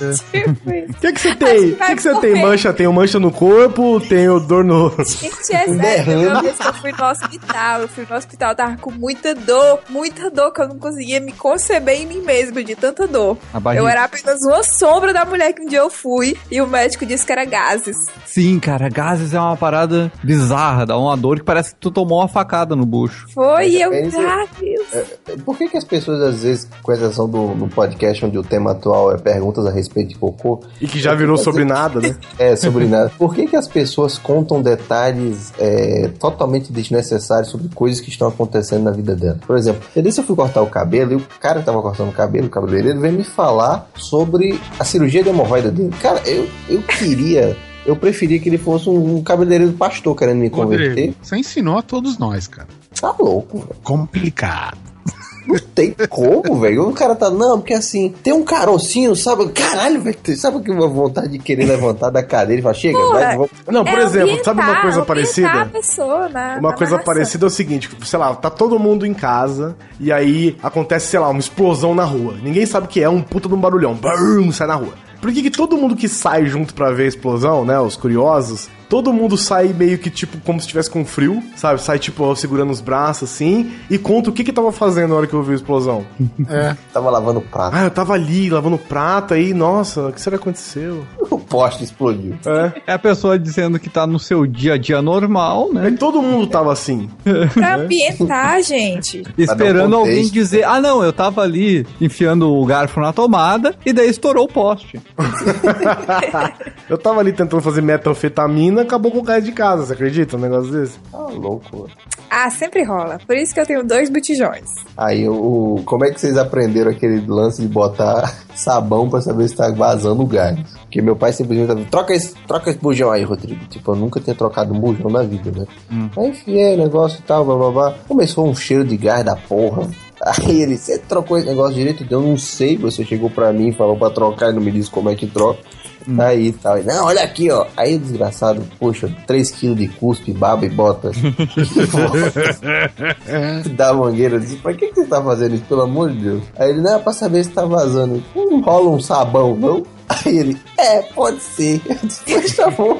S3: O que, que você tem? O que, que você tem? Mancha? Tenho mancha no corpo, tenho dor no.
S8: Gente, é
S3: Um
S8: sério, teve uma
S3: derrame.
S8: vez que eu fui no hospital, eu fui no hospital, eu tava com muita dor, muita dor, que eu não conseguia me conceber em mim mesma de tanta dor.
S5: A barriga.
S8: Eu era apenas uma sombra da mulher que um dia eu fui, e o médico disse que era gases.
S7: Sim, cara, gases é uma parada bizarra, dá uma dor que parece que tu tomou uma facada no bucho.
S8: Foi, e eu,
S4: Mas é-
S8: ah, Deus.
S4: É, Por que, que as pessoas, às vezes, com exceção do, do podcast onde o tema atual é perguntas a respeito de cocô.
S3: E que já virou sobre nada, né?
S4: É, sobre nada. Por que, que as pessoas contam detalhes é, totalmente desnecessários sobre coisas que estão acontecendo na vida dela? Por exemplo, eu disse eu fui cortar o cabelo e o cara que tava cortando o cabelo, o cabeleireiro, veio me falar sobre a cirurgia de hemorroida dele. Cara, eu, eu queria. Eu preferia que ele fosse um, um cabeleireiro pastor querendo me converter.
S5: Rodrigo, você ensinou a todos nós, cara.
S4: Tá louco, velho.
S5: Complicado.
S4: Não tem como, velho. O cara tá, não, porque assim, tem um carocinho, sabe? Caralho, velho. tu Sabe que uma vontade de querer levantar da cadeira e falar, chega,
S8: Porra,
S4: vai, vamos.
S3: Não, por
S8: é
S3: exemplo, sabe uma
S8: ambientar,
S3: coisa
S8: ambientar
S3: parecida?
S8: a pessoa na-
S3: Uma
S8: na
S3: coisa
S8: narração.
S3: parecida é o seguinte, sei lá, tá todo mundo em casa e aí acontece, sei lá, uma explosão na rua. Ninguém sabe o que é, um puta de um barulhão, brum, sai na rua. Por que, que todo mundo que sai junto pra ver a explosão, né, os curiosos, todo mundo sai meio que tipo como se estivesse com frio, sabe? Sai tipo ó, segurando os braços assim e conta o que que tava fazendo na hora que eu ouvi a explosão.
S5: É.
S4: Tava lavando prato.
S3: Ah, eu tava ali lavando prato aí, nossa, o que será que aconteceu?
S4: O poste explodiu. Tá
S3: É.
S7: a pessoa dizendo que tá no seu dia a dia normal, né?
S3: todo mundo tava assim.
S8: Pra ambientar, gente.
S7: Esperando alguém dizer, ah não, eu tava ali enfiando o garfo na tomada e daí estourou o poste.
S3: Eu tava ali tentando fazer metanfetamina, acabou com o gás de casa, você acredita? Um negócio desse?
S4: Tá louco.
S8: Ah, sempre rola. Por isso que eu tenho dois botijões.
S4: Aí o. Como é que vocês aprenderam aquele lance de botar sabão pra saber se tá vazando o gás? Porque meu pai simplesmente tava, troca esse, troca esse bujão aí, Rodrigo. Tipo, eu nunca tinha trocado um bujão na vida, né? Aí enfiei o negócio e tal, blá blá blá. Começou um cheiro de gás da porra. Aí ele, você trocou esse negócio direito? Eu não sei, você chegou pra mim e falou pra trocar e não me disse como é que troca. Aí e tal, Ele, não, olha aqui, ó. Aí o desgraçado, poxa, 3kg de cuspe, baba e bota. da mangueira, eu disse, pra que, que você tá fazendo isso, pelo amor de Deus? Aí ele, não, é pra saber se tá vazando. Não rola um sabão, não? Aí ele, é, pode ser. Eu disse, pois tá bom.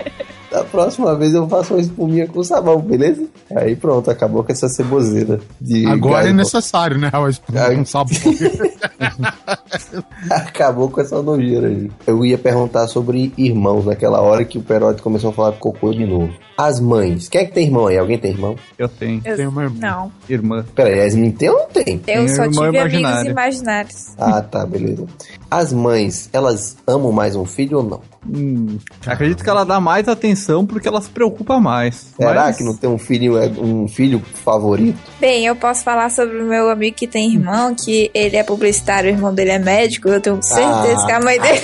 S4: Da próxima vez eu faço uma espuminha com sabão, beleza? Aí pronto, acabou com essa ceboseira de
S5: Agora é
S4: gás.
S5: necessário, né? O espuma com sabão.
S4: Acabou com essa nojeira aí. Eu ia perguntar sobre irmãos naquela hora que o Perotti começou a falar de cocô de novo. As mães. Quem é que tem irmão aí? Alguém tem irmão?
S7: Eu tenho.
S8: Eu-
S5: Tem uma irmã.
S8: Não.
S7: Irmã.
S4: Peraí, a Yasmin tem ou não tem?
S8: Eu só tive amigos imaginários.
S4: Ah, tá, beleza. As mães, elas amam mais um filho ou não?
S7: Hum, acredito que ela dá mais atenção porque ela se preocupa mais.
S4: Será
S7: Mas-
S4: que não tem um filho, um filho favorito?
S8: Bem, eu posso falar sobre o meu amigo que tem irmão, que ele é publicitário, o irmão dele é médico. Eu tenho certeza
S4: Ah.
S8: que a mãe dele.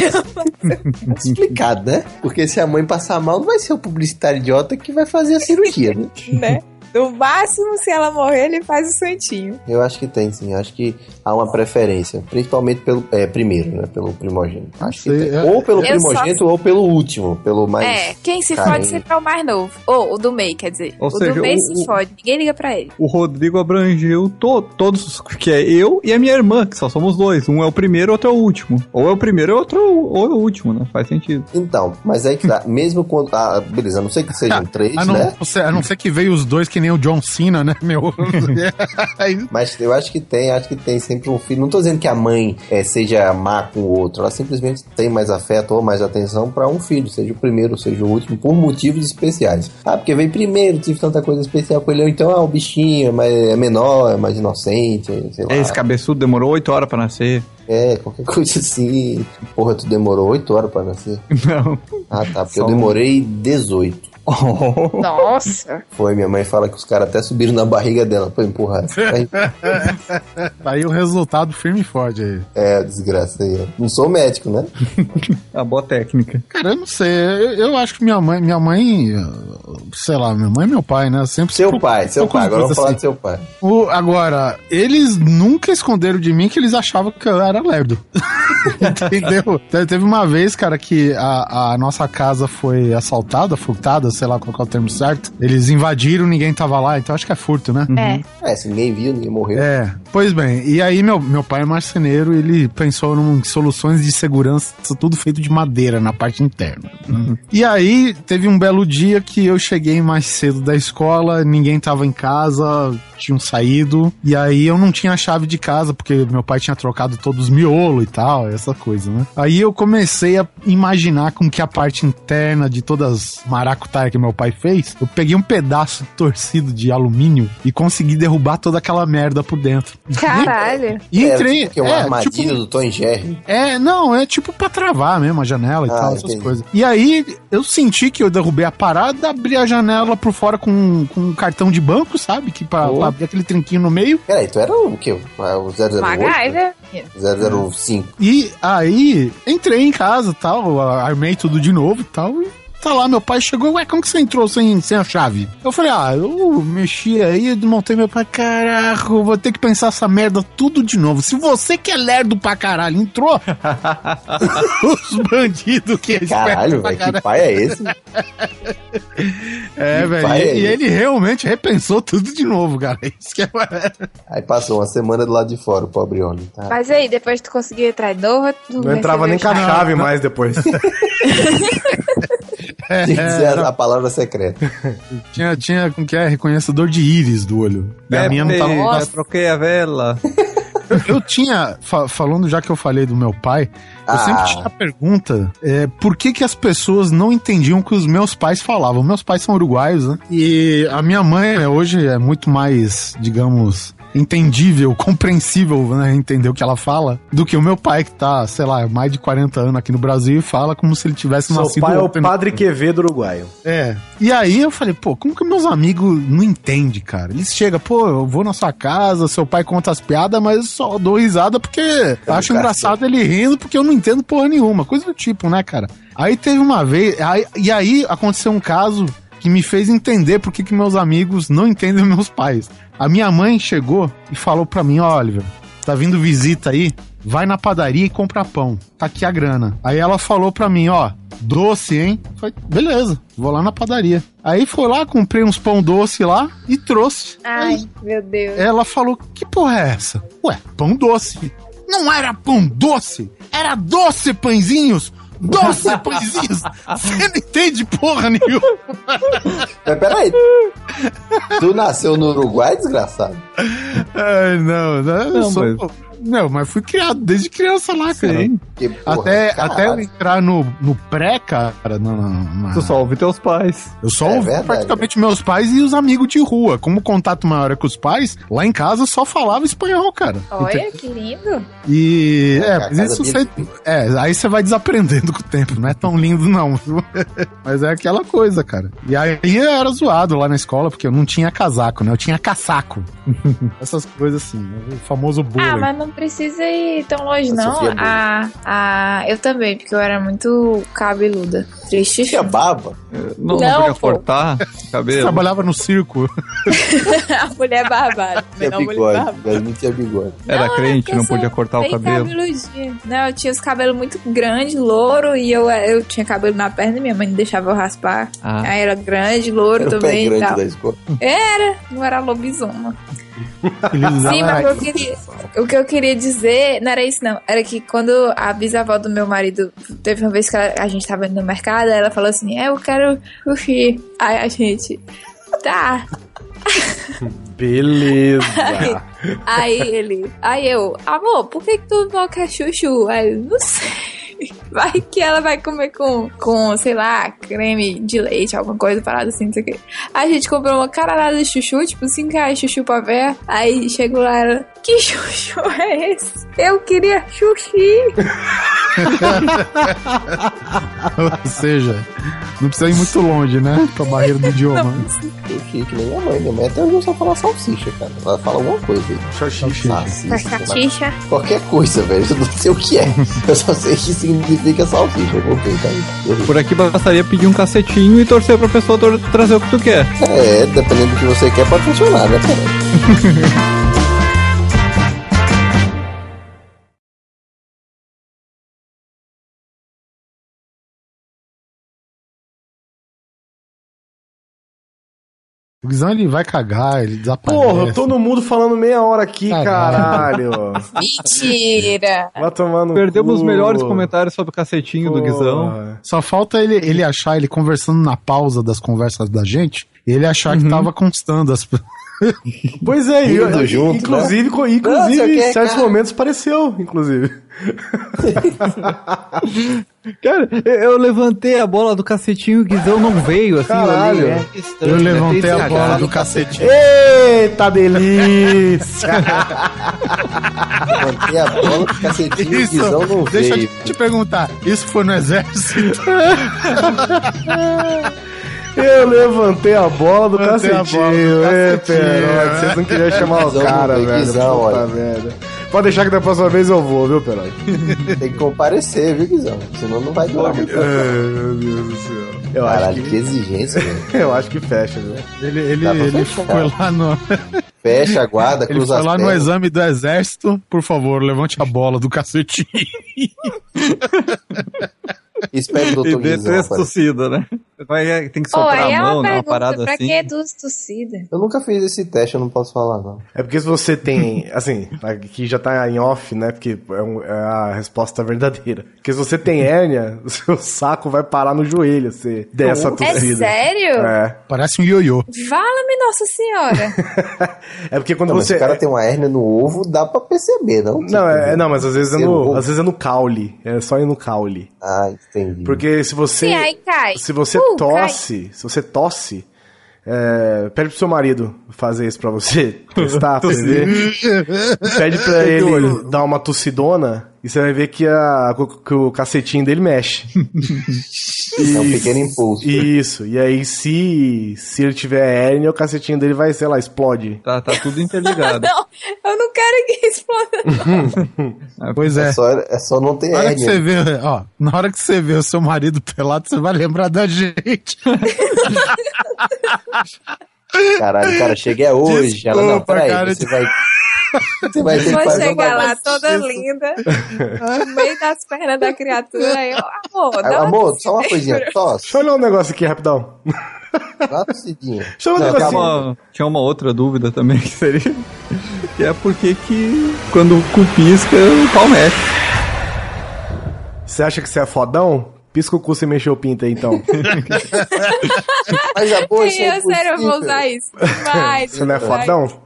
S5: Uhum.
S4: Complicado, É né? Porque se a mãe passar mal, não vai ser o publicitário idiota que vai fazer a cirurgia, né?
S8: né? No máximo, se ela morrer, ele faz o santinho.
S4: Eu acho que tem, sim. Eu acho que há uma preferência. Principalmente pelo. É, primeiro, né? Pelo primogênito. Acho que
S5: é.
S4: tem. Ou pelo
S8: Eu só-
S4: primogênito ou pelo último. Pelo mais.
S8: é, quem se
S4: carente.
S8: fode sempre é o mais novo. Ou o do meio, quer dizer.
S7: Ou
S8: o
S7: seja,
S8: do meio
S7: o-
S8: se
S7: o-
S8: fode, ninguém liga pra ele.
S7: O Rodrigo abrangeu to- todos, os- que é eu e a minha irmã, que só somos dois. Um é o primeiro, outro é o último. Ou é o primeiro, outro é o, ou é o último, né? Faz sentido.
S4: Então, mas aí que tá. Mesmo quando. Ah, beleza, a não sei que sejam três,
S5: Ah, A não,
S4: né?
S5: você- a não ser que veio os dois que nem o John Cena, né, meu?
S4: Mas eu acho que tem, acho que tem sempre um filho. Não tô dizendo que a mãe eh, seja má com o outro, ela simplesmente tem mais afeto ou mais atenção pra um filho, seja o primeiro, ou seja o último, por motivos especiais. Ah, porque veio primeiro, tive tanta coisa especial com ele, ou então ah, o bichinho é mais- é menor, é mais inocente, sei lá.
S7: Esse cabeçudo demorou oito horas pra nascer.
S4: É, qualquer coisa assim. Porra, tu demorou 8 horas pra nascer?
S7: Não.
S4: Ah, tá, porque eu
S7: Só
S4: demorei 18. Oh.
S20: Nossa.
S4: Foi, minha mãe fala que os caras até subiram na barriga dela pra empurrar. Aí,
S5: Aí o resultado firme e forte aí.
S4: É, desgraça aí. ó. Não sou médico, né?
S7: A boa técnica.
S5: Cara, eu não sei. Eu, eu acho que minha mãe, minha mãe, sei lá, minha mãe e meu pai, né? Sempre
S4: Seu pai, seu pai. Agora
S5: assim.
S4: vamos falar do seu pai.
S5: O- agora, eles nunca esconderam de mim que eles achavam que eu era lerdo. Entendeu? Te- Teve uma vez, cara, que a, a nossa casa foi assaltada, furtada, sei lá qual que é o termo certo. Eles invadiram, ninguém tava lá, então acho que é furto, né?
S4: É, se ninguém viu, ninguém morreu.
S5: É, pois bem, e aí meu, meu pai é marceneiro, ele pensou em soluções de segurança, tudo feito de madeira na parte interna. E aí teve um belo dia que eu cheguei mais cedo da escola, ninguém tava em casa, tinham saído, e aí eu não tinha a chave de casa, porque meu pai tinha trocado todos os miolos e tal, essa coisa, né? Aí eu comecei a imaginar como que a parte interna de todas as maracutaias que meu pai fez, eu peguei um pedaço torcido de alumínio e consegui derrubar toda aquela merda por dentro.
S20: Caralho.
S5: E
S4: Era
S5: entrei.
S4: tipo que um armadilho do Tom e Jerry.
S5: É, não, é tipo pra travar mesmo a janela e
S4: Ah,
S5: tal, essas
S4: entendi.
S5: coisas. E aí eu senti que eu derrubei a parada, abri a janela por fora com, com um cartão de banco, sabe? Que pra, pra abrir aquele trinquinho no meio.
S4: Peraí, tu era o quê? O 008?
S20: MacGyver.
S4: 005.
S5: E aí, entrei em casa e tal, armei tudo de novo e tal, e tá lá, meu pai chegou, ué, como que você entrou sem, sem a chave? Eu falei, ah, eu mexi aí, desmontei meu pai, caraca, eu vou ter que pensar essa merda tudo de novo. Se você que é lerdo pra caralho entrou, os bandidos que é esperto
S4: Caralho,
S5: pra
S4: velho, que
S5: caralho.
S4: pai é esse?
S5: É,
S4: Que
S5: velho,
S4: pai é
S5: e, e
S4: esse?
S5: ele realmente repensou tudo de novo, cara, isso que é...
S4: Aí passou uma semana do lado de fora, o pobre homem. Tá?
S20: Mas aí, depois tu conseguiu entrar de novo, tu
S4: Não
S20: recebeu
S4: entrava nem com a chave
S20: Não.
S4: mais depois.
S5: É,
S4: Tem que dizer a palavra secreta.
S5: Tinha, tinha, como que é, reconhecedor de íris do olho. E
S3: É,
S5: a minha não tava...
S7: Pepe, já troquei a vela.
S5: Eu, eu tinha, fa- falando já que eu falei do meu pai, eu
S7: Ah.
S5: sempre tinha a pergunta: é, por que, que as pessoas não entendiam o que os meus pais falavam? Meus pais são uruguaios, né? E a minha mãe né, hoje é muito mais, digamos, entendível, compreensível, né? Entender o que ela fala, do que o meu pai, que tá, sei lá, mais de 40 anos aqui no Brasil e fala como se ele tivesse
S3: Seu
S5: nascido.
S3: pai é o
S5: ontem.
S3: Padre Quevedo uruguaio.
S5: É. E aí eu falei, pô, como que meus amigos não entendem, cara? Eles chegam, pô, eu vou na sua casa, seu pai conta as piadas, mas eu só dou risada porque acho engraçado ele rindo porque eu não entendo porra nenhuma. Coisa do tipo, né, cara? Aí teve uma vez, aí- e aí aconteceu um caso que me fez entender por que que meus amigos não entendem meus pais. A minha mãe chegou e falou pra mim, ó, Oliver, tá vindo visita aí, vai na padaria e compra pão. Tá aqui a grana. Aí ela falou pra mim, ó, doce, hein? Eu Falei, beleza, vou lá na padaria. Aí foi lá, comprei uns pão doce lá e trouxe.
S20: Ai, meu Deus.
S5: Ela falou, que porra é essa? Ué, pão doce. Não era pão doce, era doce pãezinhos. Doce pãezinhos. Você não entende porra nenhuma.
S4: Mas peraí. Tu nasceu no Uruguai, desgraçado?
S5: Ai, não, não, eu
S4: Não,
S5: sou- um
S4: mas-
S5: não, mas fui criado desde criança lá, cara.
S4: Que porra,
S5: até,
S4: caralho.
S5: até eu entrar no, no pré, cara. Na, na, na-
S7: Tu só ouve teus pais.
S5: Eu só
S7: É
S5: ouvi
S7: verdade.
S5: praticamente meus pais e os amigos de rua. Como o contato maior é com os pais, lá em casa só falava espanhol, cara.
S20: Olha,
S5: Entende?
S4: Então-
S20: que lindo.
S5: E é, mas
S20: casa
S5: isso
S20: dele-
S5: você, é, aí você vai desaprendendo com o tempo, não é tão lindo não, viu? mas é aquela coisa, cara. E aí eu era zoado lá na escola porque eu não tinha casaco, né? Eu tinha caçaco. Essas coisas assim, o famoso bullying.
S20: Ah, mas não precisa ir tão longe,
S5: A
S20: não.
S5: Sofia é boa.
S20: Ah, ah, eu também, porque eu era muito cabeluda. Triste.
S4: Tinha baba?
S7: Não,
S20: Não,
S7: não, não
S20: pô.
S7: cortar
S5: Você
S7: cabelo.
S5: trabalhava no circo.
S20: a mulher barbada.
S4: Tinha
S20: Menor mulher barbada.
S4: bigode. Mas não tinha bigode.
S7: Era
S20: Não, é
S7: crente,
S20: porque
S7: não
S20: eu sou
S7: podia cortar o
S20: bem
S7: cabelo.
S20: cabeludinha. Não, eu tinha os cabelos muito grandes, louro, e eu, eu tinha cabelo na perna e minha mãe não deixava eu raspar.
S4: Ah.
S20: Aí era grande, louro
S4: Era o pé
S20: também então. e
S4: grande
S20: tal.
S4: da escola.
S20: Era, não era lobisoma. Sim,
S4: Sim,
S20: mas o que, eu queria, o que eu queria dizer não era isso, não. Era que quando a bisavó do meu marido teve uma vez que ela- a gente tava indo no mercado, ela falou assim: É, eu quero sushi. Aí a gente, tá.
S3: Beleza.
S20: Aí ele, aí eu, amor, por que, que tu não quer chuchu? Aí ele, não sei.
S8: Vai que ela vai comer com, com, sei lá, creme de leite, alguma coisa parada assim, não sei o quê. Aí a gente comprou uma caralhada de chuchu, tipo 5 reais de chuchu pra ver. Aí chegou lá ela, que chuchu é esse? Eu queria xuxi.
S5: Ou seja, não precisa ir muito longe, né? Pra barreira do idioma.
S4: Eu fiquei que nem a mãe, minha mãe até hoje só fala salsicha, cara. Ela fala alguma coisa aí. Salsicha.
S21: Salsicha.
S4: Qualquer coisa, velho. Eu não sei o que é. Eu só sei que significa salsicha. Eu vou tá aí.
S7: Por aqui bastaria pedir um cacetinho e torcer pra pessoa tor- trazer o que tu quer.
S4: É, dependendo do que você quer, pode funcionar, né, cara?
S5: O Guizão ele vai cagar, ele desaparece.
S3: Porra, todo mundo falando meia hora aqui,
S5: Caralho.
S3: caralho.
S8: Mentira.
S3: Vai tomar no
S7: Perdemos os
S3: cu.
S7: melhores comentários sobre o cacetinho do Guizão.
S5: Só falta ele, ele achar, ele conversando na pausa das conversas da gente, ele achar que tava constando as.
S3: Pois é, eu,
S5: Indo junto,
S3: inclusive,
S5: né?
S3: co- inclusive
S5: Nossa, que
S3: em certos
S5: cara.
S3: momentos pareceu, inclusive.
S7: Cara, eu- eu levantei a bola do cacetinho e o Guizão não veio, assim,
S3: Caralho.
S7: olhei, é, que estranho,
S5: Eu
S7: né?
S5: levantei
S7: Tem
S5: a
S7: esse
S5: bola
S7: cagado
S5: do
S7: no
S5: cacetinho.
S3: Eita delícia!
S4: Mantei a bola, do cacetinho e o
S5: Isso,
S4: Guizão não
S5: deixa
S4: veio.
S5: eu te perguntar, isso foi no exército?
S3: Eu levantei a bola do
S5: Levantei a bola do
S3: cacetinho. né? Ê,
S5: cacetinho,
S3: Perote, vocês não queriam chamar o
S4: Guizão,
S3: cara,
S4: tem
S3: velho.
S4: Guizão,
S3: Puta
S4: olha.
S3: merda. Pode deixar que da próxima vez eu vou, viu, Perote?
S4: Tem que comparecer, viu, Guizão? Senão não vai durar muito.
S3: É, meu Deus do céu. Eu acho
S4: Caralho, que... exigência, velho.
S3: Eu acho que fecha, velho.
S5: Ele, ele,
S7: Tá,
S4: Dá pra
S5: ele
S4: fechar.
S5: foi lá no.
S4: Fecha a guarda,
S5: Ele
S4: cruza
S5: foi
S4: as
S5: lá no
S4: pernas.
S5: exame do exército, por favor, levante a bola do cacetinho.
S4: Espera o doutor
S7: E dê
S4: Guizão.
S7: três
S4: rapaz.
S7: tossidas, né? Vai, é, tem que
S8: Ó,
S7: soprar
S8: aí
S7: a
S8: é
S7: mão,
S8: uma
S7: né? Uma
S8: pergunta,
S7: parada
S8: pra
S7: assim.
S8: que é duas torcidas?
S4: Eu nunca fiz esse teste, eu não posso falar, não.
S3: É porque se você tem, assim, aqui já tá em off, né? Porque é, um- é a resposta verdadeira. Porque se você tem hérnia, o seu saco vai parar no joelho, você dessa
S8: É
S3: torcida.
S8: sério?
S3: É.
S5: Parece um ioiô.
S8: Vala-me, Nossa Senhora.
S3: É porque quando
S4: Não, mas
S3: você.
S4: o cara tem um uma hérnia no ovo, dá pra perceber, não? Tipo,
S3: Não, é, é- não, mas às vezes, é no,
S4: Errou.
S3: às vezes é no caule. É só ir no caule.
S4: Ah, entendi.
S3: Porque se você.
S8: Sim, aí cai.
S3: Se você
S8: Uh,
S3: tosse, se você tosse, é, pede pro seu marido fazer isso pra você. Testar, pra você ver. Pede pra ele dar uma tossidona e você vai ver que, a, que o cacetinho dele mexe.
S4: É um
S3: E-
S4: pequeno impulso.
S3: Isso. E aí, se, se ele tiver hérnia, o cacetinho dele vai, sei lá, explode.
S7: Tá, tá tudo interligado.
S8: Não, eu não quero que exploda.
S3: Uhum.
S5: Pois é.
S4: É só, é só não ter
S5: Na hora que
S4: hérnia.
S5: você vê, ó, na hora que você vê o seu marido pelado, você vai lembrar da gente.
S4: Caralho, cara, cheguei hoje.
S5: Desculpa,
S4: ela, não, peraí,
S5: cara.
S4: você vai. Você vai ter que
S8: Vou
S4: fazer um
S8: chegar lá
S4: negócio.
S8: toda linda, no meio das pernas da criatura. Aí, eu, amor,
S4: Ah,
S8: dá uma
S4: Amor, só uma
S8: torcida.
S4: coisinha, tosse.
S3: Deixa eu olhar um negócio aqui rapidão.
S4: Dá uma tossidinha. tá
S3: Deixa eu olhar um
S7: Não, tinha,
S3: negócio.
S7: uma, tinha uma outra dúvida também que seria. Que é por que que quando o cu pisca, o pau mexe.
S3: Você acha que você é fodão? Pisca o cu sem mexer o pinto aí, então.
S4: Mas a boa é
S8: é Sim, eu sério, eu vou usar isso. Mas,
S3: você não é fodão?